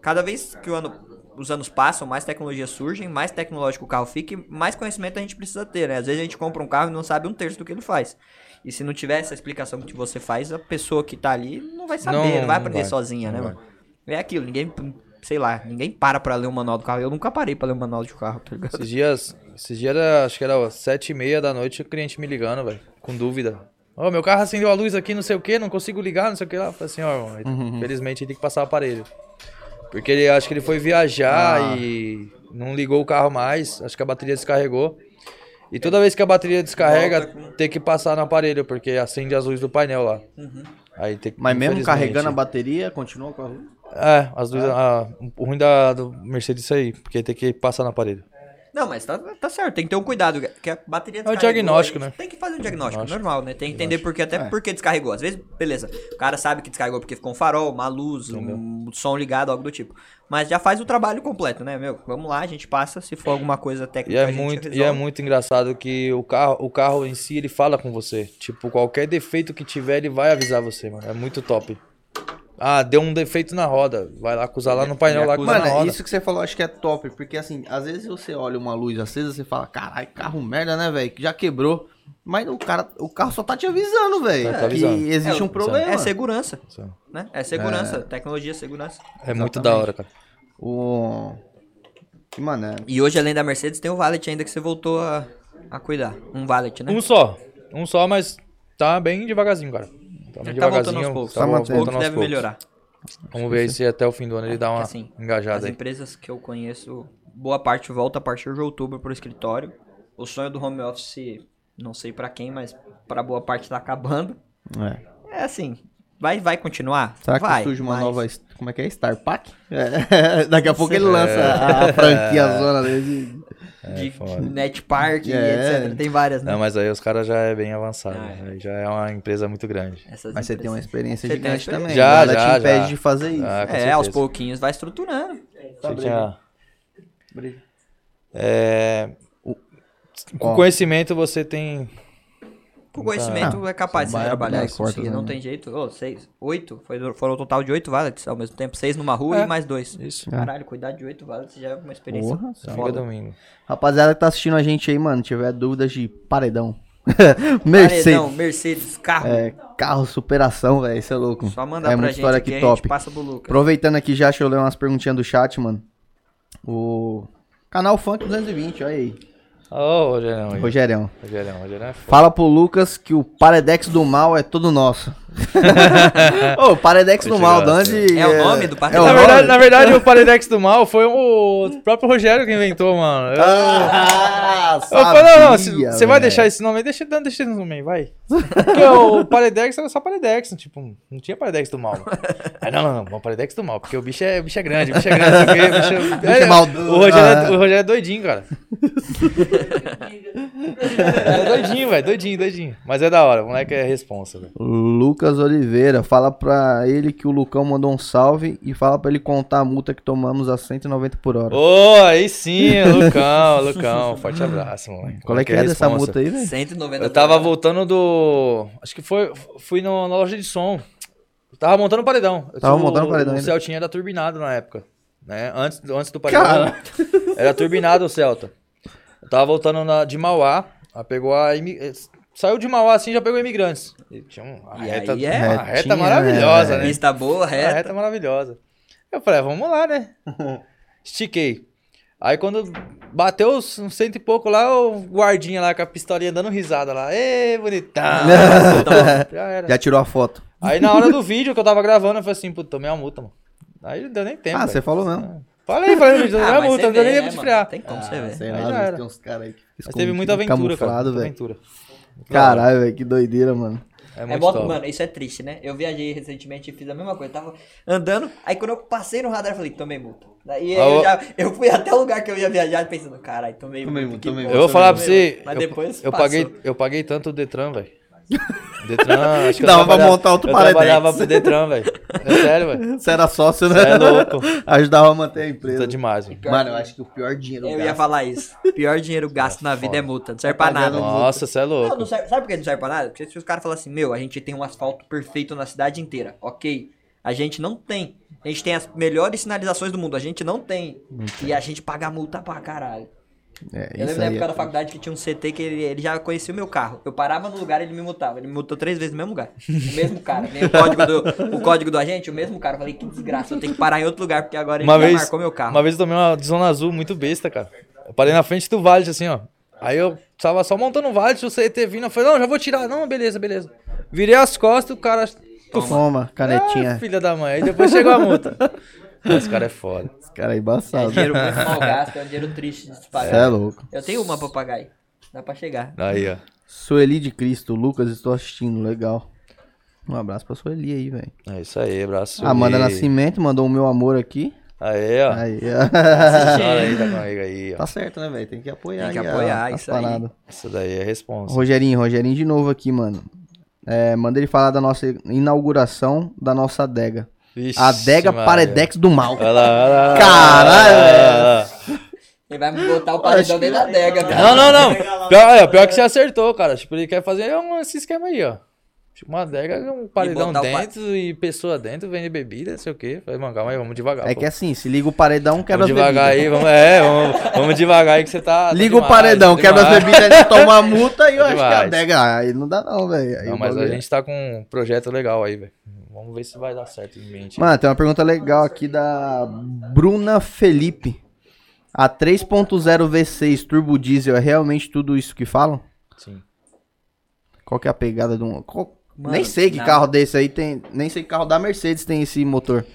S1: Cada vez que o ano- os anos passam, mais tecnologias surgem, mais tecnológico o carro fica, e mais conhecimento a gente precisa ter, né? Às vezes a gente compra um carro e não sabe um terço do que ele faz. E se não tiver essa explicação que você faz, a pessoa que tá ali não vai saber, não,
S3: Não,
S1: vai
S3: não
S1: aprender
S3: vai,
S1: sozinha,
S3: não
S1: né,
S3: vai.
S1: mano? É aquilo, ninguém, sei lá, ninguém para pra ler o manual do carro. Eu nunca parei pra ler o manual de carro, tá ligado?
S3: Esses dias, esses dias era, acho que era ó, sete e meia da noite, o cliente me ligando, velho, com dúvida. Ó, meu carro acendeu a luz aqui, não sei o que, não consigo ligar, não sei o que lá. Eu Falei assim, ó, irmão,
S2: Uhum,
S3: infelizmente ele tem que passar o aparelho. Porque ele, acho que ele foi viajar
S2: Ah.
S3: e não ligou o carro mais, acho que a bateria descarregou. E toda vez que a bateria descarrega,
S1: Volta
S3: tem que passar no aparelho, porque acende as luzes do painel lá. Aí tem que,
S2: Uhum. Mas mesmo carregando a
S3: infelizmente-
S2: bateria, continua com a luz?
S3: É, as duas. a- o ruim da, do Mercedes é isso aí, porque tem que passar no aparelho.
S1: Não, mas tá, tá certo, tem que ter um cuidado, que a bateria
S3: É o
S1: descarregou,
S3: diagnóstico,
S1: aí
S3: né?
S1: Tem que fazer um diagnóstico,
S3: Diagnóstico.
S1: normal, né? Tem que entender porque até
S2: É.
S1: porque descarregou. Às vezes, beleza, o cara sabe que descarregou porque ficou um farol, uma luz, um som ligado, algo do tipo. Mas já faz o trabalho completo, né, meu? Vamos lá, a gente passa, se for alguma coisa
S3: E
S1: técnica,
S3: é,
S1: a gente
S3: muito, e é
S1: resolve.
S3: muito engraçado que o carro, o carro em si ele fala com você. Tipo, qualquer defeito que tiver, ele vai avisar você, mano. É muito top. Ah, deu um defeito na roda. Vai lá acusar lá no painel lá que tá na
S2: É, Mano,
S3: roda.
S2: isso que você falou, acho que é top, porque assim, às vezes você olha uma luz acesa e fala, caralho, carro merda, né, velho? Que já quebrou. Mas o, cara, o carro só tá te avisando, velho.
S3: Tá, tá
S2: que
S3: avisando.
S2: existe
S1: É,
S2: um problema.
S1: É segurança, né? É segurança,
S2: É.
S1: tecnologia, segurança.
S3: É muito da hora, cara.
S2: O. Que é, mané.
S1: E hoje, além da Mercedes, tem o Valet ainda que você voltou a, a cuidar. Um Valet, né?
S3: Um só. Um só, mas tá bem devagarzinho, cara. Tá bem
S1: Ele tá voltando
S3: devagarzinho.
S1: aos poucos.
S2: Tá
S3: voltando
S2: mantendo.
S1: Pouco
S3: aos
S1: deve
S3: poucos.
S1: melhorar.
S3: Vamos ver se até o fim do ano ele dá uma
S1: Porque, assim, As
S3: engajada aí.
S1: empresas que eu conheço, boa parte volta a partir de outubro pro escritório. O sonho do home office, não sei pra quem, mas pra boa parte tá acabando.
S2: É.
S1: É assim, vai, vai continuar?
S2: Será que
S1: vai,
S2: surge uma
S1: mas-
S2: nova. est- Como é que é? Star Pack? É. Daqui a pouco ele lança a, a franquia zona dele. de-
S1: de
S3: foda.
S1: net park,
S2: É.
S1: etc. Tem várias, né?
S3: Não, mas aí os caras já é bem avançado.
S1: Ah, é.
S3: né? Aí Já é uma empresa muito grande.
S1: Essas
S2: um- Mas você tem uma
S1: empresas.
S2: experiência
S1: Você tem
S2: gigante
S1: experiência.
S2: também.
S3: Já,
S2: Nada
S3: já,
S2: te impede
S3: já.
S2: de fazer isso.
S3: Ah, com
S1: É, aos
S3: certeza.
S1: pouquinhos vai estruturando.
S2: Tá
S3: Você tinha-
S2: Brilho.
S3: É, com
S2: Ó.
S3: conhecimento você tem.
S1: Com conhecimento é capaz de
S2: só
S1: você
S2: vai
S1: trabalhar
S2: abrir
S1: e
S2: as portas,
S1: conseguir. Não
S2: né?
S1: tem jeito. Ô, seis, oito, foi, foram o total de oito valets ao mesmo tempo. Seis numa rua
S3: É.
S1: e mais dois.
S3: Isso.
S1: Caralho, cuidar de oito valets já é uma experiência
S2: Porra,
S3: Só
S1: foda.
S3: Fica domingo.
S2: Rapaziada que tá assistindo a gente aí, mano, tiver dúvidas de paredão. Mercedes.
S1: Mercedes. Mercedes, carro.
S2: É, carro superação, velho. Isso é louco.
S1: Só mandar
S2: é
S1: pra
S2: muita
S1: gente
S2: história
S1: aqui,
S2: que
S1: a
S2: top.
S1: gente passa pro Lucas.
S2: Aproveitando aqui já, deixa eu ler umas perguntinhas do chat, mano. O canal Funk 220, olha aí.
S3: Ô, Rogerão. aí.
S2: Rogerão.
S3: Rogerão, Rogerão é foda.
S2: Fala pro Lucas que o Paredex do Mal é todo nosso. Ô, Paredex do
S3: Deixa
S2: Mal,
S3: eu
S2: da
S3: ver.
S2: onde...
S1: É o nome do Paredex?
S2: É o
S3: Na
S2: nome?
S3: verdade, na verdade, o Paredex do Mal foi o próprio Rogério que inventou, mano. Eu,
S2: Ah,
S3: eu falei, não, não, se-
S2: sabia,
S3: você vai
S2: velho.
S3: deixar esse nome aí? Deixa, não, deixa esse nome aí, vai. Porque o Paredex era só Paredex, tipo, não tinha Paredex do Mal. mano. Ah, não, não, não, o Paredex do Mal, porque o bicho é, o bicho é grande, o bicho é grande, não sei o quê, o bicho,
S2: Bicho é maldoso.
S3: o, Rogério
S2: Ah.
S3: é, o Rogério é doidinho, cara. É doidinho, velho, doidinho, doidinho. Mas é da hora, o moleque é responsa, velho.
S2: Lucas Oliveira, fala pra ele que o Lucão mandou um salve e fala pra ele contar a multa que tomamos a 190 por hora.
S3: Ô, aí sim, Lucão, Lucão. Forte abraço, moleque.
S2: Qual é que é dessa multa aí, velho?
S1: 190
S3: Eu tava
S1: por hora.
S3: voltando do. Acho que foi. Fui no- na loja de som. Eu tava montando um paredão. Eu
S2: Tava
S3: tinha o-
S2: montando um paredão
S3: O
S2: ainda.
S3: Celtinha era turbinado na época. Né? Antes, antes do paredão. Era turbinado o Celta. Eu tava voltando na- de Mauá. Ela pegou a. imi- eh, Saiu de Mauá assim já pegou imigrantes. E tinha um, uma
S1: E
S3: reta,
S1: aí é-
S3: uma
S2: Retinha,
S3: reta maravilhosa, né?
S1: Vista tá boa,
S3: É,
S1: reta.
S3: reta maravilhosa. Eu falei, ah, vamos lá, né? Estiquei. Aí quando bateu uns uns cento e pouco lá, o guardinha lá com a pistolinha dando risada lá. Ê, bonitão!
S1: Tá, Ah,
S3: Já era.
S2: Já tirou a foto.
S3: Aí na hora do vídeo que eu tava gravando, eu falei assim, puta, tomei uma multa, mano. Aí não deu nem tempo.
S2: ah,
S3: velho. É.
S2: você falou mesmo.
S3: Falei, falei no vídeo, tomei
S1: Ah,
S3: uma
S1: mas
S3: multa,
S1: você
S3: não deu
S1: vê,
S3: nem
S1: né,
S3: tempo de
S1: mano?
S3: esfriar.
S1: Tem como você ver.
S2: Sei
S3: Aí
S2: lá,
S3: já
S2: às vezes
S3: era.
S2: tem uns caras aí que ficam
S3: Mas teve muita aventura, cara.
S2: camuflado,
S3: Muita
S2: velho.
S3: aventura.
S2: Caralho, velho, que doideira, mano.
S3: É
S1: É
S3: muito
S1: bom,
S3: top.
S1: mano, isso é triste, né? Eu viajei recentemente e fiz a mesma coisa. Tava andando, aí quando eu passei no radar, eu falei, tomei multa. Daí
S3: Ah,
S1: eu,
S3: eu-
S1: já, eu fui até o lugar que eu ia viajar pensando, caralho, tomei,
S2: Tomei
S1: multa.
S2: multa,
S1: que
S2: tomei
S1: porra,
S3: Eu vou falar pra
S1: tomei
S3: você.
S1: multa. Mas
S3: eu,
S1: depois
S3: eu
S1: passou.
S3: paguei, eu paguei tanto o Detran, velho. Detran, acho que eu
S2: Dava pra
S3: trabalhava-
S2: montar outro
S3: Eu
S2: Paradex.
S3: trabalhava pro Detran, velho. É sério, velho.
S2: Você era sócio, né?
S3: Você é louco.
S2: Ajudava a manter a
S3: Tá
S2: empresa.
S3: demais, velho.
S2: Mano, eu acho que o pior dinheiro
S1: Eu
S2: gasto-
S1: ia falar isso. Pior dinheiro gasto na vida é multa. Não serve pra
S2: Pagando
S1: nada.
S2: multa.
S3: Nossa, você é
S1: Ah, Não,
S3: louco.
S1: não serve- sabe por que não serve pra nada? Porque se os caras falam assim, meu, a gente tem um asfalto perfeito na cidade inteira, ok. A gente não tem. A gente tem as melhores sinalizações do mundo, a gente não tem. E a gente paga multa pra caralho.
S2: É,
S1: eu lembro
S2: isso
S1: da
S2: aí.
S1: época da
S2: É...
S1: faculdade que tinha um CT que ele, ele já conhecia o meu carro. Eu parava no lugar ele me multava. Ele me multou três vezes no mesmo lugar. O mesmo cara. Nem o, código do, o código do agente, o mesmo cara. Eu falei, que desgraça, eu tenho que parar em outro lugar, porque agora ele
S3: Uma
S1: já
S3: vez,
S1: marcou meu carro.
S3: uma vez eu tomei uma de zona azul muito besta, cara. Eu parei na frente do Valet, assim, ó. Aí eu tava só montando um Valet, o CT vindo, eu falei, não, já vou tirar. Não, beleza, beleza. Virei as costas, o cara...
S2: Toma,
S3: Ah,
S2: canetinha.
S3: filha da mãe. Aí depois chegou a multa. Esse cara é foda.
S2: Esse cara é
S1: É
S2: embaçado.
S1: dinheiro muito mal gasto, é um dinheiro triste de se
S2: Você é
S1: pagar.
S2: louco.
S1: Eu tenho uma pra pagar aí. Dá pra chegar.
S3: Aí, ó.
S2: Sueli de Cristo, Lucas, estou assistindo, legal. Um abraço pra Sueli aí, velho.
S3: É isso aí, braço.
S2: Ah, Amanda
S3: E-
S2: Nascimento Ah, mandou o meu amor aqui.
S3: Aí, ó.
S2: Aí, ó.
S3: Olha aí, tá comigo aí, ó.
S2: tá certo, né, velho? Tem que apoiar
S1: Tem que
S2: aí a-
S1: apoiar,
S2: as
S1: isso aí.
S2: paradas.
S3: Isso daí é responsa.
S2: Rogerinho, Rogerinho de novo aqui, mano. É, manda ele falar da nossa inauguração da nossa adega.
S3: Vixe,
S2: A adega
S3: Maria.
S2: Paredex do Mal.
S3: Olha lá, olha lá.
S2: Caralho,
S3: olha lá.
S1: Ele vai me botar o paredão dentro da adega, né?
S3: Não, não, não. Pior, olha, pior que você acertou, cara. Tipo, ele quer fazer um- esse esquema aí, ó. Tipo, uma adega, um paredão
S1: botar o pa-
S3: dentro e pessoa dentro, vende bebida, sei o quê. Falei, mano, calma aí, vamos devagar.
S2: É
S3: pô.
S2: que assim, se liga o paredão, quebra
S3: Vamos
S2: as
S3: devagar
S2: bebidas.
S3: aí, vamos, é, vamos, vamos devagar aí que você tá. tá
S2: Liga
S3: demais,
S2: o paredão,
S3: tá
S2: quebra as
S3: demais.
S2: bebidas, ele toma a multa e eu
S3: Tá
S2: acho que a
S3: demais.
S2: adega. Ah, Aí não dá não, velho. Aí
S3: Não,
S2: o
S3: mas a
S2: bagulho-
S3: gente tá com um projeto legal aí, velho. Vamos ver se vai dar certo em mente.
S2: Mano, tem uma pergunta legal aqui da Bruna Felipe. A 3.0 V6 turbo diesel é realmente tudo isso que falam?
S3: Sim.
S2: Qual que é a pegada de um... qual-
S1: Mano,
S2: nem sei que
S1: não.
S2: carro desse aí tem... Nem sei que carro da Mercedes tem esse motor.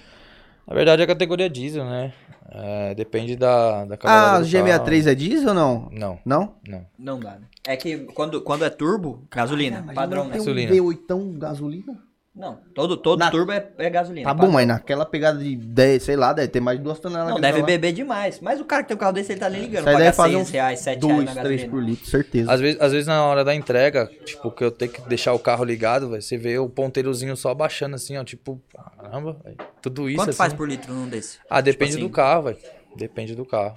S3: Na verdade, é a categoria diesel, né? É, depende da, da
S2: Ah,
S3: cavalgada
S2: o
S3: do carro.
S2: G63 é diesel ou não?
S3: Não,
S2: Não?
S3: não.
S1: Não dá, né? É que quando, quando é turbo, gasolina, padrão, né?
S3: tem um Gasolina.
S2: V8 gasolina?
S1: Não, todo, todo
S2: Na-
S1: turbo é, é gasolina.
S2: Tá bom, mas naquela pegada de 10, sei lá, deve ter mais de duas toneladas.
S1: Não, deve
S2: naquele carro lá.
S1: beber demais. Mas o cara que tem um carro desse, ele tá nem ligando.
S2: Isso aí
S1: Paga
S2: deve fazer
S1: 6
S2: uns
S1: reais, 7 reais na
S2: 2, 3
S1: gasolina.
S2: por litro, certeza.
S3: Às vezes, às vezes na hora da entrega, tipo, que eu tenho que deixar o carro ligado, velho, você vê o ponteirozinho só baixando assim, ó, tipo, caramba, velho, tudo isso
S1: Quanto
S3: assim.
S1: faz por litro num desse?
S3: Ah, depende
S1: Tipo assim.
S3: do carro, velho. Depende do carro.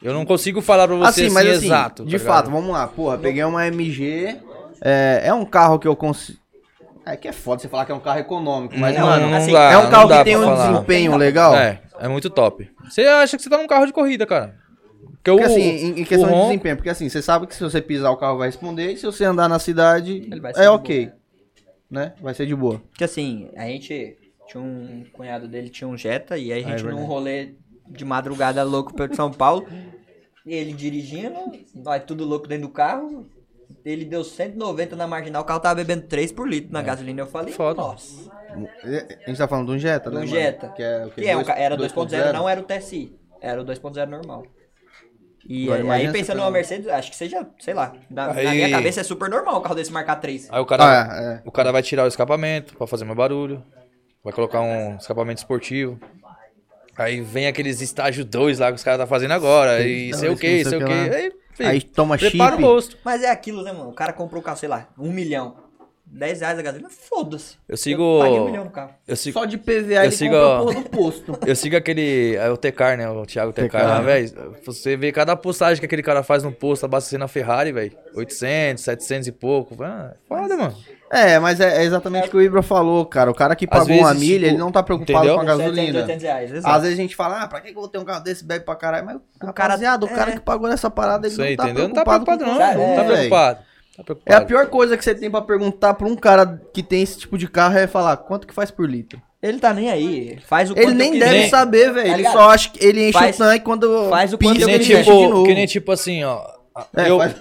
S3: Eu não consigo falar pra você
S2: Assim, mas assim,
S3: exato.
S2: de
S3: tá
S2: fato,
S3: ligado?
S2: vamos lá. Porra, peguei uma MG. É, é um carro que eu consigo. É que é foda você falar que é um carro econômico, mas,
S3: Não,
S2: mano,
S3: não
S2: assim,
S3: dá,
S2: é um
S3: não
S2: carro
S3: dá
S2: que tem
S3: pra
S2: um
S3: falar.
S2: desempenho legal.
S3: É, é muito top. Você acha que você tá num carro de corrida, cara. Porque,
S2: Porque
S3: o-
S2: assim, em- em
S3: o
S2: questão de
S3: Ron-
S2: desempenho, porque assim, você sabe que se você pisar o carro vai responder, e se você andar na cidade,
S1: Ele vai ser de
S2: é
S1: boa.
S2: ok. Né? Vai ser de boa.
S1: Porque assim, a gente tinha um cunhado dele, tinha um Jetta, e aí a
S2: Ah, é
S1: gente num
S2: verdade.
S1: rolê de madrugada louco pelo São Paulo, ele dirigindo, nós tudo louco dentro do carro, ele deu 190 na marginal, o carro tava bebendo 3 por litro na
S2: É.
S1: gasolina, eu falei,
S3: Foda.
S1: nossa,
S2: A gente tá falando de um Jetta, né?
S1: um
S2: mano?
S1: Jetta,
S2: Que é, o quê?
S1: que é um
S2: Dois-
S1: ca- era 2.0, não é. era o TSI, era o 2.0 normal. E
S2: Agora,
S1: aí,
S2: imagina se
S1: pensando
S2: pega
S1: numa
S2: um-
S1: Mercedes, acho que seja, sei lá, na, na
S3: Aí-
S1: minha cabeça é super normal o carro desse marcar 3.
S3: Aí o cara,
S2: Ah, é.
S3: o cara vai tirar o escapamento pra fazer mais barulho. Vai colocar um escapamento esportivo. Aí vem aqueles estágio 2 lá que os caras tá fazendo agora. E
S2: Estágio
S3: sei o
S2: dois,
S3: que,
S2: não
S3: sei o que.
S2: lá.
S3: Aí, filho,
S2: Aí toma chip.
S3: prepara o rosto.
S1: Mas é aquilo, né, mano? O cara comprou o carro, sei lá, um milhão. 10 reais a gasolina, foda-se.
S3: Eu sigo-
S1: paguei um milhão no carro.
S3: Eu sigo,
S2: Só de PVA
S3: Eu
S2: ele
S3: sigo
S2: compra a
S3: a-
S2: porra do posto.
S3: eu sigo aquele. É o Tecar, né? O Thiago Tecar
S2: Tecar.
S3: lá, velho. Você vê cada postagem que aquele cara faz no posto abastecendo a Ferrari, velho. 800, 700 e pouco. Ah, foda, mano.
S2: É, mas é, é exatamente o que o Ibra falou, cara. O cara que pagou uma
S3: vezes,
S2: milha,
S3: tipo,
S2: ele não tá preocupado
S3: entendeu?
S2: com a
S1: 700,
S2: gasolina.
S1: 800 reais, exato.
S2: Às vezes a gente fala, ah, pra que que eu vou ter um carro desse, bebe pra caralho? Mas, o
S1: cara-
S2: rapaziada, o cara
S1: é.
S2: que pagou nessa parada, ele
S3: Isso aí,
S2: não tá
S3: entendeu? Não tá
S2: preocupado
S3: preocupado,
S2: com
S3: não.
S2: o que
S1: cara,
S2: você
S3: Não
S2: é,
S3: tá
S2: velho.
S3: preocupado. Tá preocupado.
S2: É a pior coisa que você tem pra perguntar pra um cara que tem esse tipo de carro é falar, quanto que faz por litro?
S1: Ele tá nem aí. Faz o
S2: Ele
S1: quanto
S2: nem
S1: eu quiser.
S2: deve
S3: Nem-
S2: saber, velho.
S1: Tá
S2: Ele
S1: ligado?
S2: só acha que ele enche
S1: Faz-
S2: o tanque quando
S1: faz o
S2: pisa,
S1: quanto
S3: Que
S1: eu
S3: nem,
S1: Ele
S2: ele enche de
S3: tipo,
S2: novo.
S3: que nem tipo assim, ó.
S2: É,
S3: eu,
S2: faz-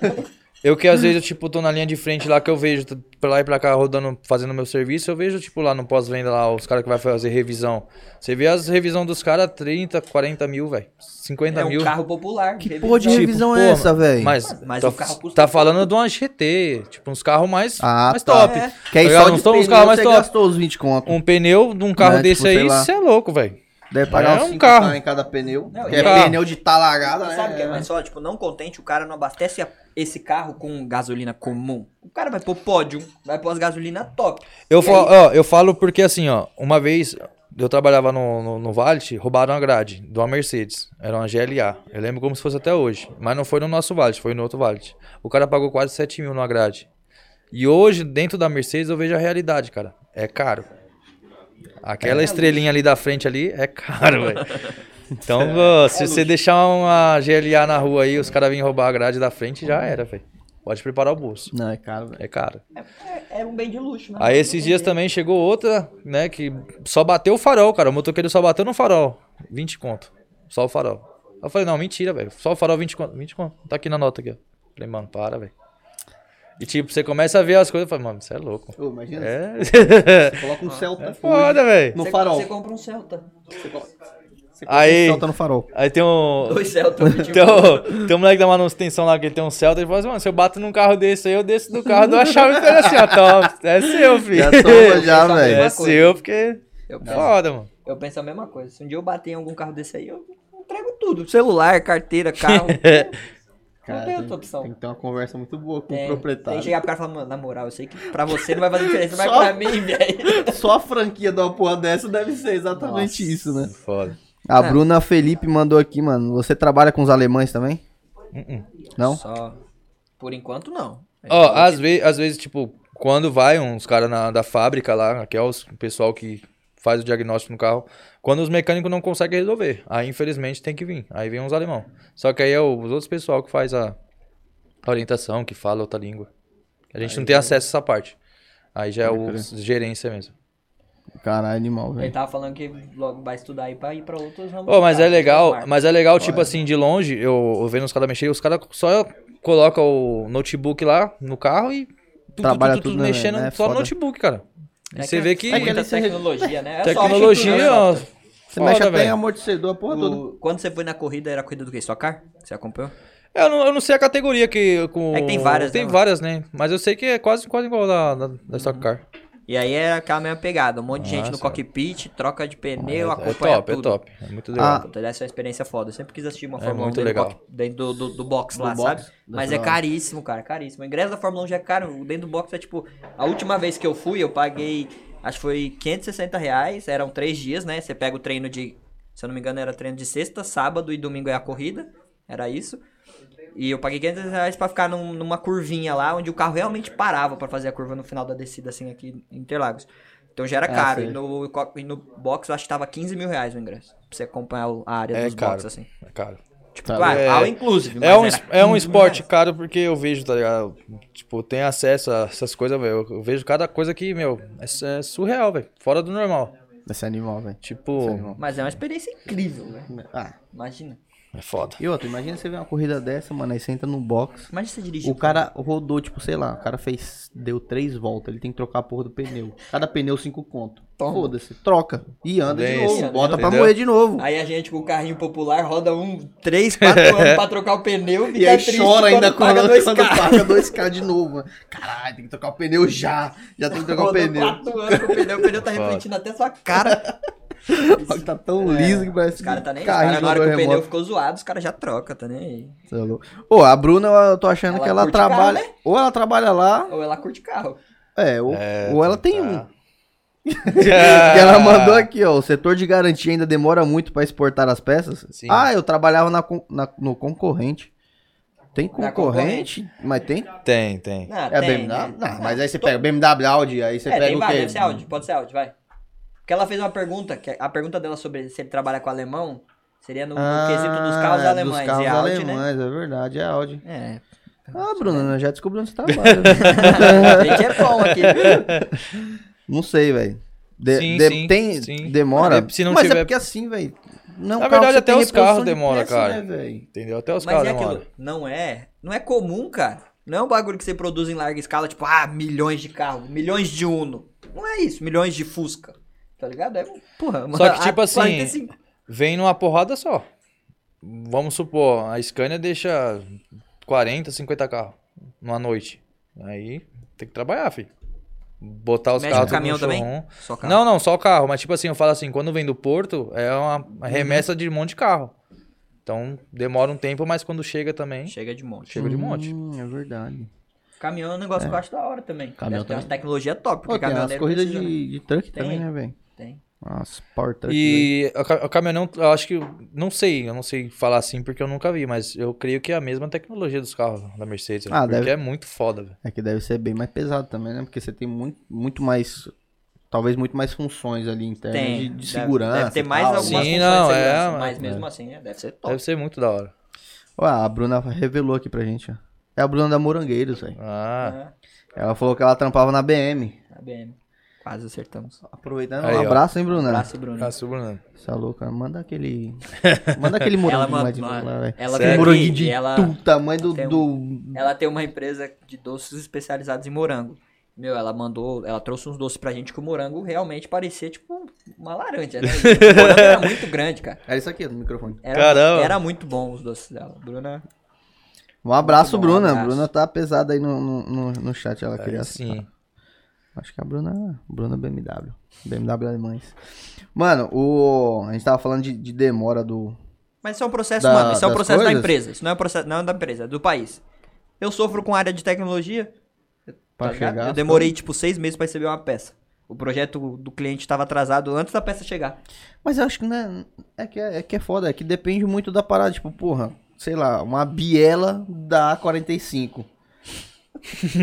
S3: eu que às vezes eu, tipo, tô na linha de frente lá que eu vejo, tô pra lá e pra cá rodando, fazendo meu serviço, eu vejo, tipo, lá no pós-venda lá, os caras que vai fazer revisão. Você vê as revisões dos caras, 30, 40 mil, velho. 50
S1: É
S3: mil.
S1: um carro popular.
S2: Que
S1: revisão.
S2: porra de revisão é
S3: pô,
S2: essa, velho?
S3: Tipo, Mas,
S1: Mas
S3: tá,
S1: o carro custa-
S3: tá falando de uma GT, tipo, uns carros mais,
S2: Ah,
S3: mais
S2: tá.
S3: top.
S1: É.
S2: Que aí
S3: Tá ligado?
S2: só
S3: Uns
S2: de
S3: to- uns
S2: pneu
S3: carros mais
S2: você
S3: top.
S2: gastou os 20 conto.
S3: Um pneu de um carro
S2: Né,
S3: desse
S2: tipo, sei
S3: aí,
S2: lá.
S3: você é louco, velho.
S2: Deve pagar
S3: É
S2: uns
S3: um
S2: 5
S3: carro.
S2: em cada pneu.
S1: Não,
S2: que
S1: e
S2: é
S3: carro.
S2: pneu de talagada, né?
S1: Sabe o que é mais só? Tipo, não contente, o cara não abastece a- esse carro com gasolina comum. O cara vai pôr pódio, vai pôr as gasolina top.
S3: Eu,
S1: E
S3: falo, ó, eu falo porque assim, ó, uma vez eu trabalhava no, no, no Valet, roubaram a grade de uma Mercedes. Era uma GLA. Eu lembro como se fosse até hoje. Mas não foi no nosso Valet, foi no outro Valet. O cara pagou quase 7 mil numa grade. E hoje, dentro da Mercedes, eu vejo a realidade, cara. É caro. Aquela estrelinha ali da frente ali é caro, velho. Então, ó, se você deixar uma GLA na rua aí, os caras vêm roubar a grade da frente, já era, velho. Pode preparar o bolso.
S2: Não, é caro, velho.
S3: É caro.
S1: É, é um bem de luxo, né?
S3: Aí esses dias também chegou outra, né, que só bateu o farol, cara. O motoqueiro só bateu no farol. 20 conto. Só o farol. Eu falei, não, mentira, velho. Só o farol 20 conto. 20 conto. Tá aqui na nota aqui, ó. Falei, mano, para, velho. E tipo, você começa a ver as coisas e fala, mano, você é louco.
S2: Ô, imagina,
S3: É.
S2: você coloca um Celta
S3: é foda, velho.
S2: no
S1: Você-
S2: farol.
S1: Você compra um Celta.
S2: Você coloca
S3: Aí,
S2: um Celta no farol.
S3: aí tem um.
S1: Dois
S2: Então,
S1: Celta. tipo,
S3: Tem um, tem um moleque da manutenção lá que ele tem um Celta. Ele fala assim, mano, se eu bato num carro desse aí, eu desço do carro, dou a chave e falo assim, ó, top. É seu, filho.
S2: Já toma já,
S1: Só
S2: velho.
S1: mesma
S3: É
S1: coisa.
S3: seu, porque. é
S1: Eu penso,
S3: Foda, mano.
S1: eu penso a mesma coisa. Se um dia eu bater em algum carro desse aí, eu entrego tudo. Celular, carteira, carro. não tem outra opção.
S2: Tem que ter uma conversa muito boa com
S1: Tem,
S2: o
S1: tem que
S2: proprietário.
S1: chegar pro cara e falar, mano, na moral, eu sei que pra você não vai fazer diferença, mas
S2: Só-
S1: pra mim, velho.
S2: Só a franquia de uma porra dessa deve ser exatamente isso, né?
S3: Foda.
S2: A
S1: É.
S2: Bruna Felipe mandou aqui, mano. Você trabalha com os alemães também?
S3: Hum,
S2: Não?
S1: Só. Por enquanto, não.
S3: Ó, às, ve às vezes, tipo, quando vai uns caras da fábrica lá, que é os- o pessoal que faz o diagnóstico no carro, quando os mecânicos não conseguem resolver, aí infelizmente tem que vir. Aí vem uns alemão. Só que aí é o- os outros pessoal que faz a a orientação, que fala outra língua. A gente não tem acesso a essa parte. Aí já é o gerência mesmo.
S2: Caralho, animal,
S1: Ele
S2: velho.
S1: tava falando que logo vai estudar aí pra ir pra outros ramos.
S3: Pô, mas
S1: do carro, né,
S3: é
S1: outras
S3: legal,
S1: marcas.
S3: mas é legal, tipo assim, de longe, eu, eu vendo os caras mexer, os caras só colocam o notebook lá no carro e tu-
S2: Trabalha
S3: tu- tu- tu-
S2: tudo, né,
S3: mexendo
S2: velho? É
S3: só no
S2: foda.
S3: notebook, cara. E
S1: É
S3: você vê que
S1: é muita tecnologia, né? É software, tudo, né?
S3: tecnologia, ó.
S2: Você mexe
S3: foda,
S2: até em
S3: velho.
S2: amortecedor, a porra toda.
S1: O- Quando você foi na corrida, era corrida do quê? Só car? Você acompanhou?
S3: Eu não, eu não sei a categoria que com
S1: É que tem várias,
S3: tem
S1: né,
S3: várias, né? Mas eu sei que é quase quase igual da da, da Stock Car.
S1: E aí é aquela mesma pegada, um monte de gente no
S3: Nossa.
S1: cockpit, troca de pneu,
S3: é, é
S1: acompanha
S3: top,
S1: tudo.
S3: é top. É muito legal.
S2: Ah,
S1: Puta, essa é uma experiência foda. Eu sempre quis assistir uma
S3: É
S1: Fórmula 1
S3: muito
S1: dentro,
S3: legal.
S1: do, coque- dentro do, do, do box
S2: Do
S1: lá,
S2: box,
S1: sabe?
S2: da
S1: Mas é
S2: Fórmula 1.
S1: caríssimo, cara, caríssimo. O ingresso da Fórmula 1 já é caro, o dentro do box é tipo... A última vez que eu fui, eu paguei, acho que foi 560 reais, eram três dias, né? Você pega o treino de, se eu não me engano, era treino de sexta, sábado e domingo é a corrida, era isso. E eu paguei 500 reais pra ficar num- numa curvinha lá, onde o carro realmente parava pra fazer a curva no final da descida, assim, aqui em Interlagos. Então já era
S2: Ah,
S1: caro.
S2: sei.
S1: E no, co- e no box eu acho que tava 15 mil reais o ingresso. Pra você acompanhar o- a área
S3: É
S1: dos
S3: caro.
S1: boxes, assim.
S3: É caro.
S1: Tipo,
S2: Tá.
S1: claro,
S3: É-
S1: all inclusive.
S3: É
S1: mas
S3: um,
S1: era
S3: es- é um
S1: 15 mil
S3: esporte
S1: reais.
S3: caro porque eu vejo, tá ligado? Tipo, tem acesso a essas coisas, velho. Eu vejo cada coisa que, meu, é, é surreal, velho. Fora do normal.
S2: Esse animal, velho.
S3: Tipo,
S2: Esse animal.
S1: Mas é uma experiência incrível, né?
S2: Ah,
S1: Imagina.
S3: é foda.
S2: e outra, imagina você ver uma corrida dessa, mano, aí você entra no box.
S1: Imagina você dirigir.
S2: O cara rodou, tipo, sei lá, o cara fez, deu três voltas, ele tem que trocar a porra do pneu. Cada pneu cinco conto.
S1: Toma.
S2: Foda-se, troca. E anda de
S3: Desse,
S2: novo,
S1: entendeu?
S2: bota pra
S3: Entendeu?
S2: moer de novo.
S1: Aí a gente com o carrinho popular roda um, três, quatro anos pra trocar o pneu fica
S2: É. E aí
S1: triste
S2: chora ainda
S1: quando paga
S2: quando,
S1: dois
S2: quando
S1: carros.
S2: paga 2K de novo. mano. Caralho, tem que trocar o pneu já. Já tem que trocar o
S1: Roda
S2: pneu.
S1: quatro anos com o pneu, o pneu tá
S3: Foda.
S1: refletindo até sua cara.
S2: Olha, Tá tão liso que parece
S1: Os caras tá nem aí. Os
S2: carrinho
S1: caras,
S2: de
S1: na hora que o
S2: controle
S1: pneu
S2: remoto.
S1: ficou zoado, os caras já trocam, tá nem
S2: Você é louco. Ô, a Bruna, eu tô achando
S1: Ela
S2: que ela
S1: curte carro, né?
S2: trabalha. Ou ela trabalha lá,
S1: aí. Ou ela curte carro.
S2: é, ou,
S3: É,
S2: ou ela tem
S3: tá.
S2: um. Que
S3: Ah.
S2: ela mandou aqui, ó. O setor de garantia ainda demora muito pra exportar as peças?
S3: Sim.
S2: Ah, eu trabalhava na, con- na- no concorrente. Tem
S1: Na
S2: concorrente, mas tem?
S3: Tem, tem.
S1: Ah,
S2: é a
S1: tem,
S2: BMW?
S1: né?
S2: Não, mas aí você pega BMW Audi, aí você
S1: é,
S2: pega
S1: tem
S2: o
S1: vários,
S2: quê?
S1: deve ser áudio, pode ser áudio, vai. Porque ela fez uma pergunta, que é, a pergunta dela sobre se ele trabalha com alemão, seria no, no quesito dos carros
S2: Ah,
S1: alemães.
S2: Dos carros
S1: e a Audi, né?
S2: alemães, é verdade, é Audi.
S1: É,
S2: Ah, Bruno, nós já descobri onde você trabalha. né?
S1: a gente é bom aqui.
S2: não sei, velho. De-
S3: Sim,
S2: de-
S3: sim,
S2: tem,
S3: sim.
S2: demora.
S3: Se não
S2: Mas é
S3: tiver-
S2: porque assim, velho. não é um carro que
S3: Na verdade,
S2: você
S3: até
S2: tem
S3: os carros
S2: reposição de
S3: demora,
S2: peça,
S3: cara.
S2: né, velho?
S3: Entendeu? Até os
S1: Mas
S3: caras
S1: é
S3: demoram.
S1: aquilo, não é, não é comum, cara. Não é um bagulho que você produz em larga escala, tipo, ah, milhões de carros, milhões de Uno. Não é isso, milhões de Fusca. Tá ligado? É, porra,
S3: Só que,
S1: uma-
S3: tipo
S1: a
S3: assim,
S1: 45.
S3: Vem numa porrada só. Vamos supor, a Scania deixa 40, 50 carros numa noite. Aí tem que trabalhar, filho. botar os
S1: Mete
S3: carros
S1: no
S3: tudo
S1: caminhão também?
S3: showroom.
S1: Só carro.
S3: Não, não, só o carro. Mas tipo assim, eu falo assim, quando vem do porto, é uma remessa de um monte de carro. Então demora um tempo, mas quando chega também,
S1: Chega de monte.
S3: chega de monte.
S2: Hum, é verdade.
S1: Caminhão é um negócio que eu acho da hora também.
S2: Caminhão
S1: Caminhão tem umas
S2: também.
S1: tecnologia top.
S2: Pô,
S1: Porque
S2: tem as
S1: caminhoneiro
S2: corridas
S1: precisa, né?
S2: de, de truck
S1: Tem.
S2: também, né, velho?
S1: Tem.
S2: As portas.
S3: E o ca- o caminhão, eu acho que, não sei, eu não sei falar assim porque eu nunca vi, mas eu creio que é a mesma tecnologia dos carros da Mercedes.
S2: Ah,
S3: porque
S2: deve-
S3: é muito foda, velho.
S2: É que deve ser bem mais pesado também, né? Porque você tem muito, muito mais. Talvez muito mais funções ali internas
S1: Tem.
S2: é, de, de
S1: Deve-
S2: segurança.
S1: Deve ter
S2: e
S1: mais
S2: tal. né?
S1: algumas funções
S3: Sim,
S1: de
S3: não,
S1: segurança,
S3: é,
S1: mas
S3: mas-
S1: mesmo assim, é, deve ser top.
S3: Deve ser muito da hora.
S2: Ó, a Bruna revelou aqui pra gente, ó. É a Bruna da Morangueiros, velho.
S3: Ah,
S1: É,
S2: Ela falou que ela trampava na BM.
S1: tá bem. Quase acertamos.
S2: Aproveitando,
S3: Aí,
S2: um
S3: ó.
S2: abraço, hein, Bruna?
S1: Abraço, Bruno.
S3: ah, Bruno.
S2: Essa louca, manda aquele. Manda aquele
S1: Ela
S2: moranguinho lá de
S1: mandou.
S2: lá, velho.
S1: Ela
S3: Sério?
S2: Aquele
S1: veio
S2: moranguinho
S1: aqui,
S2: de
S1: e ela,
S2: tu, tamanho do.
S1: tem um
S2: do...
S1: ela tem uma empresa de doces especializados em morango. Meu, ela mandou, ela trouxe uns doces pra gente que o morango realmente parecia tipo uma laranja, né? E o morango era muito grande, cara.
S2: É isso aqui no microfone.
S1: Era,
S3: Caramba.
S1: era muito bom os doces dela. Bruna,
S2: Um abraço,
S1: Muito bom,
S2: Bruna.
S1: abraço.
S2: Bruna tá pesada aí no, no, no, no chat. Ela queria.
S3: Aí É, sim.
S2: Acho que a Bruna, Bruna BMW. BMW Alemães. Mano, o, a gente tava falando de, de demora do.
S1: Mas isso é um processo,
S2: Da-
S1: mano. Isso é um
S2: das
S1: processo da
S2: coisas?
S1: empresa. Isso não é um processo não é da empresa, é do país. Eu sofro com área de tecnologia.
S2: Pra
S1: tá ligado?
S2: chegar.
S1: Eu demorei, tipo, seis meses pra receber uma peça. O projeto do cliente estava atrasado antes da peça chegar.
S2: Mas eu acho que não é. É que é, é que é foda, é que depende muito da parada. Tipo, porra, sei lá, uma biela da 45.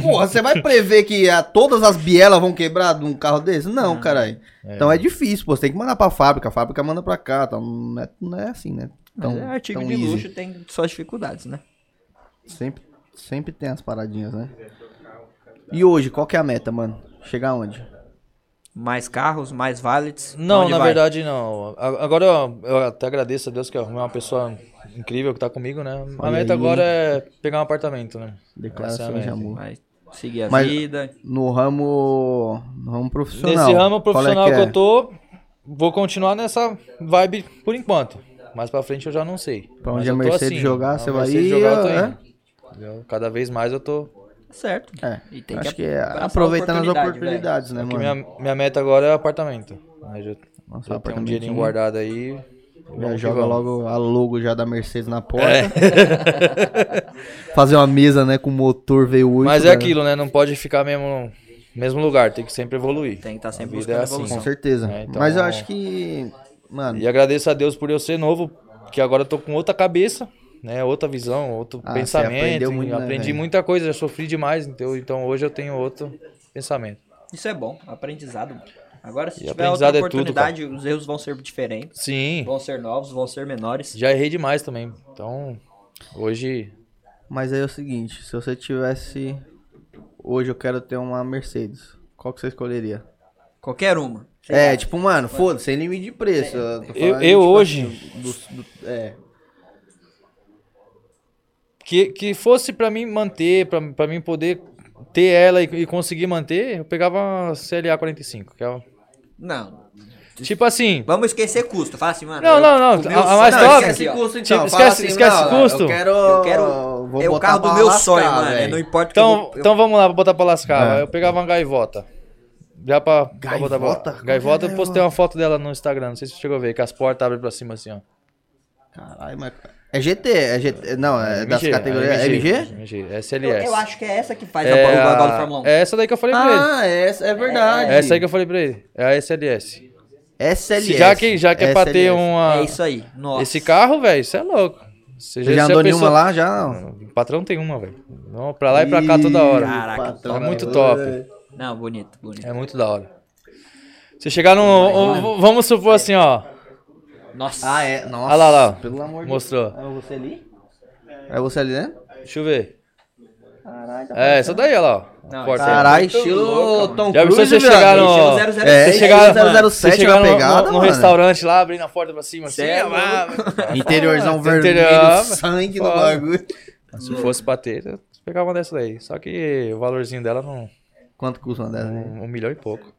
S2: Porra, você vai prever que a- todas as bielas vão quebrar de um carro desse? Não,
S1: Não.
S2: caralho. Então é difícil, pô. Você tem que mandar pra fábrica, a fábrica manda pra cá. Tá? Não, é, não é assim, né?
S1: Então,
S2: Tão,
S1: é artigo
S2: tão
S1: de
S2: easy.
S1: luxo tem suas dificuldades, né?
S2: Sempre, sempre tem as paradinhas, né? E hoje, qual que é a meta, mano? Chegar onde?
S3: é
S1: Mais carros, mais valets. pra
S3: Não,
S1: onde
S3: na
S1: vai?
S3: verdade não. A- Agora eu eu até agradeço a Deus que é uma pessoa incrível que tá comigo, né?
S2: Olha
S3: a meta
S2: aí.
S3: agora é pegar um apartamento, né? Essa é a
S2: Declaração de
S3: meta.
S2: amor.
S1: Vai seguir a
S2: Mas-
S1: vida.
S2: No ramo. No ramo profissional.
S3: Nesse ramo
S2: qual é
S3: profissional que,
S2: é?
S3: eu tô, vou continuar nessa vibe por enquanto. Mais pra frente eu já não sei.
S2: Pra
S3: Mas
S2: onde a
S3: eu tô
S2: Mercedes
S3: assim,
S2: jogar,
S3: a
S2: você vai
S3: Mercedes
S2: ir,
S3: jogar, eu tô
S2: né?
S3: indo. Entendeu? Cada vez mais eu tô.
S1: Certo.
S2: É,
S1: E tem
S2: acho
S1: que
S2: que, é
S1: abraçar a
S2: aproveitando
S1: oportunidade,
S2: as oportunidades, né,
S3: Porque
S2: mano?
S3: minha, minha meta agora é apartamento. Aí já,
S2: Nossa,
S3: já tem um
S2: apartamentinho.
S3: dinheirinho guardado aí.
S2: Já
S3: Vamos que
S2: joga
S3: vamos. É.
S2: logo a logo já da Mercedes na porta. Fazer uma mesa, né, com motor V8.
S3: Mas é
S2: né?
S3: aquilo, né? Não pode ficar mesmo mesmo lugar, tem que sempre evoluir.
S1: Tem que estar sempre
S3: A vida
S1: buscando
S3: é assim.
S2: Com
S1: evolução.
S2: certeza.
S3: É, então-
S2: Mas eu acho que. Mano,
S3: E agradeço a Deus por eu ser novo, que agora eu tô com outra cabeça, né? Outra visão, outro
S2: Ah, você
S3: pensamento.
S2: aprendeu
S3: e
S2: muito, né,
S3: aprendi
S2: velho?
S3: muita coisa, já sofri demais, então, então hoje eu tenho outro pensamento.
S1: Isso é bom. Aprendizado. mano. Agora, se
S3: E
S1: tiver outra
S3: aprendizado é tudo,
S1: oportunidade, os erros vão ser diferentes.
S3: Sim,
S1: Vão ser novos, vão ser menores.
S3: já errei demais também. Então, hoje
S2: mas aí é o seguinte, se você tivesse. Hoje eu quero ter uma Mercedes. Qual que você escolheria?
S1: Qualquer uma. Sei
S2: é,
S1: lá. É,
S2: tipo, mano, foda-se, sem limite de preço. Eu, tô
S3: Eu-
S2: falando,
S3: eu
S2: tipo,
S3: hoje-
S2: assim, do- do- é.
S3: que, que fosse pra mim manter, pra pra mim poder ter ela e, e conseguir manter, eu pegava a CLA 45, que é o-
S1: Não.
S3: tipo assim,
S1: Vamos esquecer custo. Fala assim, mano.
S3: Não,
S1: eu-
S3: não, não,
S1: o meu
S3: a- a
S1: sonho-
S3: mais
S1: Não,
S3: top-
S1: esquece, então. ó.
S3: Tipo, esquece- esquece custo.
S2: Eu quero.
S1: assim, Eu quero.
S2: vou
S1: é o
S2: botar
S1: carro do
S2: pra
S1: meu
S2: lascar,
S1: sonho, mano.
S2: velho.
S1: Não importa o que eu
S3: Então,
S1: vou- eu-
S3: então vamos lá, vou botar pra lascar.
S2: É.
S3: Eu pegava uma gaivota. Já pra, pra botar pra-
S2: Gaivota?
S3: Gaivota,
S2: Como é
S3: eu postei uma foto dela no Instagram, não sei se você chegou a ver, que as portas abrem pra cima assim, ó.
S2: Caralho, mas. É GT, é GT. Não, é das
S3: MG,
S2: categorias. é MG?
S3: MG,
S1: eu,
S3: SLS.
S1: eu acho que é essa que faz
S3: É
S1: a bola, o bagulho da
S3: a-
S1: Fórmula 1.
S3: É essa daí que eu falei pra ele.
S2: um. Ah, essa é verdade.
S3: É essa aí que eu falei pra ele. É a SLS.
S2: SLS.
S3: Se já que, já que é pra ter
S2: SLS.
S3: uma...
S1: É isso aí. Nossa.
S3: Esse carro, velho, isso é louco. Você
S2: Você já
S3: se a
S2: andou
S3: pessoa-
S2: nenhuma lá? Já não.
S3: O patrão tem uma, velho. Não, Pra lá e pra cá toda hora.
S1: Ih, Caraca,
S2: patrão, é
S3: tá muito
S2: velho.
S3: top.
S1: Não, bonito, bonito.
S3: É muito da hora. Você chegar num... um- Vamos supor assim, ó.
S1: Nossa.
S2: Ah, é. Nossa.
S3: Olha lá, olha lá.
S2: Pelo amor de
S3: Mostrou.
S2: Deus. É você ali? É você ali, né?
S3: Deixa eu ver.
S2: Caralho.
S3: É, essa daí, olha lá. ó.
S1: Não, é
S3: Corta aí.
S2: Caralho, um
S1: Muito louca,
S2: estilo
S1: mano.
S2: Tom
S3: Já pensou
S2: Cruise,
S3: se chegar
S2: velho.
S3: no-
S1: Esse é o 007.
S2: É,
S3: Você chegar,
S2: é 007
S3: você chegar
S2: é uma
S3: no-
S2: pegada,
S3: no, no
S2: mano.
S3: restaurante lá, abrindo a porta pra cima. Assim,
S1: Cê é
S3: ó, lá.
S2: Interiorzão
S3: Interior,
S2: vermelho,
S3: mano.
S2: sangue no
S3: Foda.
S2: bagulho.
S3: Se fosse bater, eu pegava uma dessa daí. Só que o valorzinho dela não.
S2: Quanto custa uma dessa? né?
S3: Um, um milhão e pouco.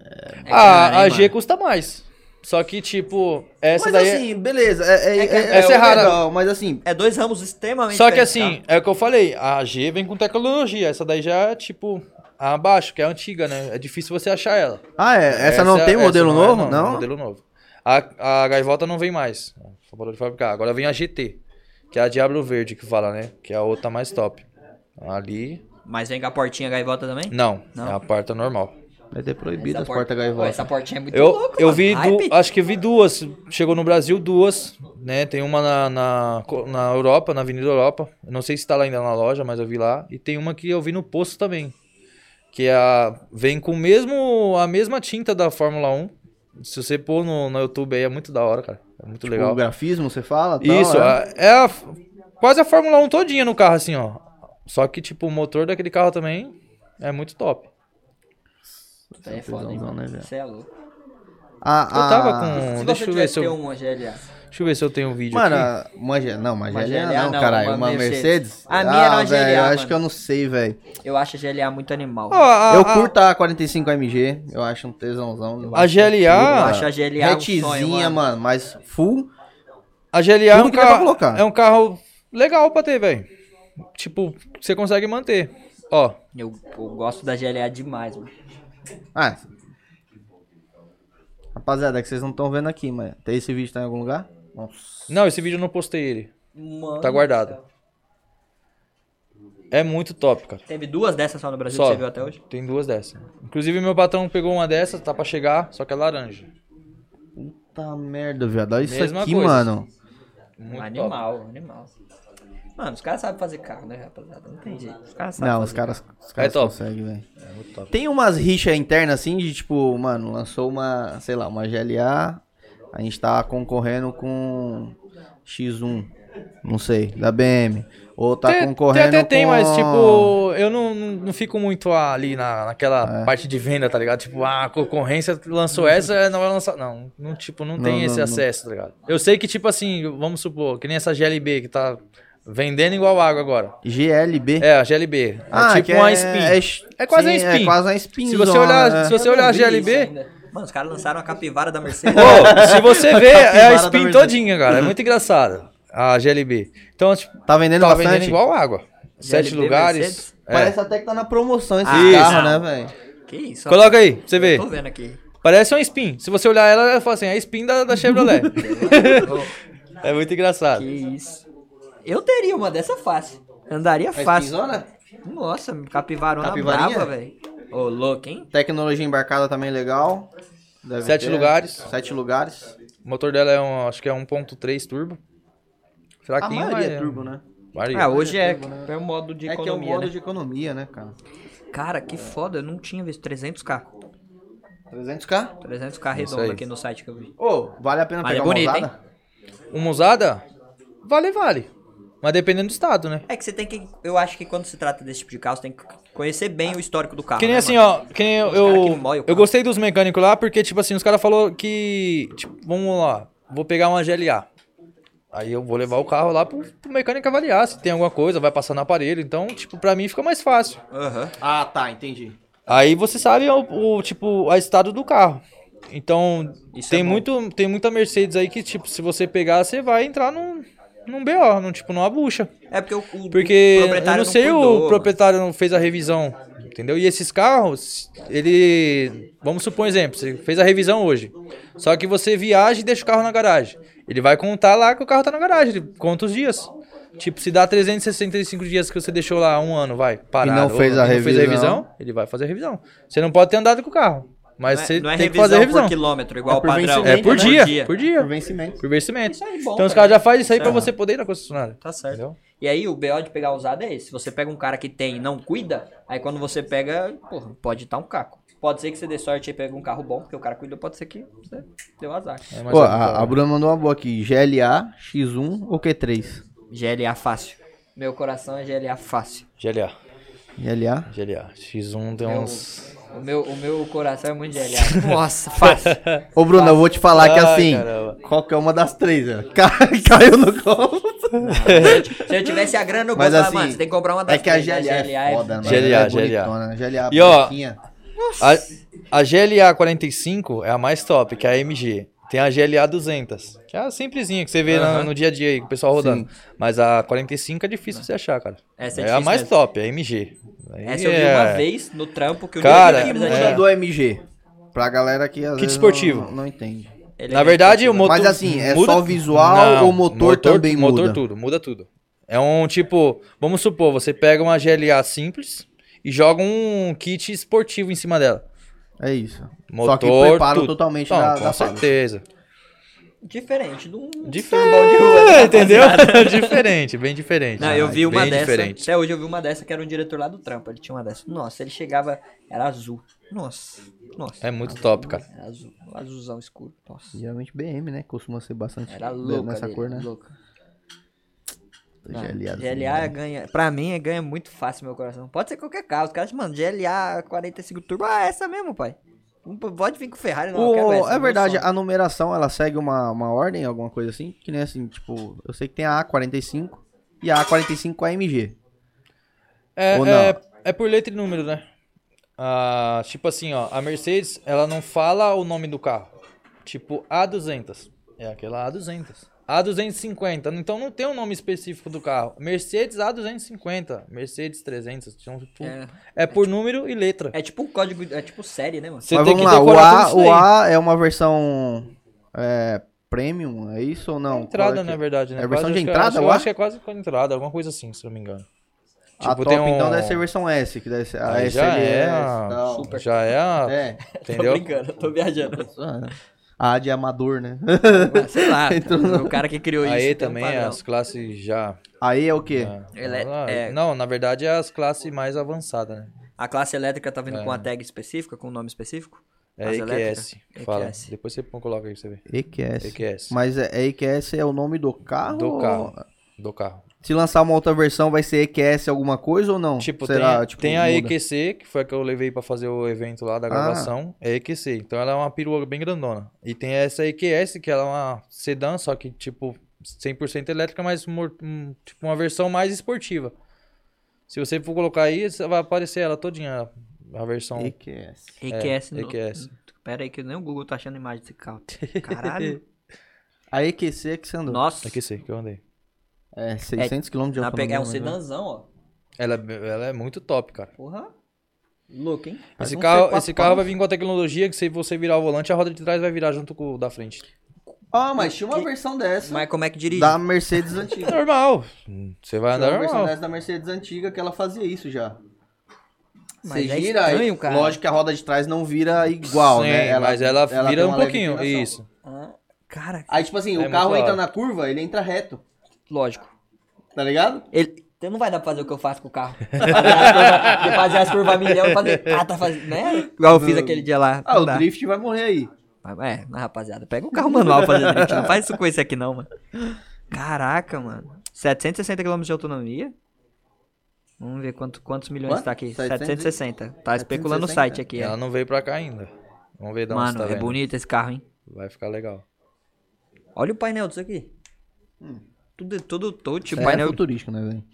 S1: É cara,
S3: Ah, a
S1: hein,
S3: G
S1: mano?
S3: custa mais. Só que, tipo, essa
S2: Mas
S3: daí. é-
S2: assim, beleza. É, é,
S1: É que-
S2: é-
S3: essa é
S2: é
S3: rara.
S2: legal, mas assim,
S1: É dois ramos extremamente
S3: Só que
S1: diferentes,
S3: assim, é o que eu falei, a G vem com tecnologia, essa daí já é tipo a abaixo, que é a antiga, né? É difícil você achar ela.
S2: Ah, é? Essa, não
S3: é-
S2: tem modelo
S3: não é,
S2: novo?
S3: não,
S2: não?
S3: modelo novo. A, a gaivota não vem mais. Só parou de fabricar. Agora vem a GT, que é a Diablo Verde que fala, né? Que é a outra mais top. Ali.
S1: tá? Mas vem com a portinha gaivota também?
S3: Não,
S1: Não.
S3: é a parte normal.
S2: Vai É ter proibido
S1: Essa
S2: as
S1: porta-
S2: portas
S1: Pô,
S2: gaivota.
S1: Essa portinha é muito
S3: Eu,
S1: louca,
S3: eu
S1: mano.
S3: vi, du-
S1: Hype.
S3: acho que vi duas. Chegou no Brasil duas, né? Tem uma na, na, co- na Europa, na Avenida Europa. Eu Não sei se tá lá ainda na loja, mas eu vi lá. E tem uma que eu vi no posto também. Que é a, vem com o mesmo, a mesma tinta da Fórmula 1. Se você pôr no, no YouTube aí, é muito da hora, cara. É muito
S2: O
S3: legal.
S2: grafismo, você fala? tal,
S3: Isso,
S2: é?
S3: a- é a- quase a Fórmula 1 todinha no carro, assim, ó. Só que, tipo, o motor daquele carro também é muito top.
S1: Isso aí é foda, hein,
S2: Tesãozão,
S1: mano.
S2: né, velho?
S1: Isso é louco.
S2: Ah,
S3: Eu tava
S2: ah,
S3: com- Hum,
S1: Se
S3: deixa
S1: você
S3: eu ver
S1: tivesse
S3: se eu-
S1: ter uma GLA.
S3: Deixa eu ver se eu tenho um vídeo
S2: Mano,
S3: aqui.
S2: a Mange- não, uma
S1: Uma
S2: GLA
S1: GLA
S2: não,
S1: não,
S2: caralho.
S1: uma
S2: Uma Mercedes. Ah,
S1: Mercedes. A minha era uma
S2: velho,
S1: GLA,
S2: eu acho
S1: mano.
S2: que eu não sei, velho.
S1: Eu acho a GLA muito animal.
S3: Ó, a-
S2: eu
S3: a-
S2: curto a 45MG, eu acho um tesãozão. Eu
S3: Ah, A
S2: acho
S1: eu
S3: GLA,
S1: acho a GLA um sonho,
S2: Retezinha,
S1: mano.
S2: mano, mas full.
S3: a GLA é
S2: Tudo
S3: um,
S2: que dá pra
S3: carro,
S2: colocar.
S3: é um carro legal pra ter, velho. Tipo, você consegue manter. Ó,
S1: Eu, eu gosto da GLA demais, mano.
S2: Ah. Rapaziada, é que vocês não estão vendo aqui, mas tem esse vídeo tá em algum lugar? Nossa.
S3: não, esse vídeo eu não postei ele.
S1: Mano
S3: Tá guardado.
S1: do céu.
S3: É muito top, cara.
S1: Teve duas dessas só no Brasil
S3: Só,
S1: que você viu até hoje?
S3: tem duas dessas. Inclusive, meu patrão pegou uma dessas, tá pra chegar, só que é laranja.
S2: Puta merda, viado. Olha isso
S3: Mesma
S2: aqui,
S3: coisa.
S2: mano.
S3: Muito top.
S1: animal, animal. Mano, os caras sabem fazer carro, né, rapaziada? Não tem jeito. Os caras sabem
S2: Não,
S1: fazer
S2: os caras, os
S3: É
S2: caras
S3: top.
S2: conseguem, velho.
S3: É muito top.
S2: Tem umas rixas internas assim de tipo, mano, lançou uma, sei lá, uma GLA, a gente tá concorrendo com X1, não sei, da BM. Ou tá
S3: Tem-
S2: concorrendo
S3: tem, até tem,
S2: com...
S3: mas tipo, eu não, não não fico muito ali na, naquela
S2: É. Uhum.
S3: parte de venda, tá ligado? Tipo, ah, a concorrência lançou essa, é, não vai lançar. Não, não tipo, não,
S2: Não,
S3: tem
S2: não,
S3: esse
S2: não.
S3: acesso, tá ligado? Eu sei que, tipo assim, vamos supor, que nem essa GLB que tá vendendo igual água agora.
S2: GLB.
S3: É, a GLB. é tipo
S2: Ah, que
S3: uma spin.
S2: É,
S3: É quase
S2: sim,
S3: uma spin.
S2: É quase uma spin.
S3: Se você olhar-
S2: né?
S3: se você-
S1: Eu não
S3: olhar a
S1: vi isso
S3: GLB?
S1: ainda. Mano, os caras lançaram a capivara da Mercedes.
S3: Pô, se você ver, é a
S2: capivara da
S3: spin
S2: Mercedes.
S3: todinha, cara. É muito engraçado. A GLB. Então, tipo,
S2: Tá vendendo
S3: tá
S2: bastante?
S3: vendendo igual água. Sete
S1: GLB,
S3: lugares.
S1: Mercedes?
S3: É.
S2: Parece até que tá na promoção esse
S1: Ah,
S2: carro, né,
S1: não.
S2: velho?
S1: que isso?
S3: Coloca aí, pra você vê.
S1: Eu Tô vendo aqui.
S3: Parece uma spin. Se você olhar ela, ela fala assim, é a spin da, da Chevrolet.
S1: Ô,
S3: é muito engraçado.
S1: que isso. Eu teria uma dessa fácil. Andaria
S2: É
S1: fácil. Nossa, capivarona
S2: Capivarinha?
S1: brava, velho. Ô, louco, hein?
S2: Tecnologia embarcada também legal. Deve
S3: Sete lugares.
S2: Sete lugares.
S3: O motor dela é um, acho que é 1.3 turbo.
S2: A
S3: Fraquinho,
S2: maioria é
S3: mas
S2: turbo, né?
S3: Maria.
S1: Ah, hoje é,
S2: Turbo, né?
S1: é um modo de
S2: é que é o
S1: economia,
S2: modo
S1: né?
S2: de economia, né, cara?
S1: Cara, que foda, eu não tinha visto 300k.
S2: 300k?
S1: 300k
S3: Isso
S1: redondo
S3: aí.
S1: aqui no site que eu vi.
S2: Ô, vale a pena
S1: Mas é
S2: pegar
S1: bonito,
S2: uma usada?
S3: Uma usada, vale, vale. Mas dependendo do estado, né?
S1: É que você tem que. Eu acho que quando se trata desse tipo de carro, você tem que conhecer bem o histórico do carro.
S3: Que nem
S1: né,
S3: assim,
S1: mano?
S3: ó. Que nem eu.
S1: Os cara que molha o
S3: Eu, eu
S1: carro.
S3: gostei dos mecânicos lá, porque, tipo assim, os caras falaram que. Tipo, vamos lá, vou pegar uma GLA. Aí eu vou levar o carro lá pro, pro mecânico avaliar se tem alguma coisa, vai passar no aparelho. Então, tipo, pra mim fica mais fácil.
S1: Aham.
S2: Ah, tá, entendi.
S3: Aí você sabe o, o, tipo a estado do carro. Então
S1: Isso
S3: tem
S1: é bom.
S3: muito tem muita Mercedes aí que tipo se você pegar você vai entrar num num BO, num tipo numa bucha.
S1: É porque o, o
S3: Porque eu
S1: proprietário
S3: não sei
S1: cuidou,
S3: o
S1: mano.
S3: proprietário não fez a revisão, entendeu? E esses carros, ele vamos supor um exemplo, você fez a revisão hoje. Só que você viaja e deixa o carro na garagem. Ele vai contar lá que o carro tá na garagem, ele conta os dias. Tipo, se dá 365 dias que você deixou lá um ano, vai, parado.
S2: não
S3: ou
S2: fez a
S3: não fez a
S2: revisão.
S3: revisão, ele vai fazer a revisão. Você não pode ter andado com o carro, mas
S1: Não é-
S3: você
S1: não é
S3: tem que
S1: revisão
S3: fazer a revisão.
S1: por quilômetro, igual
S2: É
S1: o
S2: por
S1: padrão.
S2: vencimento,
S3: É por
S2: né?
S3: dia, por dia,
S2: Por vencimento.
S3: por vencimento.
S1: Isso aí é bom,
S3: então os
S1: cara.
S3: caras já fazem isso aí
S1: Isso
S3: pra
S1: é bom.
S3: você poder ir na concessionária.
S1: Tá certo.
S3: Entendeu?
S1: E aí o BO de pegar usado é esse. Se você pega um cara que tem e não cuida, aí quando você pega, porra, pode estar um caco. Pode ser que você dê sorte e pegue um carro bom, porque o cara cuidou, pode ser que você deu azar.
S3: É mais
S2: Pô,
S3: ou menos
S2: a,
S3: isso.
S2: a Bruna mandou uma boa aqui. GLA, X1 ou Q3?
S1: GLA fácil. Meu coração é GLA fácil.
S3: GLA.
S2: GLA?
S3: GLA. X1 tem
S1: Eu-
S3: uns.
S1: O meu, o meu coração é muito GLA. Nossa, fácil.
S2: Ô, Bruna, eu vou te falar que
S3: Ai,
S2: assim,
S3: caramba.
S2: qualquer uma das três, ó, cai- caiu no colo.
S1: Se eu tivesse a grana, eu
S2: Mas
S1: comprava,
S2: assim,
S1: mano, você tem que comprar uma das
S2: É que a
S1: três, né?
S2: GLA é foda, mano.
S3: GLA,
S2: Ela é
S3: GLA.
S2: bonitona, né? GLA,
S3: E, ó,
S2: branquinha.
S3: A, a GLA 45 é a mais top, que é a MG. Tem a GLA 200, que é a simplesinha que você vê na-
S1: Aham.
S3: no dia a dia aí, com o pessoal rodando. Mas a 45 é difícil você achar, cara.
S1: Essa é
S3: a
S1: difícil
S3: mais
S1: mesmo.
S3: top, é a MG. Aí
S1: Essa eu vi
S3: é-
S1: uma vez no trampo que o Diego
S3: Cara,
S2: que
S1: ia
S2: muda
S1: precisar
S3: é.
S1: de-
S2: do MG? Pra galera que às
S3: Kit
S2: vezes não-
S3: esportivo.
S2: Não, não entende.
S1: Ele
S3: Na
S1: é-
S3: verdade, o motor.
S2: Mas assim, é só visual ou motor também
S3: motor
S2: muda?
S3: tudo, muda tudo. É um tipo, vamos supor, você pega uma GLA simples e joga um kit esportivo em cima dela.
S2: É isso.
S3: Motor,
S2: Só que preparo
S3: tudo.
S2: totalmente
S3: Não,
S2: da,
S3: com
S2: da fábrica.
S3: certeza.
S1: Diferente de um
S3: Diferente,
S1: sambão de rua, né,
S3: É, entendeu?
S1: rapaziada?
S3: diferente, bem diferente.
S1: Não, eu vi uma
S3: bem
S1: dessa.
S3: Diferente.
S1: Até hoje eu vi uma dessa que era um diretor lá do trampo. Ele tinha uma dessa. Nossa, ele chegava, era azul. Nossa, nossa.
S3: É muito top, cara.
S1: Era azul, um azulzão escuro. Nossa.
S2: Geralmente BM, né? Costuma ser bastante
S1: Era louca
S2: nessa
S1: dele,
S2: cor, né?
S1: louca. Não,
S2: GLA.
S1: GLA,
S3: né?
S2: né?
S1: ganha. Pra mim, é ganha muito fácil, meu coração. Pode ser qualquer carro. Os caras, mano, GLA 45 Turbo. Ah, essa mesmo, pai. Não p- Pode vir com Ferrari, não. eu quero essa,
S2: é
S1: meu
S2: verdade,
S1: sonho.
S2: a numeração ela segue uma, uma ordem, alguma coisa assim? Que nem assim, tipo, eu sei que tem a A45 e a A45 com a MG.
S3: É,
S2: Ou não?
S3: é, é por letra e número, né? Ah, tipo assim, ó, a Mercedes, ela não fala o nome do carro. Tipo A200. É aquela A200. A250. Então não tem um nome específico do carro. Mercedes A250, Mercedes 300. Então, tipo, é,
S1: É,
S3: por número e letra.
S1: é tipo um código, é tipo série, né, mano?
S3: Você
S2: Mas
S3: tem
S2: vamos
S3: que
S2: lá, o
S3: decorar
S2: A,
S3: tudo
S2: o
S3: isso daí.
S2: A é uma versão é, premium, é isso ou não?
S3: Entrada,
S2: Qual é
S3: na
S2: que-
S3: verdade, né?
S2: É a versão
S3: Quase,
S2: de
S3: acho que-
S2: entrada,
S3: acho- eu
S2: eu
S3: acho que é quase com a entrada, alguma coisa assim, se eu não me engano.
S2: A
S3: Tipo,
S2: top
S3: tem um-
S2: então deve ser Ah, a versão S, que deve ser a
S3: Aí
S2: SLS
S3: já
S2: e
S3: é a...
S2: tal.
S1: Super.
S3: Já é a...
S2: É.
S1: Tô
S3: Entendeu?
S1: brincando, tô viajando.
S2: A de amador, né?
S1: Ah, Sei lá, o cara que criou isso.
S3: Aí
S1: tem um
S3: também é
S1: padrão.
S3: as classes já.
S2: Aí é o quê?
S3: É,
S1: Ele é-
S3: ah,
S1: é-
S3: Não, na verdade é as classes mais avançadas, né?
S1: A classe elétrica tá vindo com
S2: É.
S1: uma tag específica, com um nome específico?
S3: É
S1: Classe
S3: EQS.
S1: elétrica?
S3: Fala.
S1: EQS.
S3: Depois você põe- coloca aí pra você ver.
S2: EQS.
S3: EQS.
S2: Mas é, é EQS é o nome do carro?
S3: Do
S2: ou-
S3: carro. Do carro.
S2: Se lançar uma outra versão, vai ser EQS alguma coisa ou não?
S3: Tipo,
S2: Será,
S3: tem, tem a
S2: muda?
S3: EQC, que foi a que eu levei pra fazer o evento lá da
S2: Ah.
S3: gravação. É EQC. Então ela é uma perua bem grandona. E tem essa EQS, que ela é uma sedã, só que tipo 100% elétrica, mas mor- hum, tipo uma versão mais esportiva. Se você for colocar aí, você vai aparecer ela todinha, a versão
S2: EQS.
S1: EQS. no-
S3: EQS.
S1: Pera aí que nem o Google tá achando imagem desse carro. Caralho.
S2: Tá A EQC é que você andou.
S1: Nossa.
S3: EQC que eu andei.
S2: É, 600 km de
S1: Na pega- é um
S2: autonomia. né?
S1: sedanzão, ó.
S3: Ela, é- ela é muito top, cara.
S1: Porra. Louco, hein?
S2: Faz
S3: esse
S2: um
S3: carro,
S2: C4
S3: esse carro vai vir com a tecnologia que se você virar o volante, a roda de trás vai virar junto com o da frente.
S2: Ah, mas tinha uma
S1: Que-
S2: versão dessa.
S1: Mas como é que dirige?
S2: Da Mercedes antiga. Tinha
S3: Normal. Você vai andar
S2: uma versão
S3: Tá normal.
S2: dessa da Mercedes antiga que ela fazia isso já.
S1: Mas
S2: Você
S1: é
S2: gira aí-
S1: estranho, cara.
S2: Lógico que a roda de trás não vira igual,
S3: Sim,
S2: né?
S3: mas ela,
S2: tem
S3: vira um
S2: uma leve
S3: pouquinho.
S2: inclinação.
S3: Isso.
S1: Ah, cara,
S2: Aí, tipo assim,
S3: É
S2: o
S3: muito
S2: carro
S3: da
S2: entra
S3: hora.
S2: na curva, ele entra reto.
S1: lógico.
S2: Tá ligado?
S1: Ele... Então não vai dar pra fazer o que eu faço com o carro. Fazer as curvas- de fazer as curvas milhão, fazer... Ah, tá fazendo, né? Igual eu fiz aquele dia lá.
S2: Ah,
S1: Não
S2: o
S1: dá.
S2: drift vai morrer aí.
S1: Mas, É, mas rapaziada, pega um carro manual pra fazer drift. Não faz isso com esse aqui, não, mano. Caraca, mano. 760 km de autonomia. Vamos ver quanto, quantos milhões
S2: Quanto?
S1: tá aqui.
S2: 700 e-
S1: 760. Tá especulando o
S2: 760?
S1: site aqui. é.
S3: Ela não veio pra cá ainda. Vamos ver de onde
S1: Mano,
S3: tá
S1: é
S3: vendo.
S1: bonito esse carro, hein?
S3: Vai ficar legal.
S1: Olha o painel disso aqui. Tudo, tudo touch, o
S2: É,
S1: painel.
S2: futurístico, né, velho?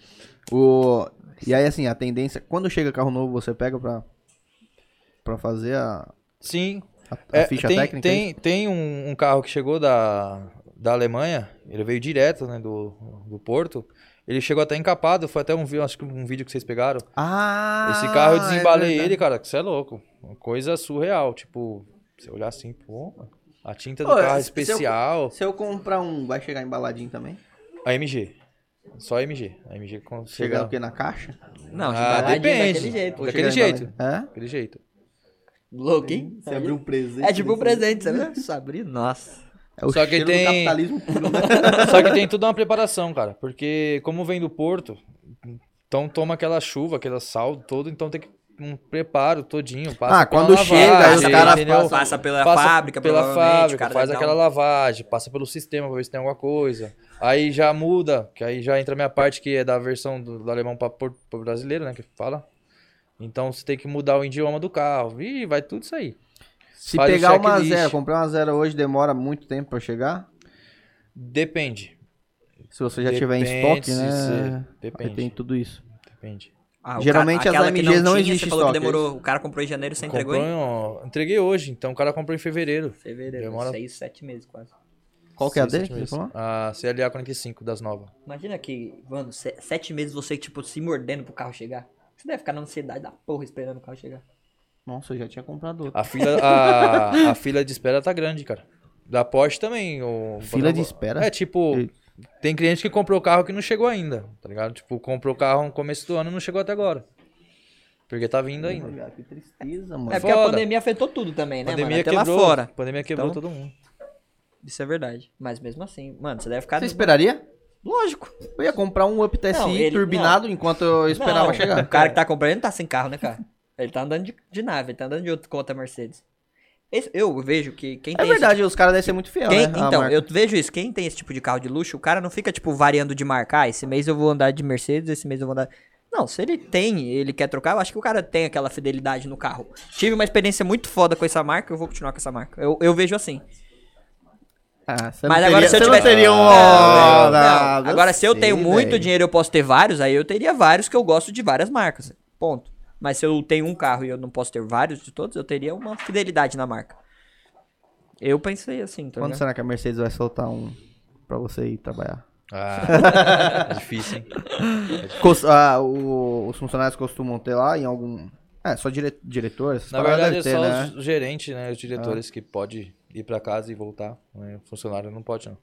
S2: O... E aí, assim, a tendência... Quando chega carro novo, você pega pra, pra fazer a,
S3: Sim.
S2: a- a
S3: É,
S2: ficha
S3: tem,
S2: técnica? é
S3: Tem, tem um, um carro que chegou da, da Alemanha, ele veio direto né, do, do Porto. Ele chegou até encapado, foi até um, vi- acho que um vídeo que vocês pegaram.
S2: isso? Ah!
S3: Esse carro eu desembalei
S2: é
S3: ele, cara, que você é louco. Uma coisa surreal. Tipo, você olhar assim, pô, a tinta do
S2: Ô,
S3: carro é
S2: se- se eu-
S3: especial.
S2: Se eu comprar um, vai chegar embaladinho também?
S3: A MG. Só a MG. A MG com-
S2: Chegar o quê? Na caixa?
S1: Não,
S3: Ah,
S1: embaladinho
S3: depende.
S1: daquele jeito.
S3: Daquele
S2: Chegar
S3: jeito.
S2: embalado. É?
S3: Daquele jeito.
S1: Louco, hein?
S2: Você abriu um presente.
S1: É tipo um presente, sabe? Só abrir, nossa.
S2: É o
S3: Só que
S2: cheiro
S3: tem-
S2: do capitalismo puro, né?
S3: Só que tem tudo uma preparação, cara. Porque como vem do Porto, então toma aquela chuva, aquela sal todo, então tem que um preparo todinho. Passa
S2: Ah,
S3: pela
S2: quando chega, aí os
S3: lavagem,
S2: caras
S3: entendeu?
S2: passam-
S1: Passa pela
S3: Passa
S1: fábrica,
S3: pela
S1: provavelmente,
S3: fábrica,
S1: o cara
S3: faz
S1: deve
S3: aquela
S1: dar um-
S3: lavagem, passa pelo sistema pra ver se tem alguma coisa. Aí já muda, que aí já entra a minha parte que é da versão do, do alemão para o brasileiro, né? Que fala. Então você tem que mudar o idioma do carro. E vai tudo isso aí.
S2: Se
S3: Faz o
S2: pegar uma
S3: checklist.
S2: zero, comprar uma zero hoje, demora muito tempo pra chegar?
S3: Depende.
S2: Se você já tiver em estoque,
S3: Depende se-
S2: né? Aí
S3: Depende.
S2: tem tudo isso.
S3: Depende.
S1: Ah, o
S2: Geralmente as
S1: aquela que
S2: AMGs não
S1: tinha,
S2: existe
S1: Você falou que
S2: estoque, é
S1: demorou, o cara comprou em janeiro, você entregou
S3: Comprou,
S1: em
S3: ó, entreguei hoje, então o cara comprou em fevereiro.
S1: fevereiro.
S3: Demora-
S1: Seis, sete meses quase.
S2: Qual que é a
S3: Seis,
S2: dele?
S3: sete
S2: que você
S3: meses.
S2: falou?
S3: A CLA 45 das novas.
S1: Imagina que, mano, se- sete meses você, tipo, se mordendo pro carro chegar. Você deve ficar na ansiedade da porra esperando o carro chegar.
S2: Nossa, eu já tinha comprado outro.
S3: A fila, a, a fila de espera tá grande, cara. Da Porsche também. O,
S2: Fila de espera?
S3: É, tipo,
S2: E-
S3: tem cliente que comprou o carro que não chegou ainda, tá ligado? Tipo, comprou o carro no começo do ano e não chegou até agora. Porque tá vindo
S1: Né,
S3: ainda.
S2: Cara, Que tristeza,
S1: É
S2: mano.
S1: porque a
S3: Foda.
S1: pandemia afetou tudo também,
S3: A
S1: né,
S3: pandemia
S1: mano? Até
S3: quebrou,
S1: lá fora.
S3: pandemia quebrou
S1: Então-
S3: todo mundo.
S1: Isso é verdade. Mas mesmo assim, mano, você deve ficar...
S2: Você esperaria?
S1: Lógico.
S2: Eu ia comprar um Up TSI
S1: Não, ele-
S2: turbinado enquanto eu esperava
S1: Não,
S2: chegar.
S1: O cara que tá comprando ele não tá sem carro, né, cara? Ele tá andando de, de nave, ele tá andando de outra conta Mercedes. Esse- eu vejo que quem
S2: É
S1: tem esse
S2: verdade, os caras devem ser muito fiel,
S1: Quem-
S2: né? à
S1: então,
S2: marca.
S1: eu vejo isso. Quem tem esse tipo de carro de luxo, o cara não fica, tipo, variando de marcar. Ah, esse mês eu vou andar de Mercedes, esse mês eu vou andar. Não, se ele tem, ele quer trocar, eu acho que o cara tem aquela fidelidade no carro. Tive uma experiência muito foda com essa marca, eu vou continuar com essa marca. Eu, eu vejo assim.
S2: Ah, você
S1: Mas
S2: não
S1: agora
S2: teria-
S1: se eu
S2: você
S1: tivesse.
S2: não teria um...
S1: Não, não.
S2: Ah,
S1: Agora, se eu tenho
S2: sei,
S1: muito
S2: velho.
S1: dinheiro e eu posso ter vários, aí eu teria vários que eu gosto de várias marcas. Ponto. Mas se eu tenho um carro e eu não posso ter vários de todos, eu teria uma fidelidade na marca. Eu pensei assim, tá
S2: Quando
S1: ligado?
S2: será que a Mercedes vai soltar um pra você ir trabalhar?
S3: Ah, é difícil, hein?
S2: Cos- ah, o- os funcionários costumam ter lá em algum... É, só dire- diretor, essas
S3: Na
S2: paradas
S3: verdade, é
S2: devem
S3: só
S2: ter, né?
S3: os gerentes, né? Os diretores
S2: Ah.
S3: que pode ir pra casa e voltar. Né? O funcionário não pode, não.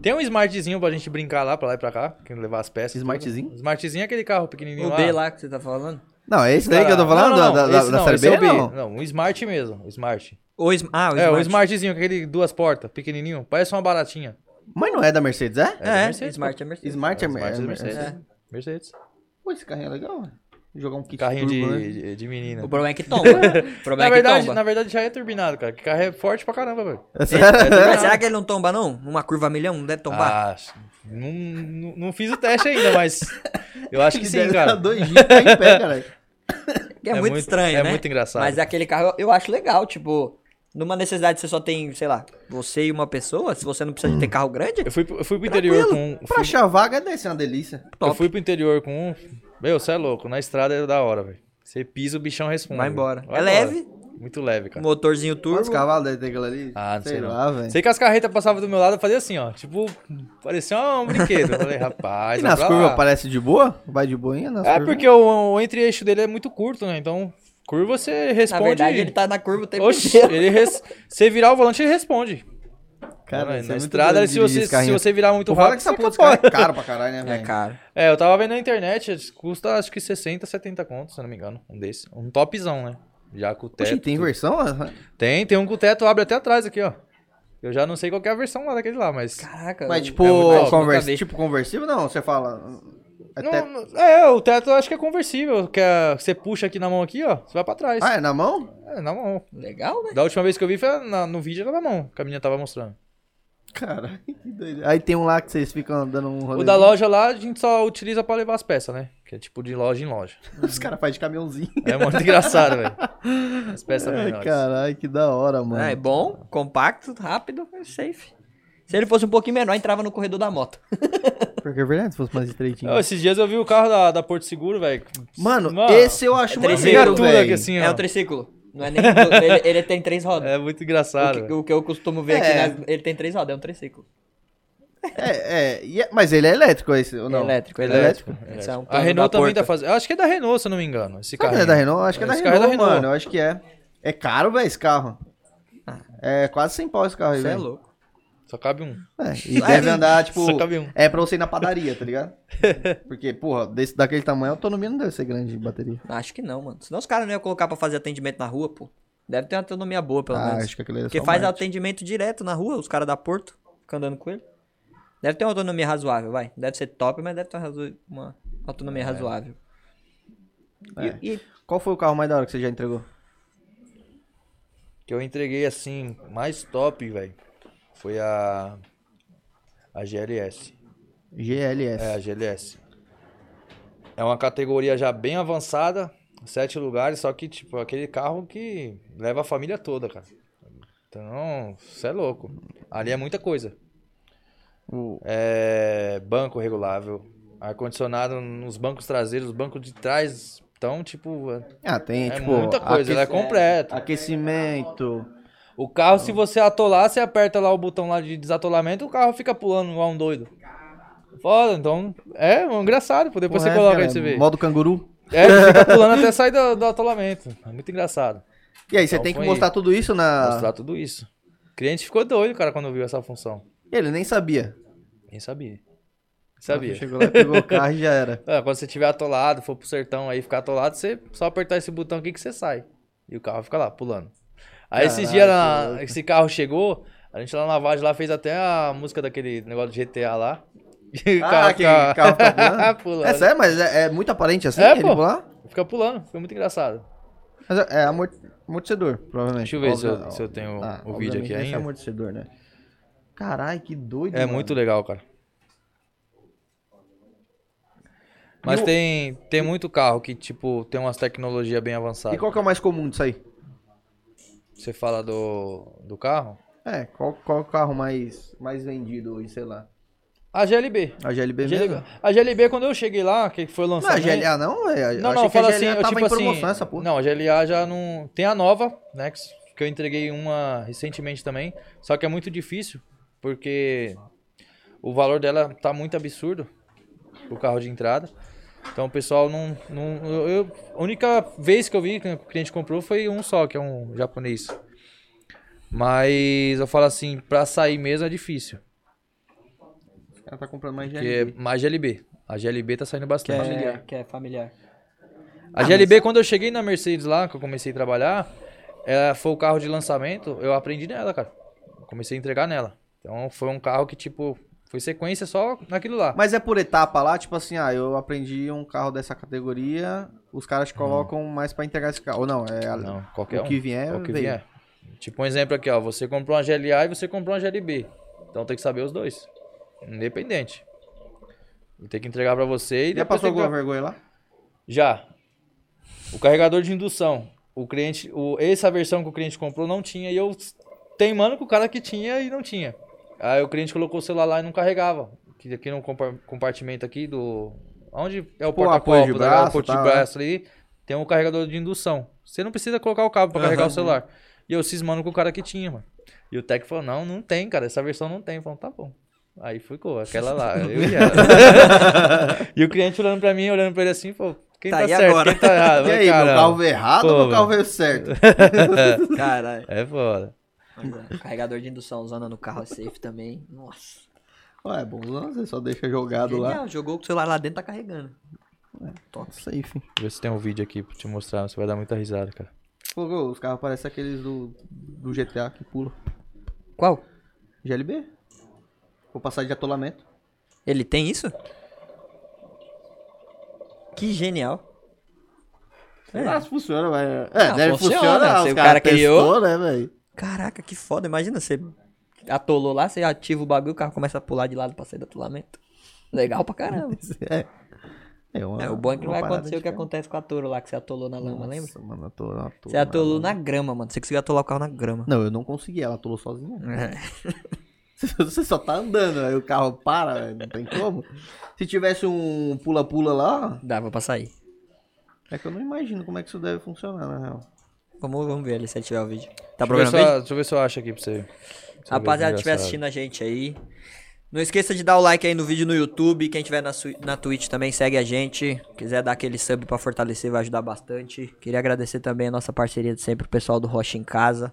S3: Tem um smartzinho pra gente brincar lá, pra lá e pra cá, que levar as peças. tudo.
S2: Smartzinho?
S3: Smartzinho é aquele carro pequenininho
S1: O
S3: lá.
S1: B lá que você tá falando?
S2: Não, é esse daí que eu tô falando?
S3: Não, não,
S2: da, da,
S3: esse
S2: da
S3: não,
S2: série
S3: esse é
S2: B,
S3: o B.
S2: não?
S3: Não, o Smart mesmo, o Smart.
S1: O Sm- ah, o
S3: é, o
S1: Smart.
S3: Smartzinho, com aquele duas portas, pequenininho. Parece uma baratinha.
S2: Mas não é da Mercedes, é?
S3: É da
S1: É,
S3: Mercedes,
S1: Smart é Mercedes.
S2: Smart é,
S3: É, Smart
S2: é
S3: é
S2: Mercedes.
S1: Mercedes.
S3: Mercedes.
S2: Pô, esse carrinho é legal, velho. Jogar um kit
S3: Carrinho
S2: turbo, né?
S3: de, de, de menina.
S1: O problema é que tomba. O problema
S3: Na
S1: é que
S3: verdade,
S1: tomba.
S3: na verdade já é turbinado, cara. Que carro é forte pra caramba, velho.
S2: É sério?
S1: Mas será que ele não tomba, não? Numa curva a milhão, não deve tombar?
S3: Ah, não, não, não fiz o teste ainda, mas eu acho que sim, cara.
S2: Dois dias tá em pé, cara.
S1: é, muito, estranho,
S3: é
S1: né?
S3: muito engraçado.
S1: Mas aquele carro eu- eu acho legal, tipo... Numa necessidade você só tem, sei lá, você e uma pessoa, se você não precisa de ter carro grande,
S3: Eu fui, pro- eu fui pro interior com
S2: Pra
S3: fui,
S2: achar vaga deve ser uma delícia.
S3: Eu
S1: top.
S3: fui pro interior com um. Meu, você é louco. Na estrada é da hora, velho. Você pisa, o bichão responde.
S1: Vai embora.
S3: Vai
S1: é leve, um
S3: Muito leve, cara.
S1: motorzinho
S2: Quantos
S1: turbo.
S2: cavalos deve ter aquela ali?
S3: Ah, não sei não.
S2: lá, velho.
S3: Sei que as carretas passavam do meu lado, eu fazia assim, ó. Tipo, parecia um brinquedo. Eu falei, rapaz,
S2: E
S3: vai
S2: nas
S3: pra
S2: curvas
S3: lá.
S2: parece de boa? Vai de boinha nas
S3: É
S2: curvas?
S3: porque o, o entre-eixo dele é muito curto, né? Então, curva você
S1: Na
S3: responde.
S1: verdade, ele tá na curva o tempo
S3: Oxi,
S1: inteiro.
S3: ele res... você virar o volante, ele responde.
S2: Cara, isso é
S3: na
S2: muito
S3: estrada,
S2: doido
S3: se
S2: dirigir
S3: você,
S2: esse carrinho.
S3: se você virar muito
S2: Pô, fala que
S3: rápido,
S2: essa
S3: você
S2: porra dos
S3: capota.
S2: caras é caro pra caralho, né,
S1: É,
S2: velho?
S1: cara.
S3: É, eu tava vendo na internet, custa acho que 60, 70 conto, se eu não me engano. Um desse. Um topzão, né? Já com o teto.
S2: Oxi, tem versão?
S3: Tem, tem um com o teto, abre até atrás aqui, ó. Eu já não sei qual que é a versão lá daquele lá, mas.
S1: Caraca.
S2: Mas
S1: eu-
S2: tipo,
S1: eu É nunca- nunca
S2: convers-
S1: vi.
S2: tipo conversível? Não, você fala... É
S3: Não-
S2: teto-
S3: não- é, o teto eu acho que é conversível. Que é- você puxa aqui na mão aqui, ó. Você vai pra trás.
S2: Ah, é na mão?
S3: É, na mão.
S1: Legal, né?
S3: Da última vez que eu vi foi na- no vídeo era na mão, que a menina tava mostrando.
S2: Caralho, que doido. Aí tem um lá que vocês ficam dando um rolê.
S3: O da loja lá a gente só utiliza pra levar as peças, né? Que é tipo de loja em loja.
S2: Os caras fazem de caminhãozinho.
S3: É muito engraçado, velho. As peças
S2: Ai,
S3: menores.
S2: caralho, que da hora, mano.
S1: Ah, É bom, compacto, rápido, é safe. Se ele fosse um pouquinho menor, entrava no corredor da moto.
S2: Porque é verdade, se fosse mais estreitinho.
S3: Ô, esses dias eu vi o carro da, da Porto Seguro, velho.
S2: Mano, esse eu acho
S1: é
S2: mais
S1: três
S2: legal,
S1: tudo
S3: miniatura aqui,
S2: velho.
S3: assim, ó.
S1: É um triciclo. Não é nem. ele, ele tem três rodas.
S3: É muito
S1: O
S3: engraçado.
S1: que,
S3: velho.
S1: o que eu costumo ver
S2: É.
S1: aqui, nas- ele tem três rodas, é um triciclo.
S2: É, é, e é- mas ele é elétrico esse, ou não?
S1: Elétrico,
S2: Ele é
S1: elétrico.
S2: elétrico?
S1: Esse é um
S3: a
S1: plano
S3: Renault
S1: da
S3: também
S1: Porta.
S3: tá fazendo. Acho que é da Renault, se eu não me engano. Esse
S2: Será
S3: carro.
S2: que ele é da Renault? Acho que é da
S3: Esse
S2: Renault,
S3: carro é da Renault.
S2: mano. Eu acho que é. É caro, velho, esse carro. É quase sem pau esse carro aí, né?
S1: Você é
S2: velho.
S1: louco.
S3: Só cabe um.
S2: É, e deve andar, tipo...
S3: Só cabe um.
S2: É pra você ir na padaria, tá ligado? Porque, porra, desse, daquele tamanho, a autonomia não deve ser grande de bateria.
S1: Acho que não, mano. Senão os caras não iam colocar pra fazer atendimento na rua, pô. Deve ter uma autonomia boa, pelo
S2: Ah,
S1: menos.
S2: acho que aquele é
S1: Porque
S2: só
S1: faz
S2: marketing.
S1: atendimento direto na rua, os caras da Porto, ficam andando com ele. Deve ter uma autonomia razoável, vai. Deve ser top, mas deve ter uma razo- uma autonomia razoável. E-
S2: É.
S1: e
S2: Qual foi o carro mais da hora que você já entregou?
S3: Que eu entreguei assim, mais top, velho. Foi a. A GLS.
S2: GLS.
S3: É, a GLS. É uma categoria já bem avançada, sete lugares, só que, tipo, aquele carro que leva a família toda, cara. Então, você é louco. Ali é muita coisa.
S2: O-
S3: É banco regulável, Ar-condicionado nos bancos traseiros, os bancos de trás. Então, tipo, é-
S2: Ah, tem,
S3: É
S2: tipo.
S3: muita coisa, ela é completa.
S2: Aquecimento.
S3: o carro, se você atolar, você aperta lá o botão lá de desatolamento, o carro fica pulando igual um doido. Foda, então. É, é engraçado, pô. Depois você
S2: Porra,
S3: coloca
S2: cara,
S3: aí pra você ver.
S2: Modo canguru.
S3: É, ele fica pulando até sair do, do atolamento. É muito engraçado.
S2: E aí, você
S3: Então
S2: tem que
S3: foi-
S2: mostrar tudo isso na.
S3: Mostrar tudo isso. O cliente ficou doido, cara, quando viu essa função.
S2: Ele nem sabia.
S3: Nem sabia. Nem sabia.
S2: Chegou lá, pegou o carro e já era.
S3: É, quando você tiver atolado, for pro sertão aí ficar atolado, você só apertar esse botão aqui que você sai. E o carro fica lá, pulando. Aí
S2: Caralho,
S3: esses dias
S2: que
S3: na-
S2: louco.
S3: esse carro chegou, a gente lá na lavagem lá fez até a música daquele negócio de GTA lá. E o
S2: Ah, que carro tá pulando?
S3: pulando.
S2: É sério, mas é, é muito aparente assim?
S3: É,
S2: ele
S3: pô.
S2: pular?
S3: Fica pulando, foi muito engraçado.
S2: Mas é é amor- amortecedor, provavelmente.
S3: Deixa eu ver se eu-
S2: Obvia-
S3: se eu tenho
S2: Ah,
S3: o vídeo aqui
S2: obviamente deve ser
S3: ainda.
S2: amortecedor, né? Caralho, que doido.
S3: É
S2: mano.
S3: muito legal, cara. Mas
S2: E o-
S3: tem, tem muito carro que, tipo, tem umas tecnologias bem
S2: E
S3: avançadas.
S2: qual que é o mais comum disso aí?
S3: Você fala do, do carro?
S2: É, qual, qual o carro mais, mais vendido hoje, sei lá?
S3: A GLB.
S2: A GLB
S3: GLB.
S2: mesmo?
S3: A GLB, quando eu cheguei lá, que foi
S2: Não, a
S3: lançada.
S2: GLA não, velho.
S3: Não,
S2: achei
S3: não,
S2: que a
S3: fala
S2: GLA
S3: assim, eu
S2: tava
S3: tipo
S2: em promoção
S3: assim.
S2: essa porra.
S3: Não, a GLA já não. Tem a nova, né? Que, s- que eu entreguei uma recentemente também. Só que é muito difícil, porque o valor dela tá muito absurdo. O carro de entrada. Então o pessoal não. não eu, eu- a única vez que eu vi que o cliente comprou foi um só, que é um japonês. Mas eu falo assim, pra sair mesmo é difícil.
S2: Os caras tá comprando mais
S3: Porque é
S2: GLB.
S3: mais GLB. A GLB tá saindo
S1: Que
S3: bastante.
S1: é, que é familiar.
S2: Ah,
S3: A GLB, quando eu cheguei na Mercedes lá, que eu comecei a trabalhar, ela foi o carro de lançamento, eu aprendi nela, cara. Eu Comecei a entregar nela. Então foi um carro que, tipo, foi sequência só naquilo lá.
S2: Mas é por etapa lá, tipo assim, ah, eu aprendi um carro dessa categoria, os caras te colocam mais pra entregar esse carro. Ou não, é a-
S3: Hum. Não, qualquer
S2: o
S3: um.
S2: que vier,
S3: qual que
S2: veio.
S3: vier. Tipo um exemplo aqui, ó. Você comprou uma GLA e você comprou uma GLB. Então tem que saber os dois. Independente. Tem que entregar pra você e
S2: Já
S3: depois
S2: passou
S3: tem que-
S2: alguma vergonha lá?
S3: Já. O carregador de indução. O cliente, o, essa versão que o cliente comprou não tinha e eu teimando com o cara que tinha e não tinha. Aí o cliente colocou o celular lá e não carregava. Que aqui no compa- compartimento aqui do onde é o
S2: Pô,
S3: porta
S2: Tipo um apoio de
S3: copo
S2: braço,
S3: o apoio de
S2: tá,
S3: braço ali, tem um carregador de indução. Você não precisa colocar o cabo para carregar o
S2: Aham.
S3: celular. E eu cismando com o cara que tinha, mano. E o Tec falou: "Não, não tem, cara, essa versão não tem". Falou: "Tá bom". Aí ficou aquela lá, eu e ela. E o cliente olhando pra mim, olhando pra ele assim, pô, quem
S1: Tá,
S3: tá,
S1: e
S3: certo,
S1: agora?
S3: quem tá errado?
S2: E
S3: Vai,
S2: aí, meu
S3: caramba.
S2: carro veio errado
S3: Pô,
S2: ou meu carro
S3: mano.
S2: veio certo?
S1: Caralho.
S3: É foda.
S1: Mas é, Carregador de indução usando no carro é safe também. Nossa.
S2: Ué, bonzão, você só deixa jogado lá.
S1: Genial, jogou com o celular lá dentro, tá carregando. Top.
S2: Safe.
S3: Vê se tem um vídeo aqui pra te mostrar, você vai dar muita risada, cara.
S2: Pô, pô, os carros parecem aqueles do, do GTA que pulam.
S1: Qual?
S2: GLB? Vou passar de atolamento.
S1: Ele tem isso? Que genial. É.
S2: Ah, se funciona, vai. É,
S1: Ah,
S2: deve
S1: funciona,
S2: funcionar.
S1: se
S2: Os
S1: o
S2: caras
S1: cara
S2: testou,
S1: criou.
S2: né, velho?
S1: Caraca, que foda. Imagina você atolou lá, você ativa o bagulho, o carro começa a pular de lado pra sair do atolamento. Legal pra caramba.
S2: É. É, uma,
S1: É, o bom é que não vai
S2: uma parada
S1: acontecer o que
S2: diferente.
S1: acontece com a Toro lá, que você atolou na lama, lembra?
S2: Nossa, mano, atolou, atolou
S1: Você
S2: na
S1: atolou
S2: lama.
S1: na grama, mano. Você conseguiu atolar o carro na grama.
S2: Não, eu não consegui, ela atolou sozinha.
S1: É.
S2: Você só tá andando, aí o carro para, velho, não tem como. Se tivesse um pula-pula lá,
S1: Dava pra sair.
S2: é que eu não imagino como é que isso deve funcionar, na real.
S1: Vamos, vamos ver ali se ele tiver o vídeo. Tá
S3: Deixa eu, ver
S1: programando o
S3: se
S1: vídeo?
S3: eu, deixa eu ver se eu acho aqui pra você. pra você ver,
S1: Rapaziada, que estiver
S3: é engraçado.
S1: assistindo a gente aí. Não esqueça de dar o like aí no vídeo no YouTube. Quem tiver na, sui- na Twitch também segue a gente. Quiser dar aquele sub pra fortalecer, vai ajudar bastante. Queria agradecer também a nossa parceria de sempre, o pessoal do Rocha em Casa.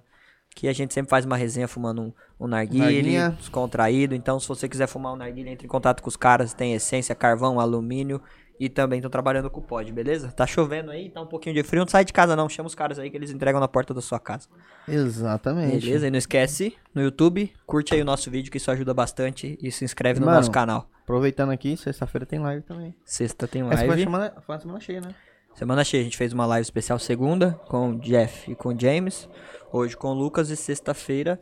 S1: Que a gente sempre faz uma resenha fumando um, um narguile,
S2: Narguinha.
S1: descontraído. Então, se você quiser fumar um narguile, entre em contato com os caras. Tem essência, carvão, alumínio. E também estão trabalhando com o pod, beleza? Tá chovendo aí, tá um pouquinho de frio. Não sai de casa não, chama os caras aí que eles entregam na porta da sua casa.
S2: Exatamente.
S1: Beleza, e não esquece, no YouTube, curte aí o nosso vídeo que isso ajuda bastante e se inscreve no
S2: Mano.
S1: nosso canal.
S2: Aproveitando aqui, sexta-feira tem live também.
S1: Sexta tem
S2: Essa foi, a
S1: live.
S2: semana, foi uma semana cheia, né?
S1: Semana cheia, a gente fez uma live especial segunda com o Jeff e com o James. Hoje com o Lucas e sexta-feira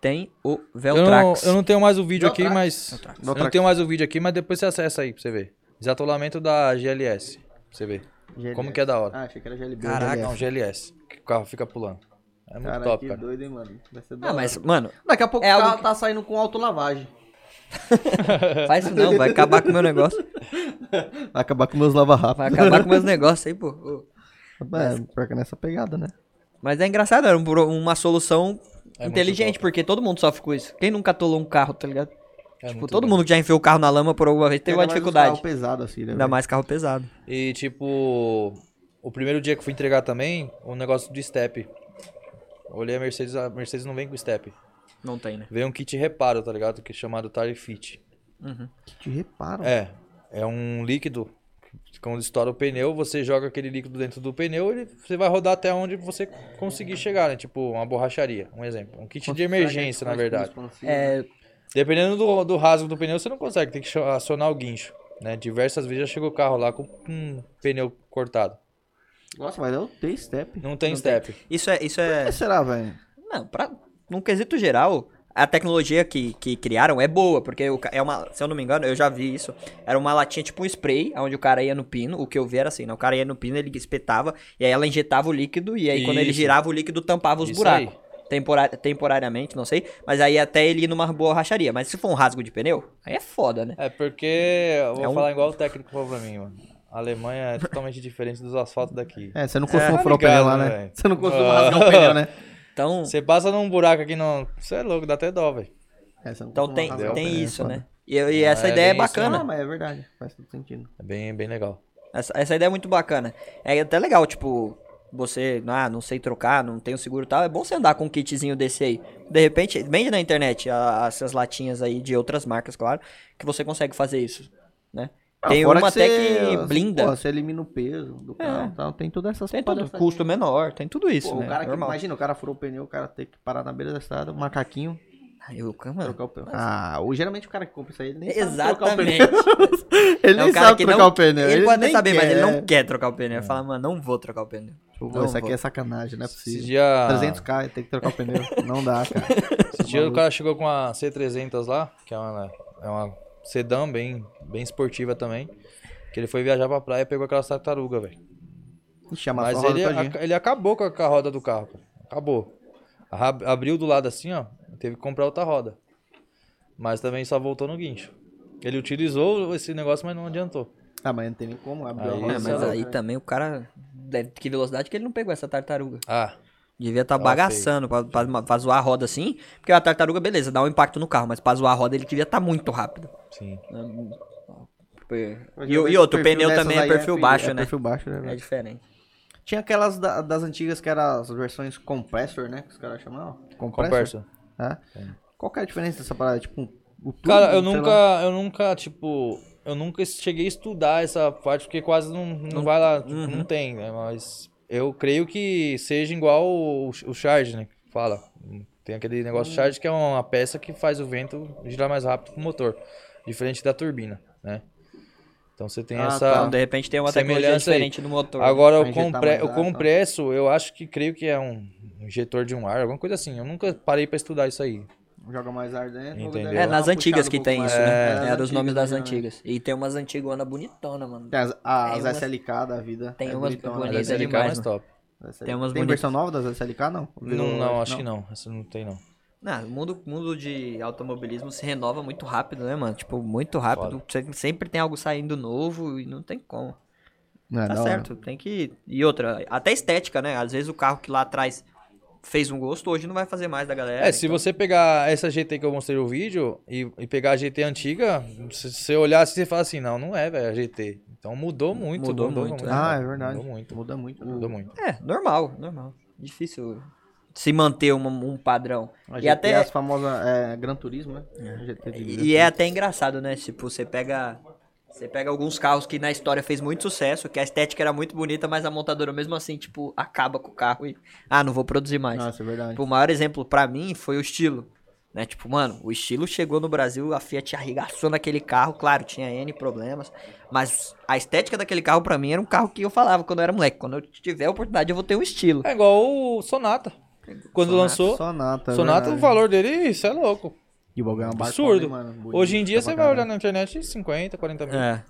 S1: tem é o
S3: Eu não,
S1: Veltrax.
S3: eu não tenho mais o vídeo aqui,
S2: Veltrax.
S3: mas.
S1: Veltrax.
S3: Eu não tenho mais o vídeo aqui, mas depois você acessa aí pra você ver. Desatolamento da GLS. Pra você ver.
S2: GLS.
S3: Como que é da hora.
S2: Ah, achei que era GLB.
S1: Caraca,
S2: GLS.
S3: Não, GLS. Que o carro fica pulando. É muito
S2: Cara,
S3: top,
S2: que
S3: cara.
S2: doido, hein, mano. Vai ser da
S1: Ah,
S2: hora.
S1: mas, mano,
S2: Daqui a pouco
S1: É
S2: o
S1: algo
S2: carro tá saindo com autolavagem.
S1: faz isso não, vai acabar com o meu negócio.
S2: Vai acabar com meus lava-rápidos.
S1: Vai acabar com meus negócios aí, pô. Ô.
S2: É, pior que é nessa pegada, né?
S1: Mas é engraçado, era um pro- uma solução
S3: É muito
S1: inteligente,
S3: top.
S1: porque todo mundo sofre com isso. Quem nunca atolou um carro, tá ligado?
S3: É
S1: tipo,
S3: muito
S1: todo
S3: bom.
S1: mundo que já enfiou o carro na lama por alguma vez teve uma
S2: Ainda mais uns
S1: dificuldade.
S2: É, carro pesado assim, né?
S1: Ainda
S2: velho?
S1: mais carro pesado.
S3: E tipo, o primeiro dia que fui entregar também, o negócio do step. Eu Olhei a Mercedes, a Mercedes não vem com step.
S1: Não tem, né?
S3: Vem um kit reparo, tá ligado? Que é chamado Tire Fit.
S1: Uhum.
S2: Que te reparam.
S3: É, é um líquido. que Quando estoura o pneu, você joga aquele líquido dentro do pneu, ele, você vai rodar até onde você conseguir chegar, né? Tipo, uma borracharia, um exemplo. Um
S2: tipo
S3: kit de emergência, na verdade.
S1: É,
S3: Dependendo do, do rasgo do pneu, você não consegue, tem que cho- acionar o guincho. Né? Diversas vezes já chegou o carro lá com um pneu cortado.
S2: Nossa, mas eu tenho step.
S3: Não tem
S1: Não
S3: step.
S1: isso é. Isso
S2: O
S1: é.
S2: que será, velho?
S1: Não, pra, num quesito geral, a tecnologia que, que criaram é boa, porque o ca- é uma, se eu não me engano, eu já vi isso. Era uma latinha tipo um spray, onde o cara ia no pino. O que eu vi era assim, né? O cara ia no pino, ele espetava, e aí ela injetava o líquido, e aí quando ele
S3: Isso.
S1: girava, o líquido tampava os
S3: Isso
S1: buracos. Tempora- temporariamente, não sei. Mas aí até ele ir numa borracharia. Mas se for um rasgo de pneu, aí é foda, né?
S3: É porque, eu vou
S1: É um-
S3: falar igual o técnico falou pra mim, mano. A Alemanha é totalmente diferente dos asfaltos daqui.
S2: É, você não costuma
S3: tá
S2: furar o pneu
S3: ligado,
S2: lá,
S3: né,
S2: né?
S3: velho?
S2: Você não costuma
S3: Ah.
S2: rasgar o pneu, né?
S1: Então,
S3: Você passa num buraco aqui, não. Você é louco, dá até dó, velho.
S2: É, você não
S1: então
S2: costuma
S1: tem,
S2: rasgar o
S1: tem
S2: pneu, é
S1: isso,
S2: foda.
S1: né? E, e essa
S3: É,
S1: ideia é
S3: bem isso, né?
S1: bacana.
S2: Ah, mas é verdade. Faz todo sentido.
S3: É bem, bem legal.
S1: Essa, essa ideia é muito bacana. É até legal, tipo, você, ah, não sei trocar, não tenho seguro e tal. É bom você andar com um kitzinho desse aí. De repente, vende na internet a- essas latinhas aí de outras marcas, claro, que você consegue fazer isso, né?
S2: Ah,
S1: tem
S2: fora
S1: uma
S2: que
S1: até
S2: você-
S1: que blinda, É.
S2: Pô, você elimina o peso do carro e tal. Tem todas essas
S1: tem
S2: paradas
S1: todo custo menor, tem tudo isso,
S2: Pô,
S1: né?
S2: o cara que,
S1: Normal.
S2: imagina, o cara furou o pneu, o cara tem que parar na beira da estrada, um macaquinho,
S1: Ah, eu- mano,
S2: trocar o pneu. Ah, o, geralmente o cara que compra isso aí, ele nem sabe trocar o
S1: Exatamente.
S2: pneu. Ele
S1: É
S2: nem
S1: o cara
S2: sabe
S1: que
S2: trocar
S1: não-
S2: o pneu.
S1: Ele, pode nem
S2: nem
S1: saber, mas ele
S2: quer.
S1: não quer trocar o pneu. Ele fala, mano, não vou trocar o pneu.
S2: Pô,
S1: Não
S2: isso aqui
S1: vou.
S2: é sacanagem, não é
S3: Esse
S2: possível.
S3: dia,
S2: 300k, tem que trocar o pneu. Não dá, cara.
S3: esse dia o cara chegou com a C300 lá, que é uma, é uma sedã bem, bem esportiva também. Que ele foi viajar pra praia e pegou aquelas tartarugas, velho.
S2: Ixi, amassou
S3: Mas
S2: a roda
S3: ele,
S1: é
S2: todinha.
S3: a- ele acabou com a, com a roda do carro, cara. Acabou. Arra- Abriu do lado assim, ó. Teve que comprar outra roda. Mas também só voltou no guincho. Ele utilizou esse negócio, mas não adiantou.
S2: Ah, mas não tem nem como abrir a né?
S3: Aí,
S2: roda.
S1: É, mas
S3: Isso é
S1: aí também o cara. Deve, que velocidade que ele não pegou essa tartaruga.
S3: Ah,
S1: Devia estar
S3: Tava
S1: bagaçando pra, pra- pra zoar a roda assim. Porque a tartaruga, beleza, dá um impacto no carro, mas pra zoar a roda ele devia estar muito rápido.
S3: sim.
S1: E, o- e outro, o pneu também é perfil baixo,
S2: é
S1: né?
S2: perfil baixo, né?
S1: É
S2: velho?
S1: diferente.
S2: Tinha aquelas da- das antigas que eram as versões compressor, né? Que os caras chamavam.
S3: Comperso.
S2: É. Qual que é a diferença dessa parada? Tipo, o tubo,
S3: Cara, eu
S2: sei lá.
S3: nunca, eu nunca, tipo, eu nunca cheguei a estudar essa parte, porque quase não, não, vai lá, tipo,
S2: Uhum.
S3: não tem, né? Mas eu creio que seja igual o, o charge, né? Fala. Tem aquele negócio
S2: Uhum.
S3: charge que é uma peça que faz o vento girar mais rápido com o motor, diferente da turbina, né? Então você tem
S2: Ah,
S3: essa.
S1: Então, de repente tem uma tecnologia
S3: Semelhança aí.
S1: diferente no motor.
S3: Agora
S2: Pra
S3: o,
S2: injetar
S3: compre...
S2: mais
S3: o
S2: ar, tá.
S3: compresso, eu acho que creio que é um injetor de um ar, alguma coisa assim. Eu nunca parei pra estudar isso aí.
S2: Joga mais ar dentro.
S3: Entendeu.
S2: dá
S1: é,
S2: uma
S1: nas
S2: puxada
S1: antigas
S2: um
S1: que
S2: pouco
S1: tem
S2: mais.
S1: isso, né?
S3: É,
S1: Era
S2: nas
S1: os nomes das
S2: né?
S1: antigas. E tem umas antigonas bonitonas, mano.
S2: Tem as, as
S1: Tem umas-
S2: SLK da vida.
S1: tem
S2: é
S1: umas
S2: bonitona,
S3: Mas
S1: Bonita
S2: né?
S3: a
S1: bonitas.
S3: SLK é
S1: demais,
S3: mais top.
S2: SLK.
S1: Tem umas
S2: versão nova das SLK, não?
S3: Não, não, acho que não. Essa não tem, não.
S1: Não, o mundo, mundo de automobilismo se renova muito rápido, né, mano? Tipo, muito rápido. Sempre- Sempre tem algo saindo novo e não tem como.
S2: não é
S1: Tá
S2: da hora.
S1: certo, tem que. E outra, até estética, né? Às vezes o carro que lá atrás fez um gosto, hoje não vai fazer mais da galera.
S3: É, se
S1: então-
S3: você pegar essa GT que eu mostrei no vídeo e, e pegar a GT antiga, se você olhar assim, você fala assim, não, não é, velho, a GT. Então mudou muito.
S1: Mudou muito, né?
S2: Ah, é verdade.
S3: Mudou muito.
S2: Muda muito.
S3: Mudou muito.
S1: É, normal, normal. Difícil se manter uma- um padrão.
S2: A
S1: E
S2: GT,
S1: até-
S2: as famosas é, Gran Turismo, né? GT de Gran
S1: E é até engraçado, né? Tipo, você pega. Você pega alguns carros que na história fez muito sucesso, que a estética era muito bonita, mas a montadora mesmo assim, tipo, acaba com o carro e. Ah, não vou produzir mais.
S2: Nossa, é verdade.
S1: Tipo, o maior exemplo pra mim foi o estilo. Né? Tipo, mano, o estilo chegou no Brasil, a Fiat arregaçou naquele carro, claro, tinha N problemas, mas a estética daquele carro pra mim era um carro que eu falava quando eu era moleque, quando eu tiver a oportunidade eu vou ter um estilo.
S3: É igual o Sonata. Quando
S1: Sonata,
S3: lançou,
S2: Sonata. é
S3: Tipo, Sonata, o
S2: verdade.
S3: valor dele, isso é louco.
S2: E o bagulho é uma barcona,
S3: Absurdo.
S2: hein, mano? Bonito
S3: Hoje em dia
S2: pra
S3: você vai olhar
S2: caralho.
S3: na internet 50, 40 mil.
S1: É,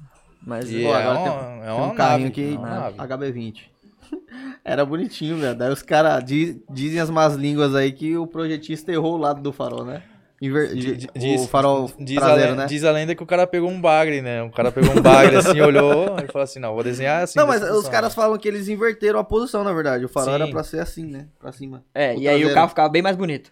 S1: mas
S3: E
S2: Pô,
S3: é
S2: agora
S3: uma-
S2: tem,
S3: é
S2: tem
S3: uma
S2: um carrinho
S3: nave,
S2: aqui,
S3: é uma nave.
S2: HB20. Era bonitinho, velho. Daí os caras di- dizem as más línguas aí que o projetista errou o lado do farol, né? Inver...
S3: Di-
S2: de-
S3: di- diz-
S2: o farol
S3: Diz,
S2: traseiro,
S3: a, le-
S2: né?
S3: diz a lenda que o cara pegou um bagre, né? O cara pegou um bagre assim, olhou e falou assim: não, vou desenhar assim.
S2: Não, mas
S3: dessa
S2: os
S3: função.
S2: caras falam que eles inverteram a posição, na verdade. O farol
S3: Sim.
S2: era pra ser assim, né? Pra cima.
S1: É,
S2: O
S1: e aí o
S2: traseiro.
S1: carro ficava bem mais bonito.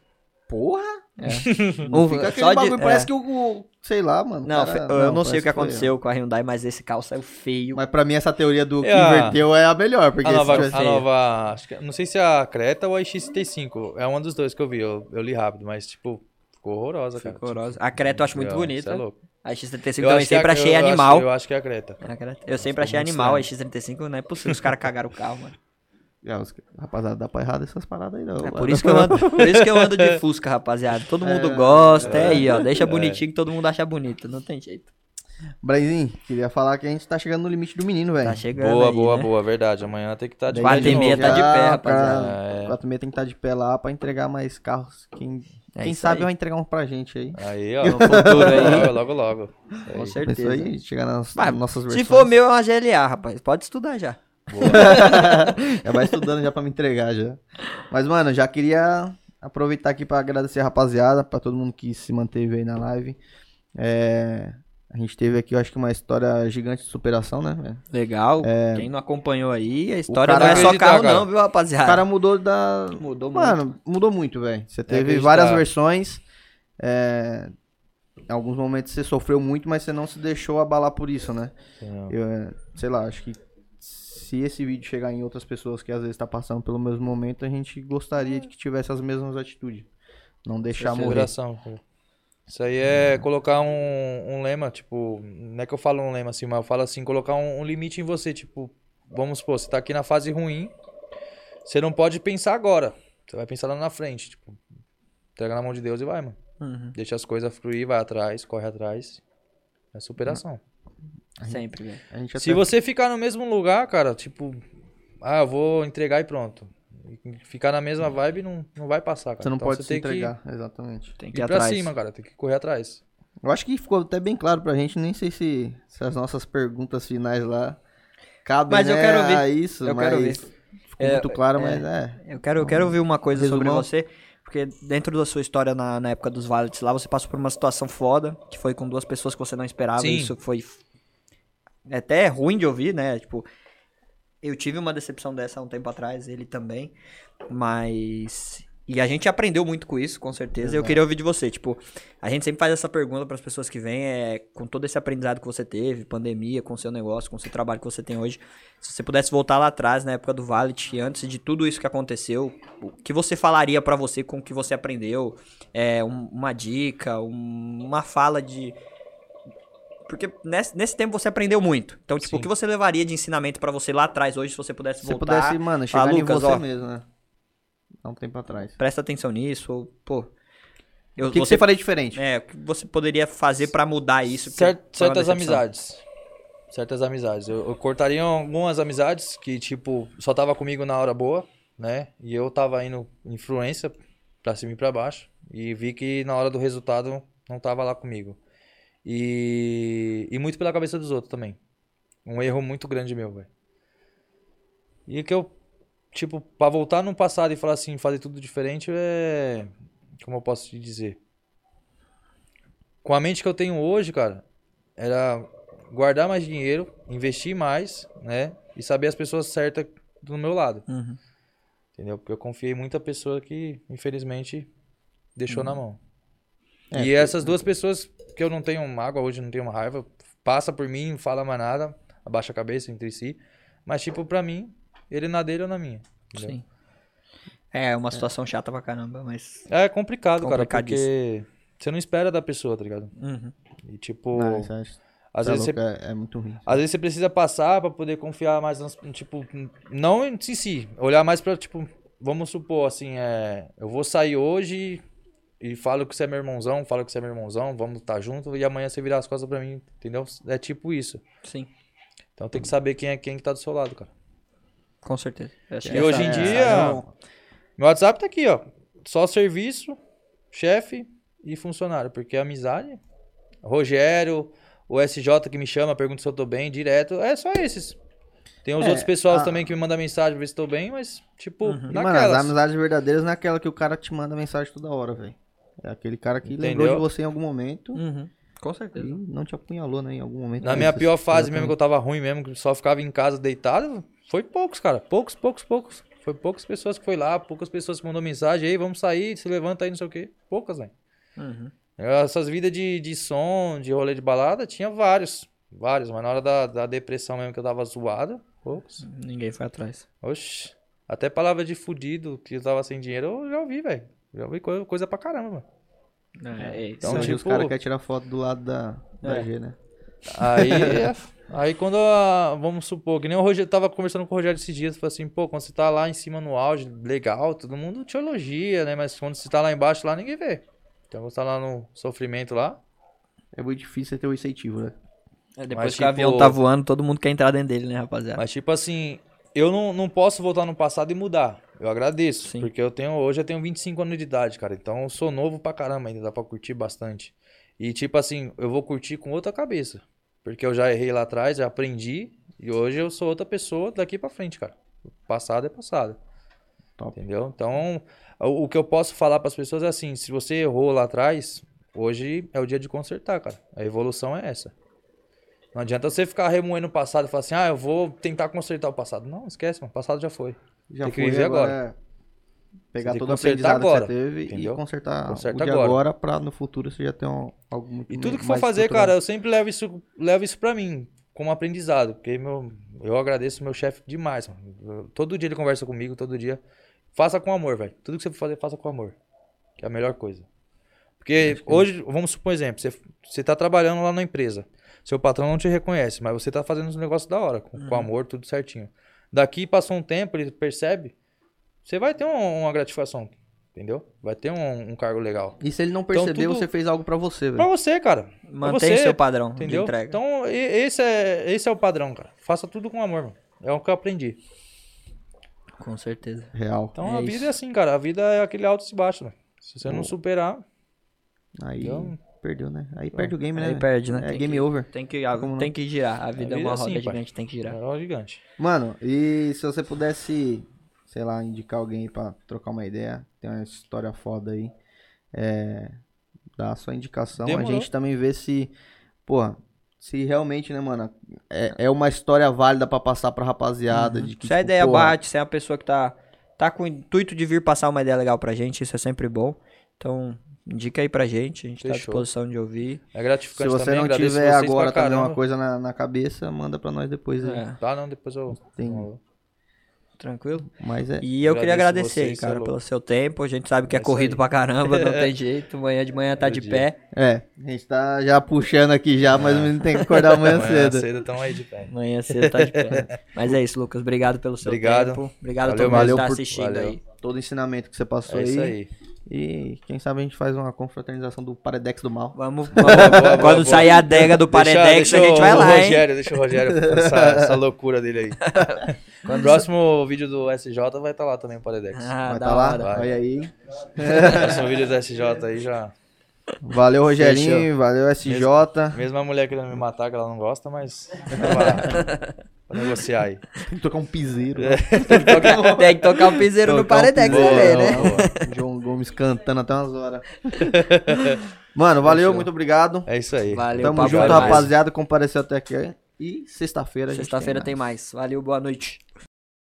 S2: Porra!
S1: Um-
S2: Não fica aquele
S1: só de-
S2: bagulho,
S1: é.
S2: parece que o, o- Sei lá, mano. o
S1: Não,
S2: cara-
S1: fe- eu não sei
S2: parece
S1: o que
S2: foi-
S1: aconteceu com a Hyundai, mas esse carro saiu feio.
S2: Mas pra mim essa teoria do que
S3: É a-
S2: inverteu é a melhor, porque
S3: A
S2: se
S3: nova,
S2: tivesse-
S3: a nova acho que- não sei se é a Creta ou a X35. É uma dos dois que eu vi. Eu, eu li rápdo, mas, tipo, ficou horrorosa, cara.
S1: Ficou horrorosa. A Creta eu acho muito
S3: É,
S1: bonita.
S3: cê É louco.
S1: a X35
S3: Eu
S1: também
S3: acho que é-
S1: sempre achei
S3: eu acho-
S1: animal.
S3: eu acho que é a Creta.
S1: A Creta- Eu sempre
S3: Ficou
S1: achei
S3: muito
S1: animal, a X35 não é possível, os caras cagaram o carro, mano.
S2: É, os- Rapaziada, dá pra errar dessas paradas aí, não.
S1: É
S2: Vai
S1: por
S2: dar
S1: isso, que eu
S2: pra-
S1: ando, por isso que eu ando de Fusca, rapaziada. Todo mundo gosta, é aí, ó. Deixa bonitinho que todo mundo acha bonito, não tem jeito.
S2: Brenzinho, queria falar que a gente tá chegando no limite do menino, velho.
S1: Tá chegando
S3: Boa,
S1: aí,
S3: boa,
S1: né?
S3: boa. Verdade. Amanhã tem que estar de
S1: Quatro
S3: pé de
S1: e meia
S3: novo.
S1: tá de pé,
S2: Já,
S1: rapaziada.
S2: pra-
S3: É.
S2: Quatro e meia tem que estar de pé lá pra entregar mais carros. Quem,
S1: É
S2: quem
S1: isso
S2: sabe
S1: aí.
S2: vai entregar um pra gente aí.
S3: É, Aí, ó, no futuro aí, logo, logo.
S1: Com
S3: Aí.
S2: Isso
S1: certeza.
S2: aí, chegar nas
S1: Vai,
S2: nossas
S1: Se
S2: versões.
S1: for meu, é uma GLA, rapaz. Pode estudar já.
S2: Já vai estudando já pra me entregar já. Mas, mano, já queria aproveitar aqui pra agradecer a rapaziada, pra todo mundo que se manteve aí na live. É, a gente teve aqui, eu acho que uma história gigante de superação, né? velho?
S1: Legal.
S2: É.
S1: Quem não acompanhou aí, a história
S2: cara
S1: não é só
S3: acreditar,
S1: carro,
S3: cara.
S1: não, viu, rapaziada?
S2: O cara mudou da.
S1: mudou mano,
S2: Mano, mudou muito, velho.
S1: É
S2: Você
S3: Tem
S2: teve
S3: que acreditar.
S2: várias versões. é, Em alguns momentos você sofreu muito, mas você não se deixou abalar por isso, né? Eu, é, sei lá, acho que se esse vídeo chegar em outras pessoas que às vezes tá passando pelo mesmo momento, a gente gostaria de que tivesse as mesmas atitudes. Não
S1: é
S2: deixar morrer.
S3: Perseveração, cara. Isso aí é colocar um, um lema, tipo, não é que eu falo um lema assim, mas eu falo assim, colocar um, um limite em você, tipo, vamos supor, você tá aqui na fase ruim, você não pode pensar agora, você vai pensar lá na frente, tipo, entrega na mão de Deus e vai, mano.
S1: Uhum.
S3: Deixa as coisas fluir, vai atrás, corre atrás, é superação.
S1: sempre, velho.
S2: A gente
S3: Se
S2: até-
S3: você ficar no mesmo lugar, cara, tipo, ah, eu vou entregar e pronto. E Ficar na mesma vibe não, não vai passar, cara.
S2: você não
S3: Então
S2: pode se
S3: tem que
S2: entregar, exatamente.
S1: Tem
S3: Ir
S1: que ir
S3: pra
S1: atrás.
S3: cima, cara, tem que correr atrás.
S2: Eu acho que ficou até bem claro pra gente, nem sei se, se as nossas perguntas finais lá cabem
S1: Mas eu
S2: né,
S1: quero ver.
S2: a isso,
S1: Eu
S2: mas
S1: quero ver.
S2: ficou muito claro, mas é.
S1: Eu quero, eu quero ouvir uma coisa
S2: Resumão.
S1: sobre você, porque dentro da sua história na, na época dos Valets lá, você passou por uma situação foda, que foi com duas pessoas que você não esperava,
S3: Sim.
S1: e isso foi f- é até ruim de ouvir, né? Tipo, eu tive uma decepção dessa há um tempo atrás, ele também, mas... E a gente aprendeu muito com isso, com certeza. Eu queria ouvir de você, tipo, a gente sempre faz essa pergunta para as pessoas que vêm, é, com todo esse aprendizado que você teve, pandemia, com o seu negócio, com o seu trabalho que você tem hoje, se você pudesse voltar lá atrás, na época do Valet, antes de tudo isso que aconteceu, o que você falaria pra você com o que você aprendeu? É, um- uma dica, um- uma fala de. Porque nesse, nesse tempo você aprendeu muito. Então, tipo,
S3: Sim.
S1: o que você levaria de ensinamento pra você lá atrás hoje, se você pudesse
S2: Se você
S1: voltar?
S2: pudesse, mano, chegar em
S1: Lucas,
S2: você
S1: ó.
S2: mesmo, né? Há um tempo atrás.
S1: Presta atenção nisso, ou, pô. Eu,
S2: O que, que você faria diferente?
S1: É, o que você poderia fazer pra mudar isso? porque
S3: Cer-
S1: foi uma
S3: certas
S1: decepção.
S3: amizades. Certas amizades. Eu, eu cortaria algumas amizades que, tipo, só tava comigo na hora boa, né? E eu tava indo influência pra cima e pra baixo. E vi que na hora do resultado não tava lá comigo. E, e muito pela cabeça dos outros também. Um erro muito grande meu, velho. E que eu, tipo, pra voltar no passado e falar assim, fazer tudo diferente é. Como eu posso te dizer? Com a mente que eu tenho hoje, cara, era guardar mais dinheiro, investir mais, né? E saber as pessoas certas do meu lado,
S1: Uhum.
S3: entendeu? Porque eu confiei em muita pessoa que, infelizmente, deixou na mão.
S2: É,
S3: e é essas duas pessoas que eu não tenho mágoa hoje, não tenho raiva, passa por mim, não fala mais nada, abaixa a cabeça entre si. Mas, tipo, pra mim, ele na dele ou na minha. entendeu?
S1: Sim. É, uma situação chata pra caramba, mas.
S3: É complicado, cara,
S1: Complicadíssimo.
S3: porque você não espera da pessoa, tá ligado?
S1: Uhum.
S3: E, tipo,
S2: Não, isso é- isso
S3: às
S2: é
S3: vezes você
S2: louco, é, é muito ruim.
S3: Às vezes você precisa passar pra poder confiar mais, nas, tipo, não em si, si, olhar mais pra, tipo, vamos supor, assim, é, eu vou sair hoje e falo que você é meu irmãozão, falo que você é meu irmãozão, vamos estar junto e amanhã você virar as costas pra mim, entendeu? É tipo isso.
S1: Sim,
S3: Então tem que saber quem é quem que tá do seu lado, cara.
S1: com certeza. Eu acho
S3: E
S1: que
S2: Essa-
S3: hoje em
S2: essa
S3: dia-
S2: é um-
S3: Meu WhatsApp tá aqui, ó, só serviço, chefe e funcionário, porque amizade, Rogério, o SJ que me chama, pergunta se eu tô bem, direto, é só esses. Tem os
S2: É,
S3: outros pessoal
S2: a-
S3: também que me mandam mensagem pra ver se tô bem, mas, tipo,
S1: Uhum.
S2: Mano, as
S3: naquelas.
S2: amizades verdadeiras não é aquela que o cara te manda mensagem toda hora, velho. É aquele cara que
S3: Entendeu?
S2: lembrou de você em algum momento
S1: Uhum. Com
S2: e
S1: certeza.
S2: não te apunhalou, né? Em algum momento.
S3: Na minha pior
S2: né,
S3: fase mesmo, que eu tava ruim mesmo, que só ficava em casa deitado, foi poucos, cara. Poucos, poucos, poucos. Foi poucas pessoas que foi lá, poucas pessoas que mandou mensagem, ei, vamos sair, se levanta aí, não sei o quê. Poucas, velho.
S1: Uhum.
S3: Essas vidas de, de som, de rolê de balada, tinha vários. Vários, mas na hora da, da depressão mesmo que eu tava zoado, poucos.
S1: Ninguém foi atrás.
S3: Oxi. Até palavra de fudido, que eu tava sem dinheiro, eu já ouvi, velho. Já ouvi coisa, coisa pra caramba, mano.
S1: É, é
S2: Então,
S3: Sim.
S2: tipo... os
S3: Tipo-
S2: caras querem tirar foto do lado da, da
S1: É.
S2: G, né?
S3: Aí, é, aí quando, a- vamos supor, que nem o Rogério, tava conversando com o Rogério esses dias, falou assim, pô, quando você tá lá em cima no auge, legal, todo mundo te elogia, né? Mas quando você tá lá embaixo, lá ninguém vê. Então você tá lá no sofrimento lá.
S2: É muito difícil você ter o incentivo, né?
S1: depois
S3: Mas,
S1: que o avião
S3: tipo-
S1: tá voando, todo mundo quer entrar dentro dele, né, rapaziada?
S3: Mas tipo assim, eu não, não posso voltar no passado e mudar. Eu agradeço,
S1: Sim.
S3: porque eu tenho, hoje eu tenho 25 anos de idade, cara. Então eu sou novo pra caramba ainda, dá pra curtir bastante. E tipo assim, eu vou curtir com outra cabeça. Porque eu já errei lá atrás, já aprendi. E hoje eu sou outra pessoa daqui pra frente, cara. Passado é passado.
S2: Top.
S3: Entendeu? Então, o o que eu posso falar pras pessoas é assim: se você errou lá atrás, hoje é o dia de consertar, cara. A evolução é essa. Não adianta você ficar remoendo o passado e falar assim: ah, eu vou tentar consertar o passado. Não, esquece, mano. O passado já foi.
S2: Já
S3: Tem que viver
S2: é Pegar
S3: Você tem que
S2: todo o
S3: consertar
S2: aprendizado
S3: agora,
S2: que você teve
S3: entendeu?
S2: e consertar
S3: Conserta
S2: o de
S3: agora.
S2: agora. pra no futuro você já ter um, algo muito
S3: E tudo que for
S2: mais
S3: fazer,
S2: estruturado.
S3: cara, eu sempre levo isso, levo isso pra mim, como aprendizado. Porque meu, eu agradeço meu chefe demais, mano. Eu- Todo dia ele conversa comigo, todo dia. Faça com amor, velho. Tudo que você for fazer, faça com amor. Que é a melhor coisa. Porque hoje, vamos supor um exemplo, você, você tá trabalhando lá na empresa. Seu patrão não te reconhece, mas você tá fazendo os negócios da hora, com, com amor, tudo certinho. Daqui passou um tempo, ele percebe, você vai ter um- uma gratificação, entendeu? Vai ter um- um cargo legal.
S2: E se ele não perceber,
S3: então tudo-
S2: você fez algo pra você,
S3: Pra
S2: velho.
S3: você, cara. Pra
S1: Mantém
S3: você,
S1: seu padrão de
S3: Entendeu?
S1: entrega.
S3: Então, e- esse é, esse é o padrão, cara. Faça tudo com amor, mano. É o que eu aprendi.
S1: Com certeza.
S2: Real.
S3: Então,
S1: É
S3: a vida
S1: isso.
S3: é assim, cara. A vida é aquele alto e baixo, né? Se você não superar,
S2: Aí
S3: Então-
S2: perdeu, né? Aí perde o game, né?
S1: Aí
S2: velho?
S1: perde, né?
S2: É
S1: Tem
S2: game
S1: que-
S2: over.
S1: Tem que, a-
S2: Como não?
S1: tem que girar. A vida é
S3: vida
S1: uma
S3: é assim,
S1: roda
S3: pai.
S1: gigante, tem que girar.
S3: é um gigante.
S2: Mano, e se você pudesse, sei lá, indicar alguém pra trocar uma ideia, tem uma história foda aí, é, dá a sua indicação.
S3: Demorou.
S2: A gente também vê se, porra, se realmente, né, mano, é, é uma história válida pra passar pra
S3: Uhum.
S2: rapaziada. De que,
S1: Uhum. se a
S2: tipo,
S1: ideia
S2: porra,
S1: bate, se é uma pessoa que tá, tá com o intuito de vir passar uma ideia legal pra gente, isso é sempre bom. Então, indica aí pra gente, a gente tá à
S3: Fechou.
S1: disposição de ouvir.
S3: É
S2: Se
S3: gratificante
S2: você
S3: também.
S2: não
S3: agradeço
S2: tiver
S3: vocês
S2: agora
S3: pra
S2: também uma
S3: caramba.
S2: coisa na, na cabeça, manda pra nós depois. aí.
S1: É,
S3: Tá, não, depois eu...
S2: Tem-
S3: eu-
S1: tranquilo?
S2: Mas é.
S1: E eu queria
S3: Agradeço
S1: agradecer, aí,
S3: vocês, é
S1: cara,
S3: louco.
S1: pelo seu tempo. A gente sabe que é,
S3: É isso
S1: corrido
S3: aí.
S1: pra caramba, não tem jeito. Amanhã de manhã tá
S3: Todo
S1: de
S3: dia.
S1: pé.
S2: É, a gente tá já puxando aqui já, mas não tem que acordar amanhã
S3: É.
S2: é
S3: Amanhã
S2: cedo.
S3: tamo aí de pé. É
S1: Amanhã cedo tá de pé. Mas é isso, Lucas. Obrigado pelo seu
S3: Obrigado.
S1: tempo. Obrigado a
S3: Valeu,
S1: todo mundo que
S2: valeu
S1: tá
S2: por-
S1: assistindo
S3: valeu.
S1: aí.
S2: Todo o ensinamento que você passou
S3: É
S2: aí.
S3: isso aí.
S2: E quem sabe a gente faz uma confraternização do Paredex do Mal.
S1: Vamos, vamos-
S3: boa,
S1: quando
S3: boa.
S1: sair a adega do Paredex, a gente vai lá,
S3: o
S1: hein?
S3: Rogério, Deixa o Rogério essa, essa loucura dele aí. O próximo vídeo do SJ vai estar lá também, o Paredex.
S1: Ah,
S2: Vai
S1: da
S2: tá lá?
S1: hora.
S3: Vai.
S2: Olha aí.
S3: Próximo vídeo do SJ aí já...
S2: Valeu, Rogerinho.
S1: Fechou.
S2: Valeu, SJ.
S3: Mesma mulher querendo me matar, que ela não gosta, mas. Pra, pra negociar aí.
S2: Tem que tocar um piseiro.
S1: Tem que tocar um piseiro no Paredex
S3: piseiro.
S1: também, né?
S3: Boa,
S2: João Gomes cantando até umas horas. Mano, valeu,
S1: Fechou.
S2: muito obrigado.
S3: É isso aí.
S1: Valeu,
S2: Tamo
S1: papo
S2: junto,
S1: demais.
S2: rapaziada. Compareceu até aqui. E sexta-feira a gente
S1: Sexta-feira tem mais. Valeu, boa noite.